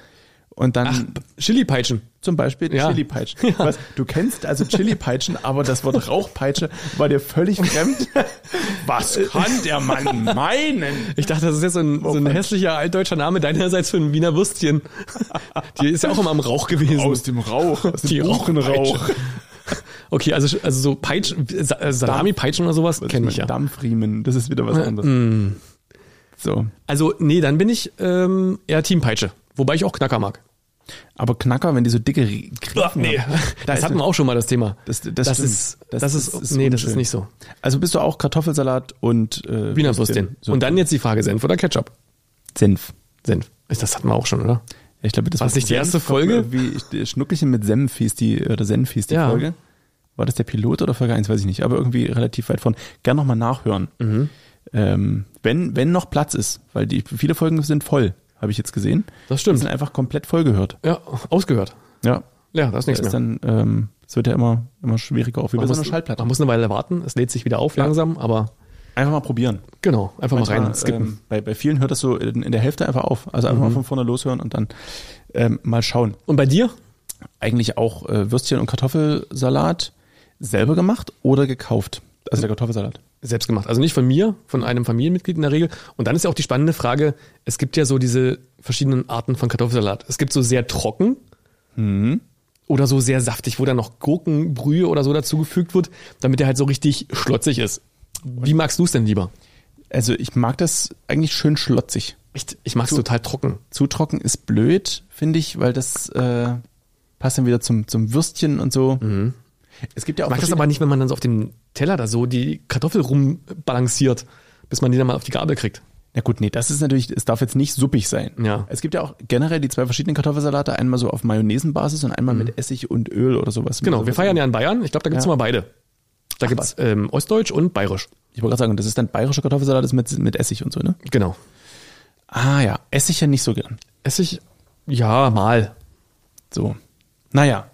[SPEAKER 1] Und dann
[SPEAKER 2] Chili-Peitschen.
[SPEAKER 1] zum Beispiel
[SPEAKER 2] Ja.
[SPEAKER 1] Chili-Peitschen. Was, Du kennst also Chili-Peitschen, aber das Wort Rauchpeitsche war dir völlig fremd. Was kann der Mann meinen?
[SPEAKER 2] Ich dachte, das ist jetzt so ein, so ein
[SPEAKER 1] Moment.
[SPEAKER 2] hässlicher altdeutscher Name deinerseits für ein
[SPEAKER 1] [laughs]
[SPEAKER 2] Wiener Würstchen. Die ist ja auch immer am Rauch gewesen.
[SPEAKER 1] Aus dem Rauch, aus dem
[SPEAKER 2] Die
[SPEAKER 1] Buchenrauch.
[SPEAKER 2] Rauchpeitsche. Okay, also, also so Peitschen, Sa- Salami-Peitschen oder sowas kenne ich ja. Mm.
[SPEAKER 1] Dampfriemen, das ist wieder was anderes. So.
[SPEAKER 2] Also nee, dann bin ich ähm, eher Teampeitsche. Wobei ich auch Knacker mag.
[SPEAKER 1] Aber Knacker, wenn die so dicke Rie- Griefen haben,
[SPEAKER 2] [laughs]
[SPEAKER 1] da
[SPEAKER 2] Das
[SPEAKER 1] ist
[SPEAKER 2] hatten wir auch schon mal halt das Thema.
[SPEAKER 1] Das- das stimmt.
[SPEAKER 2] ist, das,
[SPEAKER 1] Das
[SPEAKER 2] ist,
[SPEAKER 1] ist
[SPEAKER 2] nee, das ist
[SPEAKER 1] unschön.
[SPEAKER 2] nicht so.
[SPEAKER 1] Also bist du auch Kartoffelsalat und äh,
[SPEAKER 2] Wiener Würstchen.
[SPEAKER 1] So
[SPEAKER 2] Und dann jetzt die Frage, Senf oder Ketchup?
[SPEAKER 1] Senf.
[SPEAKER 2] Senf. Ist- Das hatten wir auch schon, oder?
[SPEAKER 1] Ich glaube, das war
[SPEAKER 2] das nicht die
[SPEAKER 1] Senf-
[SPEAKER 2] erste Folge?
[SPEAKER 1] Wie ich, Schnuckelchen mit Senf hieß die, oder Senf hieß die
[SPEAKER 2] Ja.
[SPEAKER 1] Folge. War das der Pilot oder Folge 1, weiß ich nicht, aber irgendwie relativ weit vorn. Gern nochmal nachhören.
[SPEAKER 2] Mhm.
[SPEAKER 1] Ähm, wenn, wenn noch Platz ist, weil die viele Folgen sind voll, habe ich jetzt gesehen.
[SPEAKER 2] Das stimmt.
[SPEAKER 1] Die sind einfach komplett voll gehört.
[SPEAKER 2] Ja, ausgehört.
[SPEAKER 1] Ja.
[SPEAKER 2] Ja, da ist nichts
[SPEAKER 1] Das ist
[SPEAKER 2] mehr.
[SPEAKER 1] dann, ähm, es wird ja immer, immer schwieriger, auch wie bei so einer Schallplatte.
[SPEAKER 2] man muss eine Weile warten, es lädt sich wieder auf langsam, aber
[SPEAKER 1] Einfach mal probieren.
[SPEAKER 2] genau, einfach mal rein
[SPEAKER 1] Manchmal,
[SPEAKER 2] und skippen. Mhm.
[SPEAKER 1] Ähm, bei, bei vielen hört das so in, in der Hälfte einfach auf. Also einfach mal von vorne loshören und dann ähm, mal schauen.
[SPEAKER 2] Und bei dir?
[SPEAKER 1] Eigentlich auch äh, Würstchen und Kartoffelsalat selber gemacht oder gekauft. Also der Kartoffelsalat.
[SPEAKER 2] Selbst gemacht. Also nicht von mir, von einem Familienmitglied in der Regel. Und dann ist ja auch die spannende Frage, es gibt ja so diese verschiedenen Arten von Kartoffelsalat. Es gibt so sehr trocken oder so sehr saftig, wo dann noch Gurkenbrühe oder so dazugefügt wird, damit der halt so richtig schlotzig ist. Wie magst du es denn lieber?
[SPEAKER 1] Also ich mag das eigentlich schön schlotzig.
[SPEAKER 2] Ich, ich mag es total trocken.
[SPEAKER 1] Zu trocken ist blöd, finde ich, weil das äh, passt dann wieder zum, zum Würstchen und so. Es gibt ja auch
[SPEAKER 2] Ich Mhm. mag das
[SPEAKER 1] verschiedene-
[SPEAKER 2] aber nicht, wenn man dann so auf dem Teller da so die Kartoffel rumbalanciert, bis man die dann mal auf die Gabel kriegt.
[SPEAKER 1] Na gut, nee, das ist natürlich, es darf jetzt nicht suppig sein.
[SPEAKER 2] Ja.
[SPEAKER 1] Es gibt ja auch generell die zwei verschiedenen Kartoffelsalate, einmal so auf Mayonnaisenbasis und einmal mit Essig und Öl oder sowas.
[SPEAKER 2] Mhm. Genau,
[SPEAKER 1] Also
[SPEAKER 2] wir
[SPEAKER 1] was-
[SPEAKER 2] feiern ja in Bayern. Ich glaube, da gibt's
[SPEAKER 1] Ja.
[SPEAKER 2] immer beide. Da gibt's ähm, Ostdeutsch und Bayerisch.
[SPEAKER 1] Ich wollte gerade sagen, das ist dann bayerischer Kartoffelsalat das ist mit, mit Essig und so, ne?
[SPEAKER 2] Genau.
[SPEAKER 1] Ah ja, Essig ja nicht so gern.
[SPEAKER 2] Essig, ja, mal.
[SPEAKER 1] So. Naja.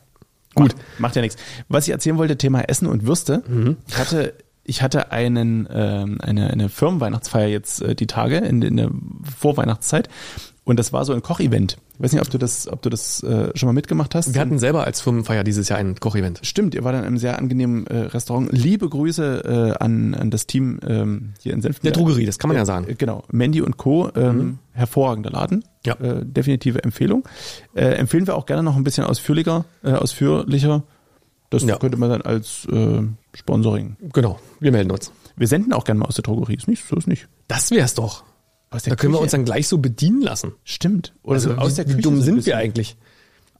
[SPEAKER 2] Gut.
[SPEAKER 1] Macht, macht ja nichts. Was ich erzählen wollte, Thema Essen und Würste.
[SPEAKER 2] Mhm.
[SPEAKER 1] Ich hatte, ich hatte einen, ähm, eine, eine Firmenweihnachtsfeier jetzt äh, die Tage in, in der Vorweihnachtszeit. Und das war so ein Kochevent. Ich weiß nicht, ob du das, ob du das äh, schon mal mitgemacht hast.
[SPEAKER 2] Wir hatten selber als Firmenfeier dieses Jahr ein Kochevent.
[SPEAKER 1] Stimmt, ihr wart in einem sehr angenehmen äh, Restaurant. Liebe Grüße äh, an, an das Team ähm, hier in
[SPEAKER 2] Der
[SPEAKER 1] Senftenberg.
[SPEAKER 2] Drogerie, das kann man ja
[SPEAKER 1] Äh,
[SPEAKER 2] sagen. Mhm.
[SPEAKER 1] Genau, Mandy und Co. Ähm, Hervorragender Laden.
[SPEAKER 2] Ja.
[SPEAKER 1] Äh, definitive Empfehlung. Äh, empfehlen wir auch gerne noch ein bisschen ausführlicher. Äh, ausführlicher. Das
[SPEAKER 2] Ja.
[SPEAKER 1] könnte man dann als äh, Sponsoring.
[SPEAKER 2] Genau, wir melden uns.
[SPEAKER 1] Wir senden auch gerne mal aus der Drogerie. Ist nicht, so ist nicht.
[SPEAKER 2] Das wär's doch.
[SPEAKER 1] Aus der
[SPEAKER 2] Da können wir
[SPEAKER 1] Küche.
[SPEAKER 2] uns dann gleich so bedienen lassen.
[SPEAKER 1] Stimmt. Oder so aus
[SPEAKER 2] wie,
[SPEAKER 1] der
[SPEAKER 2] wie
[SPEAKER 1] Küche
[SPEAKER 2] dumm
[SPEAKER 1] so ein
[SPEAKER 2] sind
[SPEAKER 1] bisschen.
[SPEAKER 2] wir eigentlich?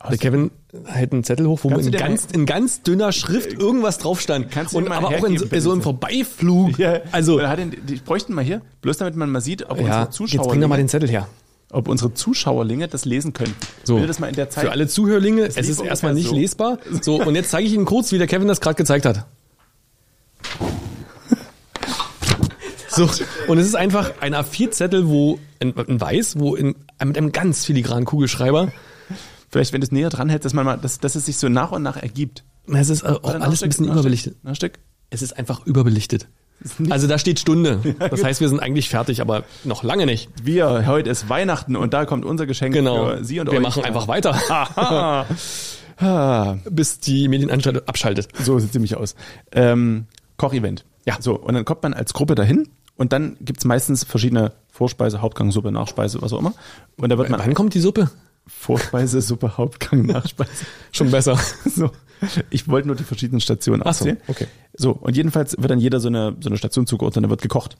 [SPEAKER 2] Der Kevin hält einen Zettel hoch, wo
[SPEAKER 1] Kannst
[SPEAKER 2] in
[SPEAKER 1] du dir
[SPEAKER 2] ganz,
[SPEAKER 1] mal- Äh,
[SPEAKER 2] in ganz dünner Schrift irgendwas drauf stand.
[SPEAKER 1] Kannst du
[SPEAKER 2] Und
[SPEAKER 1] mir mal
[SPEAKER 2] aber auch in
[SPEAKER 1] hergeben,
[SPEAKER 2] so,
[SPEAKER 1] bitte?
[SPEAKER 2] so einem [laughs] Vorbeiflug.
[SPEAKER 1] Ja,
[SPEAKER 2] Also,
[SPEAKER 1] also, hat den, die bräuchten mal hier, bloß damit man mal sieht, ob
[SPEAKER 2] ja,
[SPEAKER 1] unsere
[SPEAKER 2] jetzt
[SPEAKER 1] Zuschauer
[SPEAKER 2] bring doch mal den Zettel her.
[SPEAKER 1] ob unsere Zuschauerlinge das lesen können.
[SPEAKER 2] So.
[SPEAKER 1] Ich will das mal in der Zeit.
[SPEAKER 2] Für alle Zuhörlinge, es
[SPEAKER 1] lief
[SPEAKER 2] ist
[SPEAKER 1] ungefähr
[SPEAKER 2] erstmal nicht
[SPEAKER 1] so.
[SPEAKER 2] lesbar.
[SPEAKER 1] [laughs]
[SPEAKER 2] So, und jetzt zeige ich Ihnen kurz, wie der Kevin das gerade gezeigt hat. So, und es ist einfach ein A4-Zettel, wo ein, ein Weiß, wo in, mit einem ganz filigranen Kugelschreiber.
[SPEAKER 1] Vielleicht, wenn du es näher dran hältst, dass man mal, dass, dass es sich so nach und nach ergibt.
[SPEAKER 2] Na, Es ist äh, auch
[SPEAKER 1] Dann
[SPEAKER 2] alles
[SPEAKER 1] Nachstück,
[SPEAKER 2] ein bisschen
[SPEAKER 1] Nachstück,
[SPEAKER 2] überbelichtet.
[SPEAKER 1] Nachstück.
[SPEAKER 2] es ist einfach überbelichtet. Also da steht Stunde. Das heißt, wir sind eigentlich fertig, aber noch lange nicht.
[SPEAKER 1] Wir, heute ist Weihnachten und da kommt unser Geschenk
[SPEAKER 2] Genau.
[SPEAKER 1] für Sie und
[SPEAKER 2] wir
[SPEAKER 1] euch. [laughs]
[SPEAKER 2] machen einfach weiter,
[SPEAKER 1] Aha. Ah,
[SPEAKER 2] bis die Medienanstalt abschaltet.
[SPEAKER 1] so sieht ziemlich aus. Ähm, Kochevent.
[SPEAKER 2] Ja.
[SPEAKER 1] So, und dann kommt man als Gruppe dahin und dann gibt's meistens verschiedene Vorspeise, Hauptgang, Suppe, Nachspeise, was auch immer. Und da wird man
[SPEAKER 2] Wann kommt die Suppe?
[SPEAKER 1] Vorspeise, Suppe, Hauptgang, [laughs] Nachspeise. [laughs]
[SPEAKER 2] Schon besser.
[SPEAKER 1] So. Ich wollte nur die verschiedenen Stationen
[SPEAKER 2] Ach so,
[SPEAKER 1] aufzählen.
[SPEAKER 2] okay.
[SPEAKER 1] So, und jedenfalls wird dann jeder so eine, so eine Station zugeordnet, dann wird gekocht.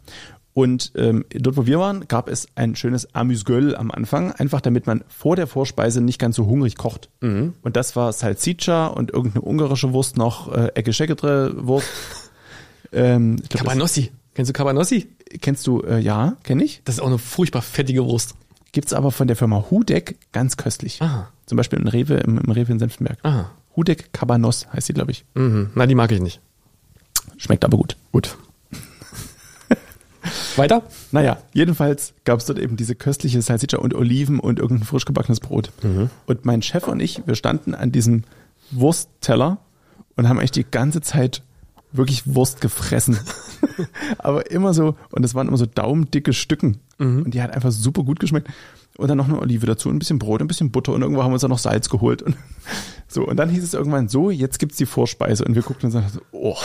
[SPEAKER 1] Und ähm, dort, wo wir waren, gab es ein schönes Amüsgöl am Anfang, einfach damit man vor der Vorspeise nicht ganz so hungrig kocht.
[SPEAKER 2] Mhm.
[SPEAKER 1] Und das war Salsiccia und irgendeine ungarische Wurst noch, äh, Egeschegedre
[SPEAKER 2] [laughs]
[SPEAKER 1] Wurst. ähm, ich glaub, das,
[SPEAKER 2] Cabanossi. Kennst du Cabanossi?
[SPEAKER 1] kennst du, äh, ja, kenne ich.
[SPEAKER 2] Das ist auch eine furchtbar fettige Wurst.
[SPEAKER 1] Gibt's aber von der Firma Hudeck ganz köstlich.
[SPEAKER 2] Aha.
[SPEAKER 1] Zum Beispiel in Rewe, im, im Rewe in Senftenberg.
[SPEAKER 2] Aha.
[SPEAKER 1] Hudeck Cabanos heißt sie, glaube ich.
[SPEAKER 2] Mhm. Na, die mag ich nicht.
[SPEAKER 1] Schmeckt aber gut.
[SPEAKER 2] Gut. Weiter?
[SPEAKER 1] Naja, jedenfalls gab es dort eben diese köstliche Salsiccia und Oliven und irgendein frisch gebackenes Brot. Und mein Chef und ich, wir standen an diesem Wurstteller und haben eigentlich die ganze Zeit wirklich Wurst gefressen. Aber immer so, und es waren immer so daumendicke Stücken. Und die hat einfach super gut geschmeckt. Und dann noch eine Olive dazu, und ein bisschen Brot, ein bisschen Butter und irgendwo haben wir uns dann noch Salz geholt. Und [laughs] so, und dann hieß es irgendwann so, jetzt gibt's die Vorspeise. Und wir guckten uns an und so, oh.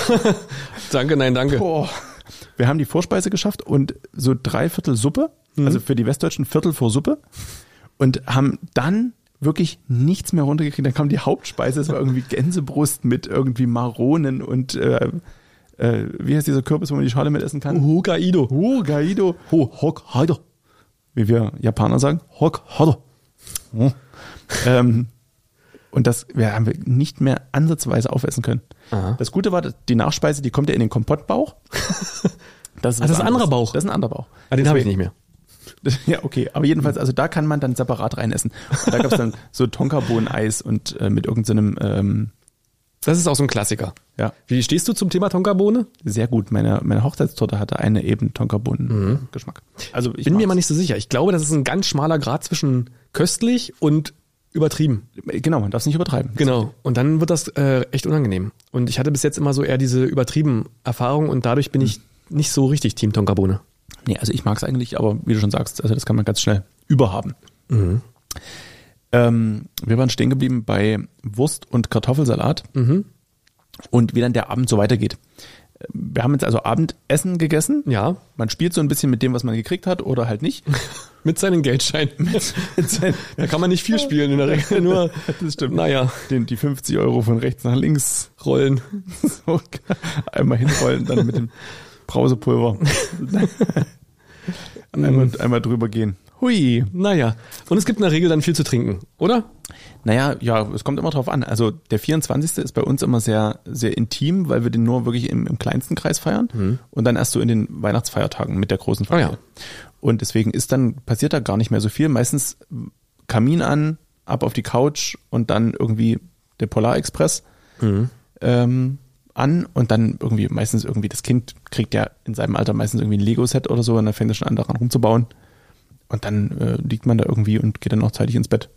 [SPEAKER 2] Danke, nein, danke.
[SPEAKER 1] Boah. Wir haben die Vorspeise geschafft und so drei Viertel Suppe, also für die Westdeutschen Viertel vor Suppe und haben dann wirklich nichts mehr runtergekriegt. Dann kam die Hauptspeise, es war irgendwie Gänsebrust mit irgendwie Maronen und äh, äh, wie heißt dieser Kürbis, wo man die Schale mit essen kann?
[SPEAKER 2] Hokkaido.
[SPEAKER 1] Hogaido. Ho, Hokkaido. Wie wir Japaner sagen, Hokkaido. Hm. ähm, und das wir haben wir nicht mehr ansatzweise aufessen können.
[SPEAKER 2] Aha.
[SPEAKER 1] Das Gute war, die Nachspeise, die kommt ja in den Kompottbauch. Das ist,
[SPEAKER 2] Ah, das ist ein anderer
[SPEAKER 1] anderes.
[SPEAKER 2] Bauch.
[SPEAKER 1] Das ist ein anderer Bauch.
[SPEAKER 2] Ah, den habe ich nicht mehr.
[SPEAKER 1] [laughs] Ja, okay. Aber jedenfalls, also da kann man dann separat reinessen. Und da gab es dann so Tonkabohneneis und äh, mit irgendeinem, ähm,
[SPEAKER 2] Das ist auch so ein Klassiker.
[SPEAKER 1] ja,
[SPEAKER 2] Wie stehst du zum Thema Tonkabohne?
[SPEAKER 1] sehr gut. Meine, meine Hochzeitstorte hatte eine eben Tonkabohnen-Geschmack. Also ich
[SPEAKER 2] Bin mir
[SPEAKER 1] mag's.
[SPEAKER 2] mal nicht so sicher. Ich glaube, das ist ein ganz schmaler Grad zwischen köstlich und übertrieben.
[SPEAKER 1] Genau, man darf es nicht übertreiben.
[SPEAKER 2] Genau. Und dann wird das äh, echt unangenehm. Und ich hatte bis jetzt immer so eher diese übertrieben Erfahrung und dadurch bin ich nicht so richtig Team Tonkabohne.
[SPEAKER 1] Nee, also ich mag es eigentlich, aber wie du schon sagst, also das kann man ganz schnell überhaben. Mhm. Ähm, wir waren stehen geblieben bei Wurst und Kartoffelsalat und wie dann der Abend so weitergeht. Wir haben jetzt also Abendessen gegessen.
[SPEAKER 2] Ja.
[SPEAKER 1] Man spielt so ein bisschen mit dem, was man gekriegt hat oder halt [laughs] nicht.
[SPEAKER 2] Mit seinen Geldscheinen. [laughs] da kann man nicht viel spielen in der Regel, nur
[SPEAKER 1] [laughs] Das stimmt.
[SPEAKER 2] [laughs] naja,
[SPEAKER 1] Den, die 50 Euro von rechts nach links [laughs]
[SPEAKER 2] rollen.
[SPEAKER 1] so einmal hinrollen, dann mit dem [laughs] Brausepulver einmal, einmal drüber gehen. Hui.
[SPEAKER 2] Naja. Und es gibt in der Regel dann viel zu trinken, oder?
[SPEAKER 1] Naja, ja, es kommt immer drauf an. Also der 24. ist bei uns immer sehr, sehr intim, weil wir den nur wirklich im, im kleinsten Kreis feiern und dann erst so in den Weihnachtsfeiertagen mit der großen Familie.
[SPEAKER 2] Mhm. Ah ja.
[SPEAKER 1] Und deswegen ist dann, passiert da gar nicht mehr so viel. Meistens Kamin an, ab auf die Couch und dann irgendwie der Polarexpress
[SPEAKER 2] Mhm.
[SPEAKER 1] ähm, an und dann irgendwie meistens irgendwie, das Kind kriegt ja in seinem Alter meistens irgendwie ein Lego-Set oder so und dann fängt er schon an, daran rumzubauen. Und dann äh, liegt man da irgendwie und geht dann auch zeitig ins Bett.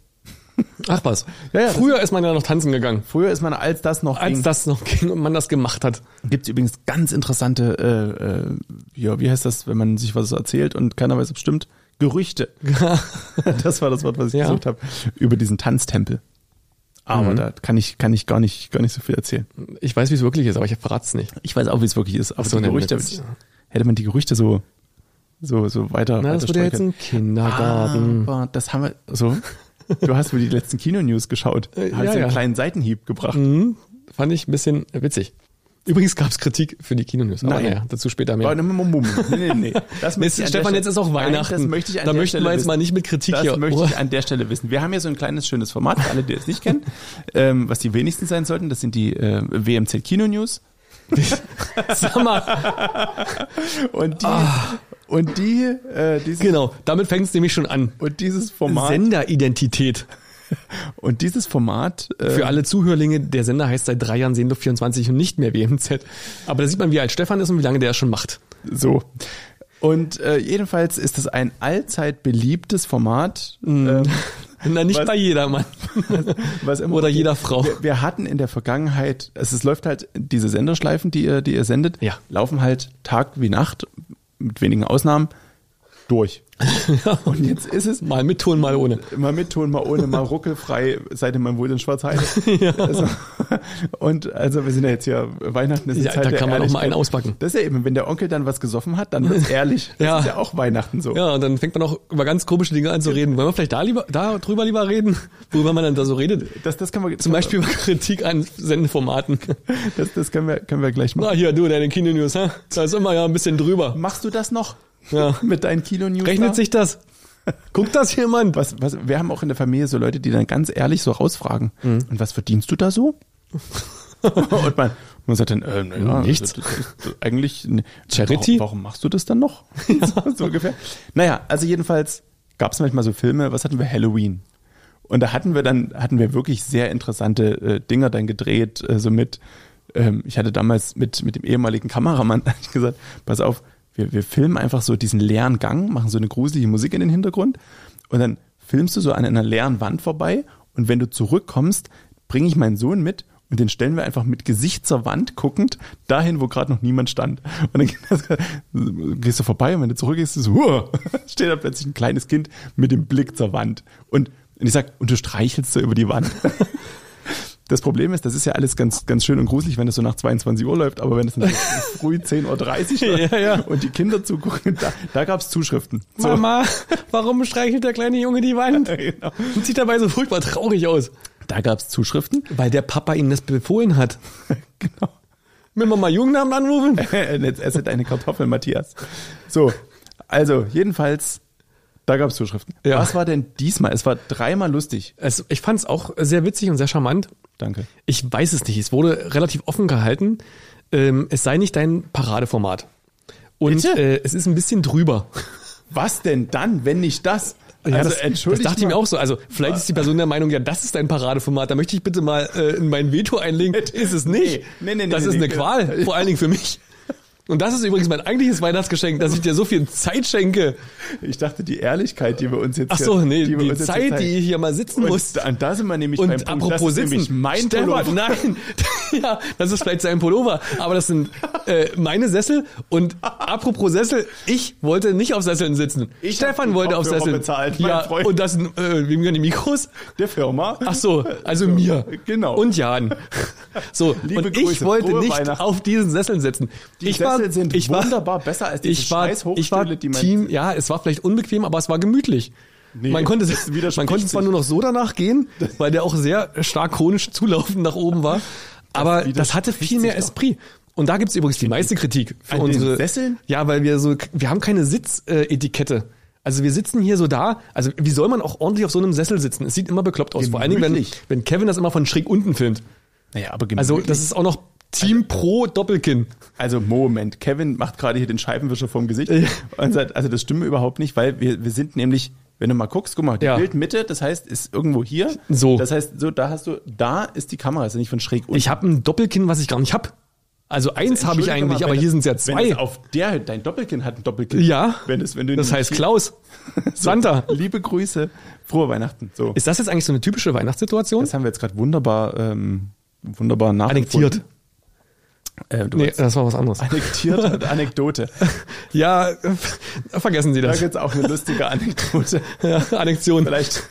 [SPEAKER 2] Ach was.
[SPEAKER 1] Ja, ja, das-
[SPEAKER 2] Früher ist man ja noch tanzen gegangen.
[SPEAKER 1] Früher ist man als das noch
[SPEAKER 2] Als
[SPEAKER 1] ging.
[SPEAKER 2] das noch ging und man das gemacht hat.
[SPEAKER 1] Gibt es übrigens ganz interessante, äh, äh, ja, wie heißt das, wenn man sich was erzählt und keiner weiß, ob es stimmt? Gerüchte.
[SPEAKER 2] [laughs]
[SPEAKER 1] das war das Wort, was ich
[SPEAKER 2] Ja. Mhm.
[SPEAKER 1] gesucht habe. Über diesen Tanztempel. Aber da kann ich, kann ich gar nicht, gar nicht so viel erzählen.
[SPEAKER 2] [laughs] Ich weiß, wie es wirklich ist, aber ich verrate es nicht.
[SPEAKER 1] Ich weiß auch, wie es wirklich ist. Aber
[SPEAKER 2] so,
[SPEAKER 1] die
[SPEAKER 2] ne,
[SPEAKER 1] Gerüchte,
[SPEAKER 2] das-
[SPEAKER 1] hätte man die Gerüchte so, so, so weiter.
[SPEAKER 2] Na, das
[SPEAKER 1] weiter
[SPEAKER 2] wird ja
[SPEAKER 1] streuen
[SPEAKER 2] jetzt ein Kindergarten.
[SPEAKER 1] können. Aber das haben wir,
[SPEAKER 2] [laughs]
[SPEAKER 1] so. Du hast wohl die letzten Kino-News geschaut. Hast
[SPEAKER 2] Äh, ja,
[SPEAKER 1] ja, einen
[SPEAKER 2] ja.
[SPEAKER 1] kleinen Seitenhieb gebracht.
[SPEAKER 2] Ah. Hm? Fand ich ein bisschen witzig. Übrigens gab es Kritik für die Kinonews. Aber
[SPEAKER 1] Nein.
[SPEAKER 2] naja, dazu später mehr.
[SPEAKER 1] Aber nimm mal Mumm. ne, Nee, nee, nee.
[SPEAKER 2] [laughs]
[SPEAKER 1] Das möchte ich
[SPEAKER 2] Jetzt,
[SPEAKER 1] an der
[SPEAKER 2] Stefan,
[SPEAKER 1] Stelle-
[SPEAKER 2] jetzt ist auch
[SPEAKER 1] Nein,
[SPEAKER 2] Weihnachten.
[SPEAKER 1] das möchte ich an
[SPEAKER 2] da
[SPEAKER 1] der
[SPEAKER 2] möchten
[SPEAKER 1] Stelle
[SPEAKER 2] wir jetzt mal
[SPEAKER 1] wissen.
[SPEAKER 2] nicht mit Kritik
[SPEAKER 1] Das
[SPEAKER 2] hier.
[SPEAKER 1] möchte ich an der Stelle wissen. Wir haben hier so ein kleines, schönes Format, für alle, die es nicht kennen, ähm, was die wenigsten sein sollten. Das sind die äh, WMZ Kino News.
[SPEAKER 2] [laughs] Sag mal,
[SPEAKER 1] Und die, und die, äh, dieses,
[SPEAKER 2] Ah. genau, damit fängt es nämlich schon an.
[SPEAKER 1] und dieses Format,
[SPEAKER 2] Senderidentität.
[SPEAKER 1] und dieses Format, äh,
[SPEAKER 2] Für alle Zuhörlinge, der Sender heißt seit drei Jahren Sehnluft 24 und nicht mehr WMZ. Aber da sieht man, wie alt Stefan ist und wie lange der das schon macht.
[SPEAKER 1] so.
[SPEAKER 2] Mhm.
[SPEAKER 1] Und äh, jedenfalls ist es ein allzeit beliebtes Format. Ähm,
[SPEAKER 2] Na, nicht
[SPEAKER 1] Was-
[SPEAKER 2] bei jedermann.
[SPEAKER 1] Was immer-
[SPEAKER 2] [laughs] Oder jeder Frau.
[SPEAKER 1] Wir, wir hatten in der Vergangenheit, es, es läuft halt, diese Senderschleifen, die ihr, die ihr sendet,
[SPEAKER 2] Ja.
[SPEAKER 1] laufen halt Tag wie Nacht, mit wenigen Ausnahmen, durch. Und jetzt ist es
[SPEAKER 2] Mal mit Ton, mal ohne.
[SPEAKER 1] mal mit Ton, mal ohne, mal ruckelfrei, seitdem man wohl in
[SPEAKER 2] [laughs]
[SPEAKER 1] Schwarzheide. Also, und also wir sind ja jetzt hier, Weihnachten ist die
[SPEAKER 2] Ja,
[SPEAKER 1] Zeit
[SPEAKER 2] da
[SPEAKER 1] der
[SPEAKER 2] kann man auch mal
[SPEAKER 1] Ehrlichkeit.
[SPEAKER 2] einen auspacken.
[SPEAKER 1] Das ist ja eben, wenn der Onkel dann was gesoffen hat, dann wird's ehrlich. Das
[SPEAKER 2] [laughs] Ja.
[SPEAKER 1] ist ja auch Weihnachten so.
[SPEAKER 2] Ja, und dann fängt man auch über ganz komische Dinge an zu reden. Wollen wir vielleicht da lieber, da drüber lieber reden, worüber man dann da so redet?
[SPEAKER 1] Das, das können wir
[SPEAKER 2] Zum Beispiel über Kritik an Sendeformaten.
[SPEAKER 1] Das, das können wir, können wir gleich machen.
[SPEAKER 2] Na hier, du, deine Kino-News, hä? Da ist immer ja ein bisschen drüber.
[SPEAKER 1] Machst du das noch?
[SPEAKER 2] Ja.
[SPEAKER 1] Mit deinen Kilo-News?
[SPEAKER 2] Rechnet sich das? Guckt das [laughs] jemand?
[SPEAKER 1] Was, was, wir haben auch in der Familie so Leute, die dann ganz ehrlich so rausfragen.
[SPEAKER 2] Mhm.
[SPEAKER 1] Und was verdienst du da so? [laughs] und man, man sagt dann, ähm, ja,
[SPEAKER 2] Nichts.
[SPEAKER 1] Das, das, das, eigentlich ne.
[SPEAKER 2] Charity?
[SPEAKER 1] Warum, warum machst du das dann
[SPEAKER 2] [laughs]
[SPEAKER 1] noch? [laughs] so, so ungefähr. Naja, also jedenfalls gab es manchmal so Filme, was hatten wir? Halloween. Und da hatten wir dann, hatten wir wirklich sehr interessante äh, Dinger dann gedreht, äh, so mit, ähm, ich hatte damals mit, mit dem ehemaligen Kameramann [laughs] eigentlich gesagt, pass auf, wir, wir filmen einfach so diesen leeren Gang, machen so eine gruselige Musik in den Hintergrund und dann filmst du so an einer leeren Wand vorbei und wenn du zurückkommst, bringe ich meinen Sohn mit und den stellen wir einfach mit Gesicht zur Wand guckend dahin, wo gerade noch niemand stand. Und dann geht das- [laughs] gehst du vorbei und wenn du zurückgehst, ist, huah, [laughs] steht da plötzlich ein kleines Kind mit dem Blick zur Wand. Und, und ich sag, und du streichelst so über die Wand. Das Problem ist, das ist ja alles ganz, ganz schön und gruselig, wenn das so nach 22 Uhr läuft, aber wenn es dann
[SPEAKER 2] [laughs]
[SPEAKER 1] so früh 10.30 Uhr läuft
[SPEAKER 2] Ja, ja.
[SPEAKER 1] und die Kinder zugucken, da, da gab es Zuschriften. So.
[SPEAKER 2] Mama, warum streichelt der kleine Junge die Wand?
[SPEAKER 1] [laughs] Genau.
[SPEAKER 2] Und sieht dabei so furchtbar traurig aus.
[SPEAKER 1] Da gab es
[SPEAKER 2] [laughs]
[SPEAKER 1] Zuschriften.
[SPEAKER 2] Weil der Papa ihnen das befohlen hat.
[SPEAKER 1] Genau.
[SPEAKER 2] Wenn wir mal Jugendamt anrufen?
[SPEAKER 1] Und [laughs] Jetzt esse deine Kartoffel, Matthias. So, also jedenfalls, da gab es Zuschriften.
[SPEAKER 2] Ja.
[SPEAKER 1] Was war denn diesmal? Es war dreimal lustig.
[SPEAKER 2] Also ich fand es auch sehr witzig und sehr charmant.
[SPEAKER 1] Danke.
[SPEAKER 2] Ich weiß es nicht. Es wurde relativ offen gehalten. Ähm, es sei nicht dein Paradeformat. Und
[SPEAKER 1] Bitte?
[SPEAKER 2] äh, es ist ein bisschen drüber.
[SPEAKER 1] Was denn dann, wenn nicht das?
[SPEAKER 2] Ja,
[SPEAKER 1] also
[SPEAKER 2] das,
[SPEAKER 1] entschuldigt
[SPEAKER 2] Das dachte ich
[SPEAKER 1] mal.
[SPEAKER 2] mir auch so. Also vielleicht ist die Person der Meinung, ja, das ist ein Paradeformat. Da möchte ich bitte mal äh, in mein
[SPEAKER 1] [laughs]
[SPEAKER 2] Veto einlegen. Ist es nicht.
[SPEAKER 1] Nee, nee, nee,
[SPEAKER 2] das
[SPEAKER 1] nee,
[SPEAKER 2] ist
[SPEAKER 1] nee.
[SPEAKER 2] eine Qual, vor allen Dingen für mich. Und das ist übrigens mein eigentliches Weihnachtsgeschenk, dass ich dir so viel Zeit schenke.
[SPEAKER 1] Ich dachte, die Ehrlichkeit, die wir uns jetzt
[SPEAKER 2] Ach so,
[SPEAKER 1] hier-
[SPEAKER 2] nee, die,
[SPEAKER 1] wir uns jetzt hier
[SPEAKER 2] Zeit,
[SPEAKER 1] zeigen.
[SPEAKER 2] die ich hier mal sitzen
[SPEAKER 1] und,
[SPEAKER 2] muss.
[SPEAKER 1] Und da sind wir nämlich beim
[SPEAKER 2] Und
[SPEAKER 1] Punkt. das
[SPEAKER 2] apropos
[SPEAKER 1] ist nämlich
[SPEAKER 2] Sitzen,
[SPEAKER 1] mein Pullover.
[SPEAKER 2] Stefan, nein, [laughs] ja, das ist vielleicht sein Pullover, aber das sind äh, meine Sessel und apropos Sessel, ich wollte nicht auf Sesseln sitzen.
[SPEAKER 1] Ich hab
[SPEAKER 2] Stefan
[SPEAKER 1] die
[SPEAKER 2] wollte auf
[SPEAKER 1] Kopfhörer
[SPEAKER 2] Sesseln.
[SPEAKER 1] bezahlt, mein
[SPEAKER 2] ja,
[SPEAKER 1] Freund.
[SPEAKER 2] und das sind, äh, wem gehören die Mikros?
[SPEAKER 1] der Firma.
[SPEAKER 2] Ach so, also mir.
[SPEAKER 1] Genau.
[SPEAKER 2] Und Jan. So,
[SPEAKER 1] Liebe
[SPEAKER 2] und ich
[SPEAKER 1] Grüße,
[SPEAKER 2] wollte
[SPEAKER 1] frohe
[SPEAKER 2] nicht
[SPEAKER 1] Weihnachten.
[SPEAKER 2] auf diesen Sesseln sitzen.
[SPEAKER 1] Die
[SPEAKER 2] ich
[SPEAKER 1] Sessel
[SPEAKER 2] war,
[SPEAKER 1] sind
[SPEAKER 2] ich war,
[SPEAKER 1] wunderbar besser als diese
[SPEAKER 2] ich war,
[SPEAKER 1] scheiß
[SPEAKER 2] ich war
[SPEAKER 1] Hochstühle, die man-
[SPEAKER 2] Team, ja, es war vielleicht unbequem, aber es war gemütlich.
[SPEAKER 1] Nee,
[SPEAKER 2] man konnte,
[SPEAKER 1] das widerspricht
[SPEAKER 2] man konnte zwar
[SPEAKER 1] sich.
[SPEAKER 2] nur noch so danach gehen, weil der auch sehr stark chronisch zulaufend nach oben war, aber das,
[SPEAKER 1] widerspricht
[SPEAKER 2] hatte viel mehr
[SPEAKER 1] sich doch.
[SPEAKER 2] Esprit. Und da gibt's übrigens die meiste Kritik für
[SPEAKER 1] An den
[SPEAKER 2] unsere
[SPEAKER 1] Sesseln?
[SPEAKER 2] Ja, weil wir so, wir haben keine Sitzetikette. Also wir sitzen hier so da. Also wie soll man auch ordentlich auf so einem Sessel sitzen? Es sieht immer bekloppt aus. Vor allen Dingen, wenn,
[SPEAKER 1] Gemütlich.
[SPEAKER 2] wenn Kevin das immer von schräg unten filmt.
[SPEAKER 1] Naja, aber gemütlich.
[SPEAKER 2] Also das ist auch noch Team Pro Doppelkinn.
[SPEAKER 1] Also Moment, Kevin macht gerade hier den Scheibenwischer vom Gesicht und sagt, also das stimmt überhaupt nicht, weil wir, wir sind nämlich, wenn du mal guckst, guck mal, die
[SPEAKER 2] Ja.
[SPEAKER 1] Bildmitte, das heißt, ist irgendwo hier.
[SPEAKER 2] So.
[SPEAKER 1] Das heißt, so, da hast du, da ist die Kamera, ist ja nicht von schräg unten.
[SPEAKER 2] Ich habe ein Doppelkinn, was ich gar nicht hab. Also eins habe ich
[SPEAKER 1] Entschuldige
[SPEAKER 2] eigentlich,
[SPEAKER 1] mal,
[SPEAKER 2] aber
[SPEAKER 1] wenn
[SPEAKER 2] hier
[SPEAKER 1] es-
[SPEAKER 2] sind es ja
[SPEAKER 1] Wenn
[SPEAKER 2] zwei.
[SPEAKER 1] es auf der, dein Doppelkind hat ein Doppelkind.
[SPEAKER 2] Ja.
[SPEAKER 1] Wenn es, wenn du
[SPEAKER 2] Das
[SPEAKER 1] nicht-
[SPEAKER 2] heißt Klaus. Santa.
[SPEAKER 1] Liebe Grüße, frohe Weihnachten. So.
[SPEAKER 2] Ist das jetzt eigentlich so eine typische Weihnachtssituation?
[SPEAKER 1] das haben wir jetzt gerade wunderbar, ähm, wunderbar nachgefunden.
[SPEAKER 2] Annektiert.
[SPEAKER 1] Äh, du [laughs]
[SPEAKER 2] Nee,
[SPEAKER 1] meinst
[SPEAKER 2] das war was anderes.
[SPEAKER 1] Annektiert und Anekdote.
[SPEAKER 2] Ja, [laughs] vergessen Sie
[SPEAKER 1] Da
[SPEAKER 2] das.
[SPEAKER 1] gibt's auch eine lustige Anekdote.
[SPEAKER 2] Ja, Annexion.
[SPEAKER 1] Vielleicht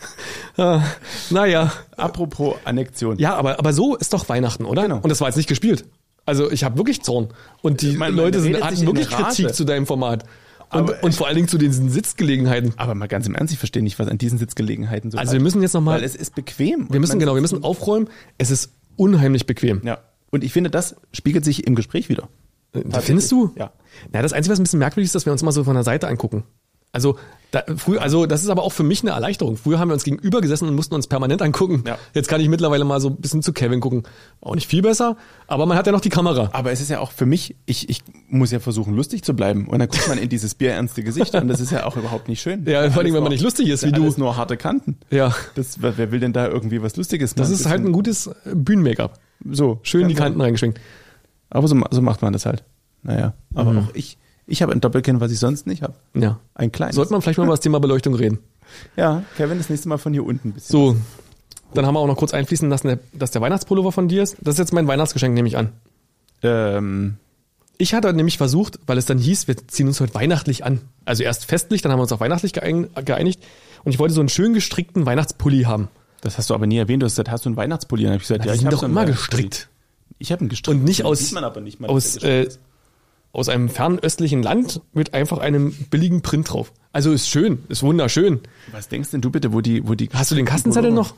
[SPEAKER 2] Ah, Naja.
[SPEAKER 1] apropos Annexion.
[SPEAKER 2] Ja, aber, aber so ist doch Weihnachten, oder?
[SPEAKER 1] Genau. Äh,
[SPEAKER 2] Und das war jetzt nicht gespielt. Also ich habe wirklich Zorn. Und die
[SPEAKER 1] Man- man
[SPEAKER 2] Leute sind,
[SPEAKER 1] redet sich
[SPEAKER 2] hatten
[SPEAKER 1] in
[SPEAKER 2] wirklich
[SPEAKER 1] Rage.
[SPEAKER 2] Kritik zu deinem Format. Und,
[SPEAKER 1] Aber-
[SPEAKER 2] und vor allen Dingen zu diesen Sitzgelegenheiten.
[SPEAKER 1] Aber mal ganz im Ernst, ich verstehe nicht, was an diesen Sitzgelegenheiten so
[SPEAKER 2] Also
[SPEAKER 1] falsch
[SPEAKER 2] wir müssen jetzt
[SPEAKER 1] ist. Weil
[SPEAKER 2] nochmal,
[SPEAKER 1] es ist bequem.
[SPEAKER 2] wir müssen genau, wir müssen aufräumen. Es ist unheimlich bequem.
[SPEAKER 1] Ja. Und ich finde, das spiegelt sich im Gespräch wieder.
[SPEAKER 2] Äh, Findest du?
[SPEAKER 1] Ja.
[SPEAKER 2] Na, das Einzige, was ein bisschen merkwürdig ist, dass wir uns immer so von der Seite angucken. Also, da, früh, also das ist aber auch für mich eine Erleichterung. Früher haben wir uns gegenüber gesessen und mussten uns permanent angucken.
[SPEAKER 1] Ja.
[SPEAKER 2] Jetzt kann ich mittlerweile mal so ein bisschen zu Kevin gucken. Auch nicht viel besser, aber man hat ja noch die Kamera.
[SPEAKER 1] Aber es ist ja auch für mich, ich, ich muss ja versuchen, lustig zu bleiben. Und dann guckt man in dieses bierernste Gesicht und das ist ja auch überhaupt nicht schön.
[SPEAKER 2] Ja, vor allem, wenn man nicht lustig ist, wie
[SPEAKER 1] wie
[SPEAKER 2] du.
[SPEAKER 1] alles nur harte Kanten.
[SPEAKER 2] Ja.
[SPEAKER 1] Das, wer wer will denn da irgendwie was Lustiges
[SPEAKER 2] Das ist halt ein gutes äh, Bühnen-Make-up.
[SPEAKER 1] so
[SPEAKER 2] Schön die
[SPEAKER 1] Kanten.
[SPEAKER 2] Kanten reingeschwenkt.
[SPEAKER 1] Aber so, ma- so macht man das halt. Naja.
[SPEAKER 2] Mhm.
[SPEAKER 1] Aber auch ich, ich habe ein Doppelkinn, was ich sonst nicht habe.
[SPEAKER 2] Ja.
[SPEAKER 1] Ein kleines.
[SPEAKER 2] Sollte man vielleicht mal über das Thema Beleuchtung reden.
[SPEAKER 1] Ja, Kevin, das nächste Mal von hier unten ein bisschen.
[SPEAKER 2] So, dann haben wir auch noch kurz einfließen lassen, der- dass der Weihnachtspullover von dir ist. Das ist jetzt mein Weihnachtsgeschenk, nehme ich an.
[SPEAKER 1] Ähm,
[SPEAKER 2] Ich hatte nämlich versucht, weil es dann hieß, wir ziehen uns heute weihnachtlich an. Also erst festlich, dann haben wir uns auf weihnachtlich geein- geeinigt. Und ich wollte so einen schön gestrickten Weihnachtspulli haben.
[SPEAKER 1] das hast du aber nie erwähnt. Du hast gesagt, hast du einen Weihnachtspulli? Und hab ich gesagt,
[SPEAKER 2] Na,
[SPEAKER 1] ja,
[SPEAKER 2] die
[SPEAKER 1] ich
[SPEAKER 2] sind
[SPEAKER 1] hab
[SPEAKER 2] doch
[SPEAKER 1] so einen
[SPEAKER 2] immer
[SPEAKER 1] Weihnachtspulli.
[SPEAKER 2] gestrickt.
[SPEAKER 1] Ich habe ihn gestrickt.
[SPEAKER 2] Und nicht aus-
[SPEAKER 1] Sieht man aber nicht mal.
[SPEAKER 2] aus,
[SPEAKER 1] dass er gestrickt
[SPEAKER 2] äh, aus einem fernöstlichen Land mit einfach einem billigen Print drauf. Also ist schön, ist wunderschön.
[SPEAKER 1] ist. Was denkst denn du bitte, wo die, wo die?
[SPEAKER 2] Hast du den Kastenzettel noch?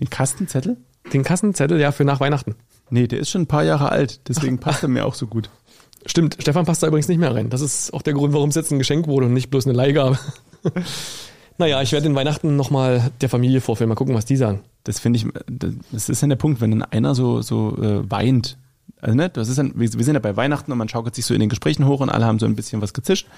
[SPEAKER 1] Den Kastenzettel?
[SPEAKER 2] Den Kastenzettel, ja, für nach Weihnachten.
[SPEAKER 1] Nee, der ist schon ein paar Jahre alt. Deswegen passt er mir auch so gut.
[SPEAKER 2] Stimmt, Stefan passt da übrigens nicht mehr rein. Das ist auch der Grund, warum es jetzt ein Geschenk wurde und nicht bloß eine Leihgabe. naja, ich werde den Weihnachten nochmal der Familie vorführen. Mal gucken, was die sagen.
[SPEAKER 1] Das finde ich. Das ist dann der Punkt, wenn dann einer so so äh, weint. Also ne, das ist dann. Wir, wir sind ja bei Weihnachten und man schaukelt sich so in den Gesprächen hoch und alle haben so ein bisschen was gezischt.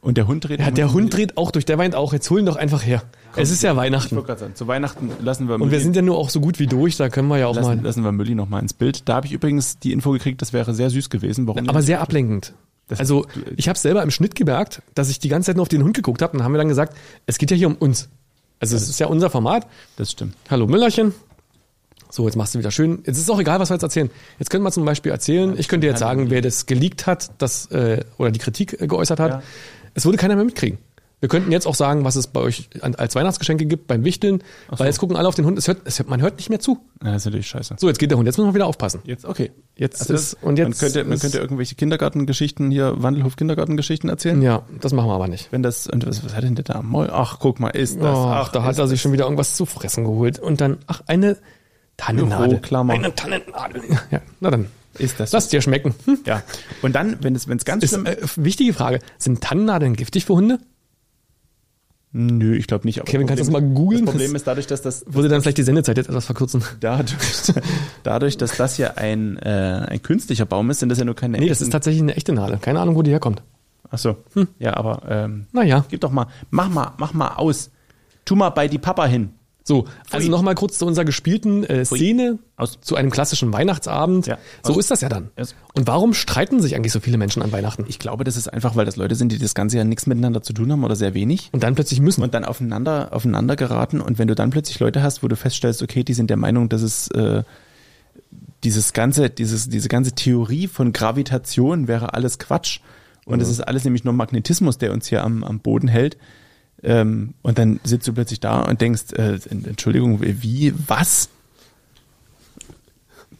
[SPEAKER 1] Und der Hund dreht.
[SPEAKER 2] Ja, der Hund dreht auch durch, der weint auch. Jetzt holen doch einfach her. es ist ja
[SPEAKER 1] Ich wollte
[SPEAKER 2] Weihnachten.
[SPEAKER 1] gerade sagen, zu Weihnachten lassen wir.
[SPEAKER 2] Und wir sind ja nur auch so gut wie durch, da können wir ja auch
[SPEAKER 1] lassen,
[SPEAKER 2] mal.
[SPEAKER 1] lassen wir Mülli noch mal ins Bild. Da habe ich übrigens die Info gekriegt, das wäre sehr süß gewesen. Warum?
[SPEAKER 2] Aber sehr ablenkend.
[SPEAKER 1] Das-
[SPEAKER 2] also ich habe selber im Schnitt gemerkt, dass ich die ganze Zeit nur auf den Hund geguckt habe. Dann haben wir dann gesagt, es geht ja hier um uns. Also es ist ja unser Format.
[SPEAKER 1] das stimmt.
[SPEAKER 2] Hallo Müllerchen. So, jetzt machst du wieder schön. Jetzt ist auch egal, was wir jetzt erzählen. Jetzt könnte man zum Beispiel erzählen, ich könnte jetzt sagen, wer das geleakt hat das, äh, oder die Kritik äh, geäußert hat.
[SPEAKER 1] Ja.
[SPEAKER 2] Es würde keiner mehr mitkriegen. Wir könnten jetzt auch sagen, was es bei euch an, als Weihnachtsgeschenke gibt beim Wichteln, weil jetzt gucken alle auf den Hund. Es hört, es hört, man hört nicht mehr zu.
[SPEAKER 1] Ja, das ist natürlich scheiße.
[SPEAKER 2] So, jetzt geht der Hund. Jetzt müssen wir wieder aufpassen.
[SPEAKER 1] Jetzt, okay.
[SPEAKER 2] Jetzt
[SPEAKER 1] Also
[SPEAKER 2] ist
[SPEAKER 1] das,
[SPEAKER 2] und jetzt
[SPEAKER 1] man könnte, man
[SPEAKER 2] ist,
[SPEAKER 1] könnte irgendwelche Kindergartengeschichten hier, Wandelhof-Kindergartengeschichten erzählen.
[SPEAKER 2] ja, das machen wir aber nicht.
[SPEAKER 1] Wenn das, und was, was hat denn der da am Maul? Ach, guck mal, ist das.
[SPEAKER 2] ach, Oh, da hat
[SPEAKER 1] ist
[SPEAKER 2] er sich schon wieder irgendwas zu fressen geholt und dann ach eine Tannennadel.
[SPEAKER 1] Büroklammer.
[SPEAKER 2] Eine Tannennadel. Ja, na dann
[SPEAKER 1] Ist das
[SPEAKER 2] Lass dir schmecken. Hm.
[SPEAKER 1] Ja. Und dann, wenn es, wenn es ganz
[SPEAKER 2] Ist,
[SPEAKER 1] schlimm
[SPEAKER 2] äh, wichtige Frage. Sind Tannennadeln giftig für Hunde?
[SPEAKER 1] Nö, ich glaube nicht. Aber
[SPEAKER 2] Kevin, kannst du das mal googeln?
[SPEAKER 1] Das Problem ist dadurch, dass das
[SPEAKER 2] Würde dann vielleicht die Sendezeit jetzt etwas verkürzen? [laughs]
[SPEAKER 1] dadurch, [laughs] dadurch dass das ja ein, äh, ein künstlicher Baum ist, sind das ja nur keine
[SPEAKER 2] Nee, das ist Hm. tatsächlich eine echte Nadel. Keine Ahnung, wo die herkommt.
[SPEAKER 1] Ach so. Ja, aber ähm,
[SPEAKER 2] Naja.
[SPEAKER 1] gib doch mal, mach mal, mach mal aus. Tu mal bei die Papa hin.
[SPEAKER 2] So, also nochmal kurz zu unserer gespielten äh, Szene,
[SPEAKER 1] Aus-
[SPEAKER 2] zu einem klassischen Weihnachtsabend.
[SPEAKER 1] Ja.
[SPEAKER 2] So
[SPEAKER 1] Aus-
[SPEAKER 2] ist das ja dann.
[SPEAKER 1] Yes.
[SPEAKER 2] Und warum streiten sich eigentlich so viele Menschen an Weihnachten?
[SPEAKER 1] Ich glaube, das ist einfach, weil das Leute sind, die das ganze Jahr nichts miteinander zu tun haben oder sehr wenig.
[SPEAKER 2] Und dann plötzlich müssen.
[SPEAKER 1] und dann aufeinander, aufeinander geraten. Und wenn du dann plötzlich Leute hast, wo du feststellst, okay, die sind der Meinung, dass es äh, dieses ganze, dieses, diese ganze Theorie von Gravitation wäre alles Quatsch. Und es ist alles nämlich nur Magnetismus, der uns hier am, am Boden hält. Ähm, und dann sitzt du plötzlich da und denkst, äh, Ent- Entschuldigung, wie, was?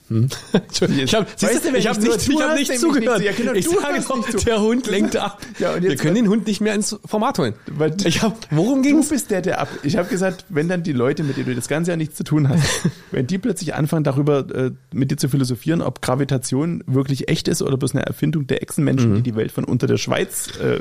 [SPEAKER 2] Entschuldigung, [laughs] Ich habe
[SPEAKER 1] Weißt du, wenn
[SPEAKER 2] ich hab
[SPEAKER 1] nicht
[SPEAKER 2] nicht, ich hab
[SPEAKER 1] zuhörst,
[SPEAKER 2] nicht
[SPEAKER 1] nämlich nicht
[SPEAKER 2] zugehört.
[SPEAKER 1] zu. Ja, genau,
[SPEAKER 2] ich
[SPEAKER 1] du
[SPEAKER 2] sage
[SPEAKER 1] hörst
[SPEAKER 2] doch,
[SPEAKER 1] nicht zu.
[SPEAKER 2] der Hund lenkt ab.
[SPEAKER 1] Ja, und jetzt-
[SPEAKER 2] Wir können den Hund nicht mehr ins Format holen.
[SPEAKER 1] Weil-
[SPEAKER 2] Ich hab, worum
[SPEAKER 1] [laughs]
[SPEAKER 2] ging's?
[SPEAKER 1] Du bist der, der ab. Ich habe gesagt, wenn dann die Leute, mit denen du das ganze Jahr nichts zu tun hast, [laughs] wenn die plötzlich anfangen, darüber äh, mit dir zu philosophieren, ob Gravitation wirklich echt ist oder bloß eine Erfindung der Echsenmenschen, die die Welt von unter der Schweiz äh,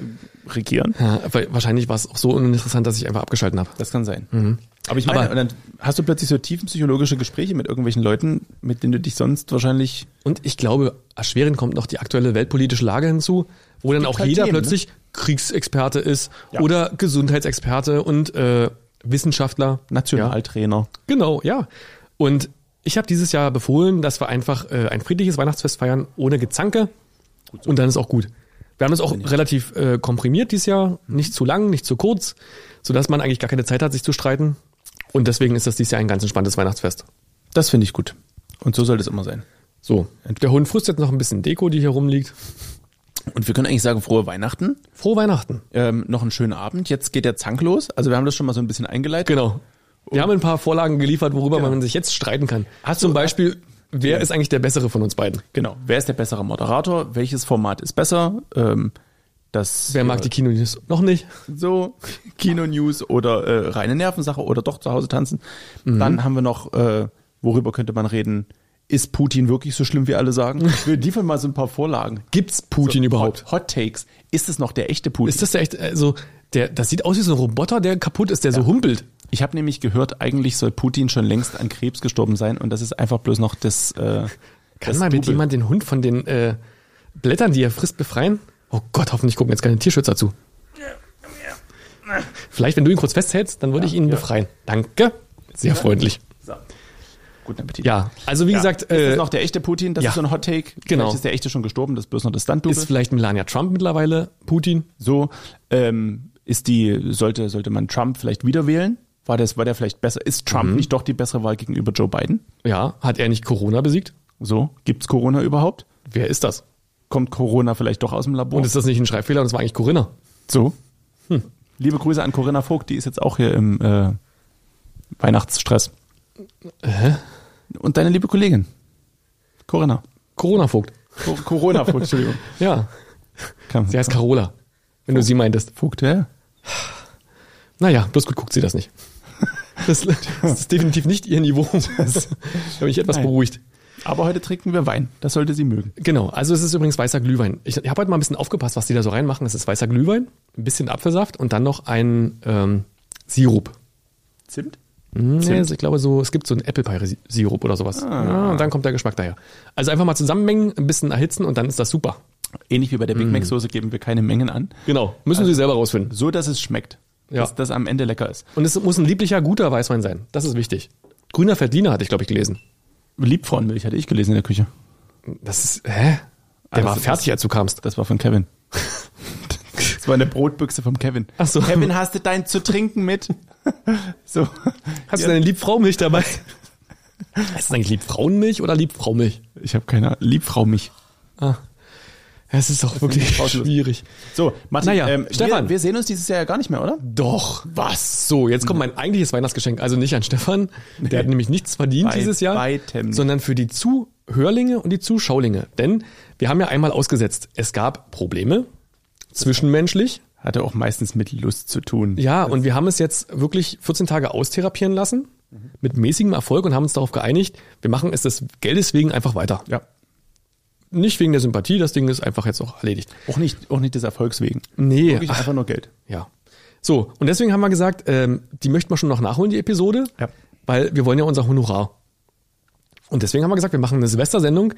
[SPEAKER 1] regieren.
[SPEAKER 2] Ja, aber wahrscheinlich war es auch so uninteressant, dass ich einfach abgeschalten habe.
[SPEAKER 1] Das kann sein. Mhm. Aber ich meine,
[SPEAKER 2] Aber-
[SPEAKER 1] und dann hast du plötzlich so tiefenpsychologische Gespräche mit irgendwelchen Leuten, mit denen du dich sonst wahrscheinlich.
[SPEAKER 2] Und ich glaube, erschwerend kommt noch die aktuelle weltpolitische Lage hinzu, wo dann auch
[SPEAKER 1] halt
[SPEAKER 2] jeder
[SPEAKER 1] Themen, ne?
[SPEAKER 2] plötzlich Kriegsexperte ist oder Gesundheitsexperte und äh, Wissenschaftler. Ja.
[SPEAKER 1] Nationaltrainer.
[SPEAKER 2] Genau, ja. Und ich habe dieses Jahr befohlen, dass wir einfach äh, ein friedliches Weihnachtsfest feiern, ohne Gezanke. Und dann ist auch gut. Wir haben es auch relativ äh, komprimiert dieses Jahr, nicht zu lang, nicht zu kurz, sodass man eigentlich gar keine Zeit hat, sich zu streiten. Und deswegen ist das dieses Jahr ein ganz entspanntes Weihnachtsfest.
[SPEAKER 1] Das finde ich gut. Und so soll das immer sein.
[SPEAKER 2] So, der Hund frisst jetzt noch ein bisschen Deko, die hier rumliegt.
[SPEAKER 1] Und wir können eigentlich sagen, frohe Weihnachten,
[SPEAKER 2] Frohe Weihnachten.
[SPEAKER 1] ähm, noch einen schönen Abend. Jetzt geht der Zank los. Also wir haben das schon mal so ein bisschen eingeleitet.
[SPEAKER 2] Genau. Wir haben ein paar Vorlagen geliefert, worüber
[SPEAKER 1] Genau.
[SPEAKER 2] man sich jetzt streiten kann. äh, Hast Zum Beispiel, wer ist eigentlich der bessere von uns beiden?
[SPEAKER 1] Genau. Wer ist der bessere Moderator? Welches Format ist besser? Ähm, das äh,
[SPEAKER 2] Wer mag die Kinonews noch nicht?
[SPEAKER 1] so [laughs] Kino-News oder äh, reine Nervensache oder doch zu Hause tanzen.
[SPEAKER 2] Mhm.
[SPEAKER 1] Dann haben wir noch, äh, worüber könnte man reden? Ist Putin wirklich so schlimm, wie alle
[SPEAKER 2] [laughs]
[SPEAKER 1] sagen? Wir liefern mal so ein paar Vorlagen.
[SPEAKER 2] Gibt's Putin überhaupt?
[SPEAKER 1] Hot, Hot Takes. Ist es noch der echte Putin?
[SPEAKER 2] Ist das der echt, also, der, das sieht aus wie so ein Roboter, der kaputt ist, der so humpelt.
[SPEAKER 1] ich habe nämlich gehört, eigentlich soll Putin schon längst an Krebs gestorben sein und das ist einfach bloß noch das. Äh,
[SPEAKER 2] Kann
[SPEAKER 1] das
[SPEAKER 2] mal mit
[SPEAKER 1] Double.
[SPEAKER 2] jemand den Hund von den äh, Blättern, die er frisst, befreien? Oh Gott, hoffentlich gucken jetzt keine Tierschützer zu. Vielleicht, wenn du ihn kurz festhältst, dann würde ich ihn befreien. Danke. Sehr freundlich.
[SPEAKER 1] So. Guten Appetit.
[SPEAKER 2] Ja, also wie
[SPEAKER 1] Wie gesagt,
[SPEAKER 2] gesagt,
[SPEAKER 1] ist das noch der echte Putin? Das
[SPEAKER 2] ja.
[SPEAKER 1] ist so ein Hot Take.
[SPEAKER 2] Genau.
[SPEAKER 1] Vielleicht ist der echte schon gestorben, das ist bloß noch das Stunt-Double.
[SPEAKER 2] ist vielleicht Melania Trump mittlerweile Putin.
[SPEAKER 1] So, ähm, Ist die, sollte, sollte man Trump vielleicht wieder wählen? War, das, war der vielleicht besser? Ist Trump
[SPEAKER 2] Mhm.
[SPEAKER 1] nicht doch die bessere Wahl gegenüber Joe Biden?
[SPEAKER 2] Ja, hat er nicht Corona besiegt?
[SPEAKER 1] So, gibt's Corona überhaupt?
[SPEAKER 2] Wer ist das?
[SPEAKER 1] Kommt Corona vielleicht doch aus dem Labor?
[SPEAKER 2] Und ist das nicht ein Schreibfehler? Und es Hm. war eigentlich Corinna.
[SPEAKER 1] so. Liebe Grüße an Corinna Vogt, die ist jetzt auch hier im äh, Weihnachtsstress. Und deine liebe Kollegin. Corinna.
[SPEAKER 2] [laughs] Corona-Vogt.
[SPEAKER 1] Co Corona Vogt, Entschuldigung.
[SPEAKER 2] Ja,
[SPEAKER 1] Kam.
[SPEAKER 2] sie heißt Carola, wenn du sie meintest.
[SPEAKER 1] Vogt, ja.
[SPEAKER 2] Naja, bloß gut guckt sie das nicht. Das, das ist definitiv nicht ihr Niveau. Das habe mich etwas
[SPEAKER 1] Nein.
[SPEAKER 2] beruhigt.
[SPEAKER 1] Aber heute trinken wir Wein. Das sollte sie mögen.
[SPEAKER 2] Genau, also es ist übrigens weißer Glühwein. Ich, ich habe heute mal ein bisschen aufgepasst, was die da so reinmachen. Es ist weißer Glühwein, ein bisschen Apfelsaft und dann noch ein ähm, Sirup.
[SPEAKER 1] Zimt? Ah.
[SPEAKER 2] Hm, Nee, also ich glaube so, es gibt so einen Apple Pie Sirup oder sowas. Ja, und dann kommt der Geschmack daher. Also einfach mal zusammenmengen, ein bisschen erhitzen und dann ist das super.
[SPEAKER 1] Ähnlich wie bei der Big
[SPEAKER 2] Mm.
[SPEAKER 1] Mac Soße geben wir keine Mengen an,
[SPEAKER 2] Genau, müssen
[SPEAKER 1] Also
[SPEAKER 2] Sie selber rausfinden.
[SPEAKER 1] so dass es schmeckt.
[SPEAKER 2] Ja.
[SPEAKER 1] Dass das am Ende lecker ist.
[SPEAKER 2] Und es muss ein lieblicher, guter Weißwein sein. Das ist wichtig. Grüner Verdiener hatte ich, glaube ich, gelesen.
[SPEAKER 1] Liebfrauenmilch hatte ich gelesen in der Küche.
[SPEAKER 2] Das ist, hä? Der
[SPEAKER 1] Ah,
[SPEAKER 2] war
[SPEAKER 1] das ist-
[SPEAKER 2] fertig, als du kamst.
[SPEAKER 1] Das war von
[SPEAKER 2] [laughs]
[SPEAKER 1] Kevin. Das war eine Brotbüchse vom Kevin.
[SPEAKER 2] Ach so.
[SPEAKER 1] Kevin, hast du dein zu trinken
[SPEAKER 2] [laughs]
[SPEAKER 1] mit? So.
[SPEAKER 2] Hast du deine Liebfraumilch dabei? Heißt [laughs] das eigentlich Liebfrauenmilch oder Liebfraumilch?
[SPEAKER 1] Ich habe keine Ahnung. Liebfrau mich.
[SPEAKER 2] Ah. Es ist doch wirklich
[SPEAKER 1] rauslos.
[SPEAKER 2] schwierig.
[SPEAKER 1] So, Martin, ähm,
[SPEAKER 2] Naja, Stefan.
[SPEAKER 1] Wir, wir sehen uns dieses Jahr ja gar nicht mehr, oder?
[SPEAKER 2] Doch, was? So, jetzt kommt mein eigentliches Weihnachtsgeschenk. Also nicht an Stefan, der hat nämlich nichts verdient
[SPEAKER 1] Bei
[SPEAKER 2] dieses Jahr,
[SPEAKER 1] weitem nicht.
[SPEAKER 2] sondern für die Zuhörlinge und die Zuschaulinge. Denn wir haben ja einmal ausgesetzt, es gab Probleme, zwischenmenschlich.
[SPEAKER 1] Hatte auch meistens mit Lust zu tun.
[SPEAKER 2] Ja, und wir haben es jetzt wirklich 14 Tage austherapieren lassen, mit mäßigem Erfolg und haben uns darauf geeinigt, wir machen es des Geldes wegen einfach weiter.
[SPEAKER 1] ja.
[SPEAKER 2] Nicht wegen der Sympathie, das Ding ist einfach jetzt auch erledigt.
[SPEAKER 1] Auch nicht, auch nicht des Erfolgs wegen.
[SPEAKER 2] Nee,
[SPEAKER 1] Wirklich
[SPEAKER 2] ach,
[SPEAKER 1] einfach nur Geld.
[SPEAKER 2] Ja. So, und deswegen haben wir gesagt, ähm, die möchten wir schon noch nachholen, die Episode,
[SPEAKER 1] Ja.
[SPEAKER 2] weil wir wollen ja unser Honorar. Und deswegen haben wir gesagt, wir machen eine Silvestersendung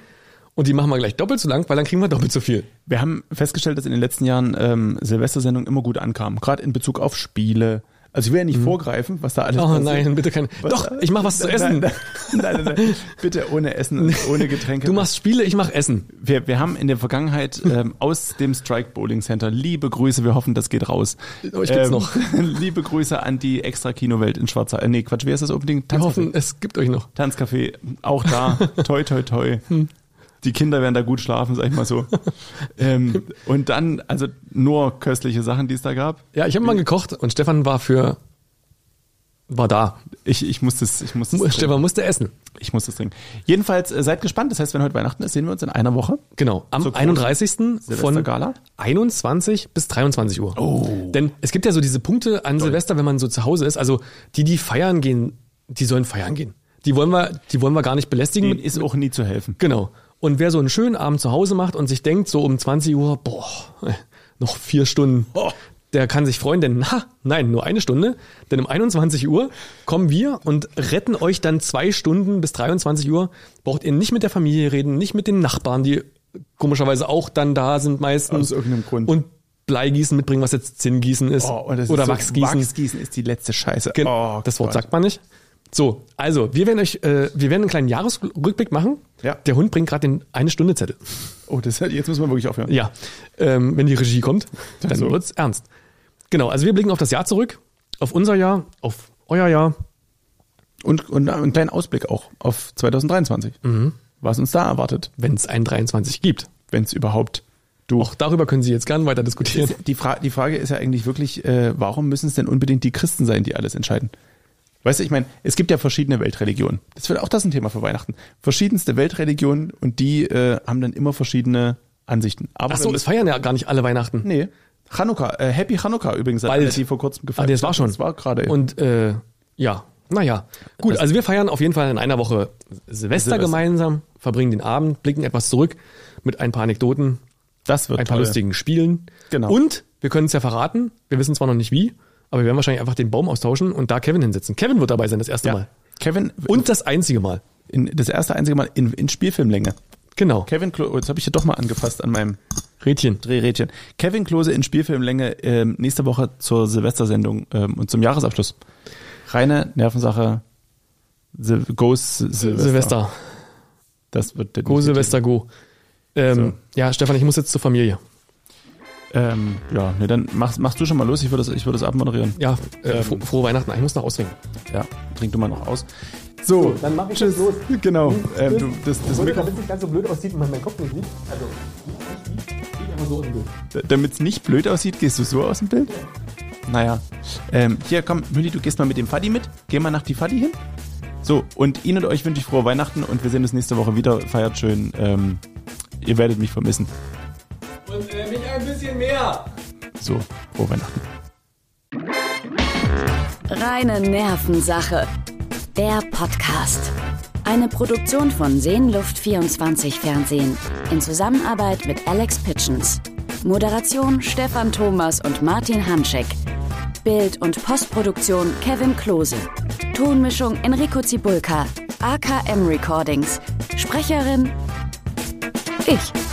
[SPEAKER 2] und die machen wir gleich doppelt so lang, weil dann kriegen wir doppelt so viel.
[SPEAKER 1] Wir haben festgestellt, dass in den letzten Jahren ähm, Silvestersendungen immer gut ankamen. Gerade in Bezug auf Spiele. Also ich will ja nicht vorgreifen, was da alles
[SPEAKER 2] Mhm. Oh
[SPEAKER 1] passiert.
[SPEAKER 2] nein, bitte kein. Äh,
[SPEAKER 1] Was-
[SPEAKER 2] Doch, ich mach was zu
[SPEAKER 1] Nein,
[SPEAKER 2] essen.
[SPEAKER 1] nein, nein, nein, nein. Bitte ohne Essen
[SPEAKER 2] [laughs]
[SPEAKER 1] und ohne Getränke.
[SPEAKER 2] Du machst Spiele, ich mach Essen.
[SPEAKER 1] wir, wir haben in der Vergangenheit
[SPEAKER 2] [laughs]
[SPEAKER 1] ähm, aus dem Strike Bowling Center liebe Grüße, wir hoffen, das geht raus. Ähm,
[SPEAKER 2] Euch Oh, gibt's noch.
[SPEAKER 1] [laughs] Liebe Grüße an die Extra Kinowelt in Schwarzer. Äh, nee, Quatsch, wer ist das unbedingt?
[SPEAKER 2] Wir
[SPEAKER 1] Tanzcafé.
[SPEAKER 2] hoffen, es gibt euch noch.
[SPEAKER 1] Tanzcafé, auch
[SPEAKER 2] [laughs]
[SPEAKER 1] da. toi, toi, toi.
[SPEAKER 2] Hm.
[SPEAKER 1] Die Kinder werden da gut schlafen, sag ich mal
[SPEAKER 2] [laughs]
[SPEAKER 1] so. ähm, und dann, also nur köstliche Sachen, die es da gab.
[SPEAKER 2] Ja, ich habe mal gekocht und Stefan war für. war da.
[SPEAKER 1] Ich, ich muss das, ich muss das,
[SPEAKER 2] Mu-
[SPEAKER 1] trinken.
[SPEAKER 2] Stefan musste essen.
[SPEAKER 1] ich muss das trinken. Jedenfalls äh, seid gespannt. Das heißt, wenn heute Weihnachten ist, sehen wir uns in einer Woche.
[SPEAKER 2] Genau, am
[SPEAKER 1] Zur großen
[SPEAKER 2] 31. von
[SPEAKER 1] Silvestergala?
[SPEAKER 2] 21 bis 23 Uhr. Oh. Denn es gibt ja so diese Punkte an Silvester, wenn man so zu Hause ist. Also die, die feiern gehen, die sollen feiern gehen. Die wollen wir, die wollen wir gar nicht belästigen.
[SPEAKER 1] Ihnen ist auch nie zu helfen.
[SPEAKER 2] Genau. Und wer so einen schönen Abend zu Hause macht und sich denkt, so um 20 Uhr, boah, äh, noch vier Stunden,
[SPEAKER 1] Oh.
[SPEAKER 2] der kann sich freuen, denn [laughs] na, nein, nur eine Stunde, denn um 21 Uhr kommen wir und retten euch dann zwei Stunden bis 23 Uhr. Braucht ihr nicht mit der Familie reden, nicht mit den Nachbarn, die komischerweise auch dann da sind
[SPEAKER 1] Aus
[SPEAKER 2] meistens.
[SPEAKER 1] irgendeinem Grund. Oh,
[SPEAKER 2] Und Bleigießen mitbringen, was jetzt Zinngießen ist. oder Wachsgießen.
[SPEAKER 1] Wachsgießen ist die letzte Scheiße.
[SPEAKER 2] Gen
[SPEAKER 1] Oh,
[SPEAKER 2] das Wort
[SPEAKER 1] Gott.
[SPEAKER 2] sagt man nicht. So, also, wir werden euch, äh, wir werden einen kleinen Jahresrückblick machen.
[SPEAKER 1] Ja.
[SPEAKER 2] Der Hund bringt gerade den eine Stunde Zettel.
[SPEAKER 1] Oh, das, jetzt müssen wir wirklich aufhören.
[SPEAKER 2] Ja. Ähm, wenn die Regie kommt, dann
[SPEAKER 1] so.
[SPEAKER 2] wird's ernst. Genau, also wir blicken auf das Jahr zurück, auf unser Jahr, auf euer Jahr.
[SPEAKER 1] Und, und einen kleinen Ausblick auch auf 2023.
[SPEAKER 2] Mhm.
[SPEAKER 1] Was uns da erwartet,
[SPEAKER 2] wenn es ein 23 gibt.
[SPEAKER 1] wenn es überhaupt du.
[SPEAKER 2] Auch darüber können Sie jetzt gern weiter diskutieren.
[SPEAKER 1] Die, Fra die Frage ist ja eigentlich wirklich, äh, warum müssen es denn unbedingt die Christen sein, die alles entscheiden? Weißt du, ich meine, es gibt ja verschiedene Weltreligionen. Das wird auch das ein Thema für Weihnachten. Verschiedenste Weltreligionen und die äh, haben dann immer verschiedene Ansichten. Aber
[SPEAKER 2] Ach so,
[SPEAKER 1] wenn-
[SPEAKER 2] es feiern ja gar nicht alle Weihnachten.
[SPEAKER 1] nee. Chanukka, äh, Happy Chanukka übrigens, an
[SPEAKER 2] Bald.
[SPEAKER 1] alle, die vor kurzem
[SPEAKER 2] Ah,
[SPEAKER 1] gefeiert
[SPEAKER 2] nee, das war
[SPEAKER 1] haben.
[SPEAKER 2] schon.
[SPEAKER 1] Das war gerade.
[SPEAKER 2] Und äh, ja, naja. Gut, also wir feiern auf jeden Fall in einer Woche Silvester,
[SPEAKER 1] Silvester.
[SPEAKER 2] gemeinsam, verbringen den Abend, blicken etwas zurück mit ein paar Anekdoten,
[SPEAKER 1] das wird
[SPEAKER 2] ein paar
[SPEAKER 1] toll.
[SPEAKER 2] lustigen Spielen.
[SPEAKER 1] Genau.
[SPEAKER 2] Und wir können es ja verraten, wir wissen zwar noch nicht wie, aber wir werden wahrscheinlich einfach den Baum austauschen und da Kevin hinsetzen. Kevin wird dabei sein, das erste
[SPEAKER 1] Ja.
[SPEAKER 2] Mal.
[SPEAKER 1] Kevin,
[SPEAKER 2] Und das einzige Mal.
[SPEAKER 1] in, das erste einzige Mal in, in Spielfilmlänge.
[SPEAKER 2] Genau.
[SPEAKER 1] Kevin Klose, oh, jetzt habe ich hier doch mal angepasst an meinem
[SPEAKER 2] Rädchen.
[SPEAKER 1] Drehrädchen. Kevin Klose in Spielfilmlänge ähm, nächste Woche zur Silvestersendung ähm, und zum Jahresabschluss. Reine Nervensache. Sil Goes Sil- Silvester.
[SPEAKER 2] Silvester.
[SPEAKER 1] Das wird der
[SPEAKER 2] Go Silvester, go. Ähm, Ja, Stefan, ich muss jetzt zur Familie.
[SPEAKER 1] Ähm, ja, ne, dann machst, machst du schon mal los. Ich würde das, ich würde das abmoderieren.
[SPEAKER 2] Ja,
[SPEAKER 1] Ähm.
[SPEAKER 2] äh, fro frohe Weihnachten. Ich muss noch auswinken.
[SPEAKER 1] Ja, trink du mal noch aus. So,
[SPEAKER 4] Dann mach ich jetzt los.
[SPEAKER 1] Genau. Ähm, du, das, das
[SPEAKER 4] Leute,
[SPEAKER 1] Mikro,
[SPEAKER 4] damit es nicht ganz so blöd aussieht und man meinen Kopf nicht sieht. Also, nicht, nicht, nicht, nicht, aber so unblöd.
[SPEAKER 1] damit es nicht blöd aussieht, gehst du so aus dem Bild? Naja. Ähm, hier, komm, Mülli, du gehst mal mit dem Fadi mit. Geh mal nach die Fadi hin. So, und Ihnen und euch wünsche ich frohe Weihnachten und wir sehen uns nächste Woche wieder. Feiert schön. Ähm, ihr werdet mich vermissen.
[SPEAKER 4] Und äh, mich ein bisschen mehr.
[SPEAKER 1] So, frohe Weihnachten.
[SPEAKER 3] Reine Nervensache. Der Podcast. Eine Produktion von Seenluft 24 Fernsehen in Zusammenarbeit mit Alex Pitchens. Moderation Stefan Thomas und Martin Hanschek. Bild- und Postproduktion Kevin Klose. Tonmischung Enrico Zibulka. AKM Recordings. Sprecherin ich.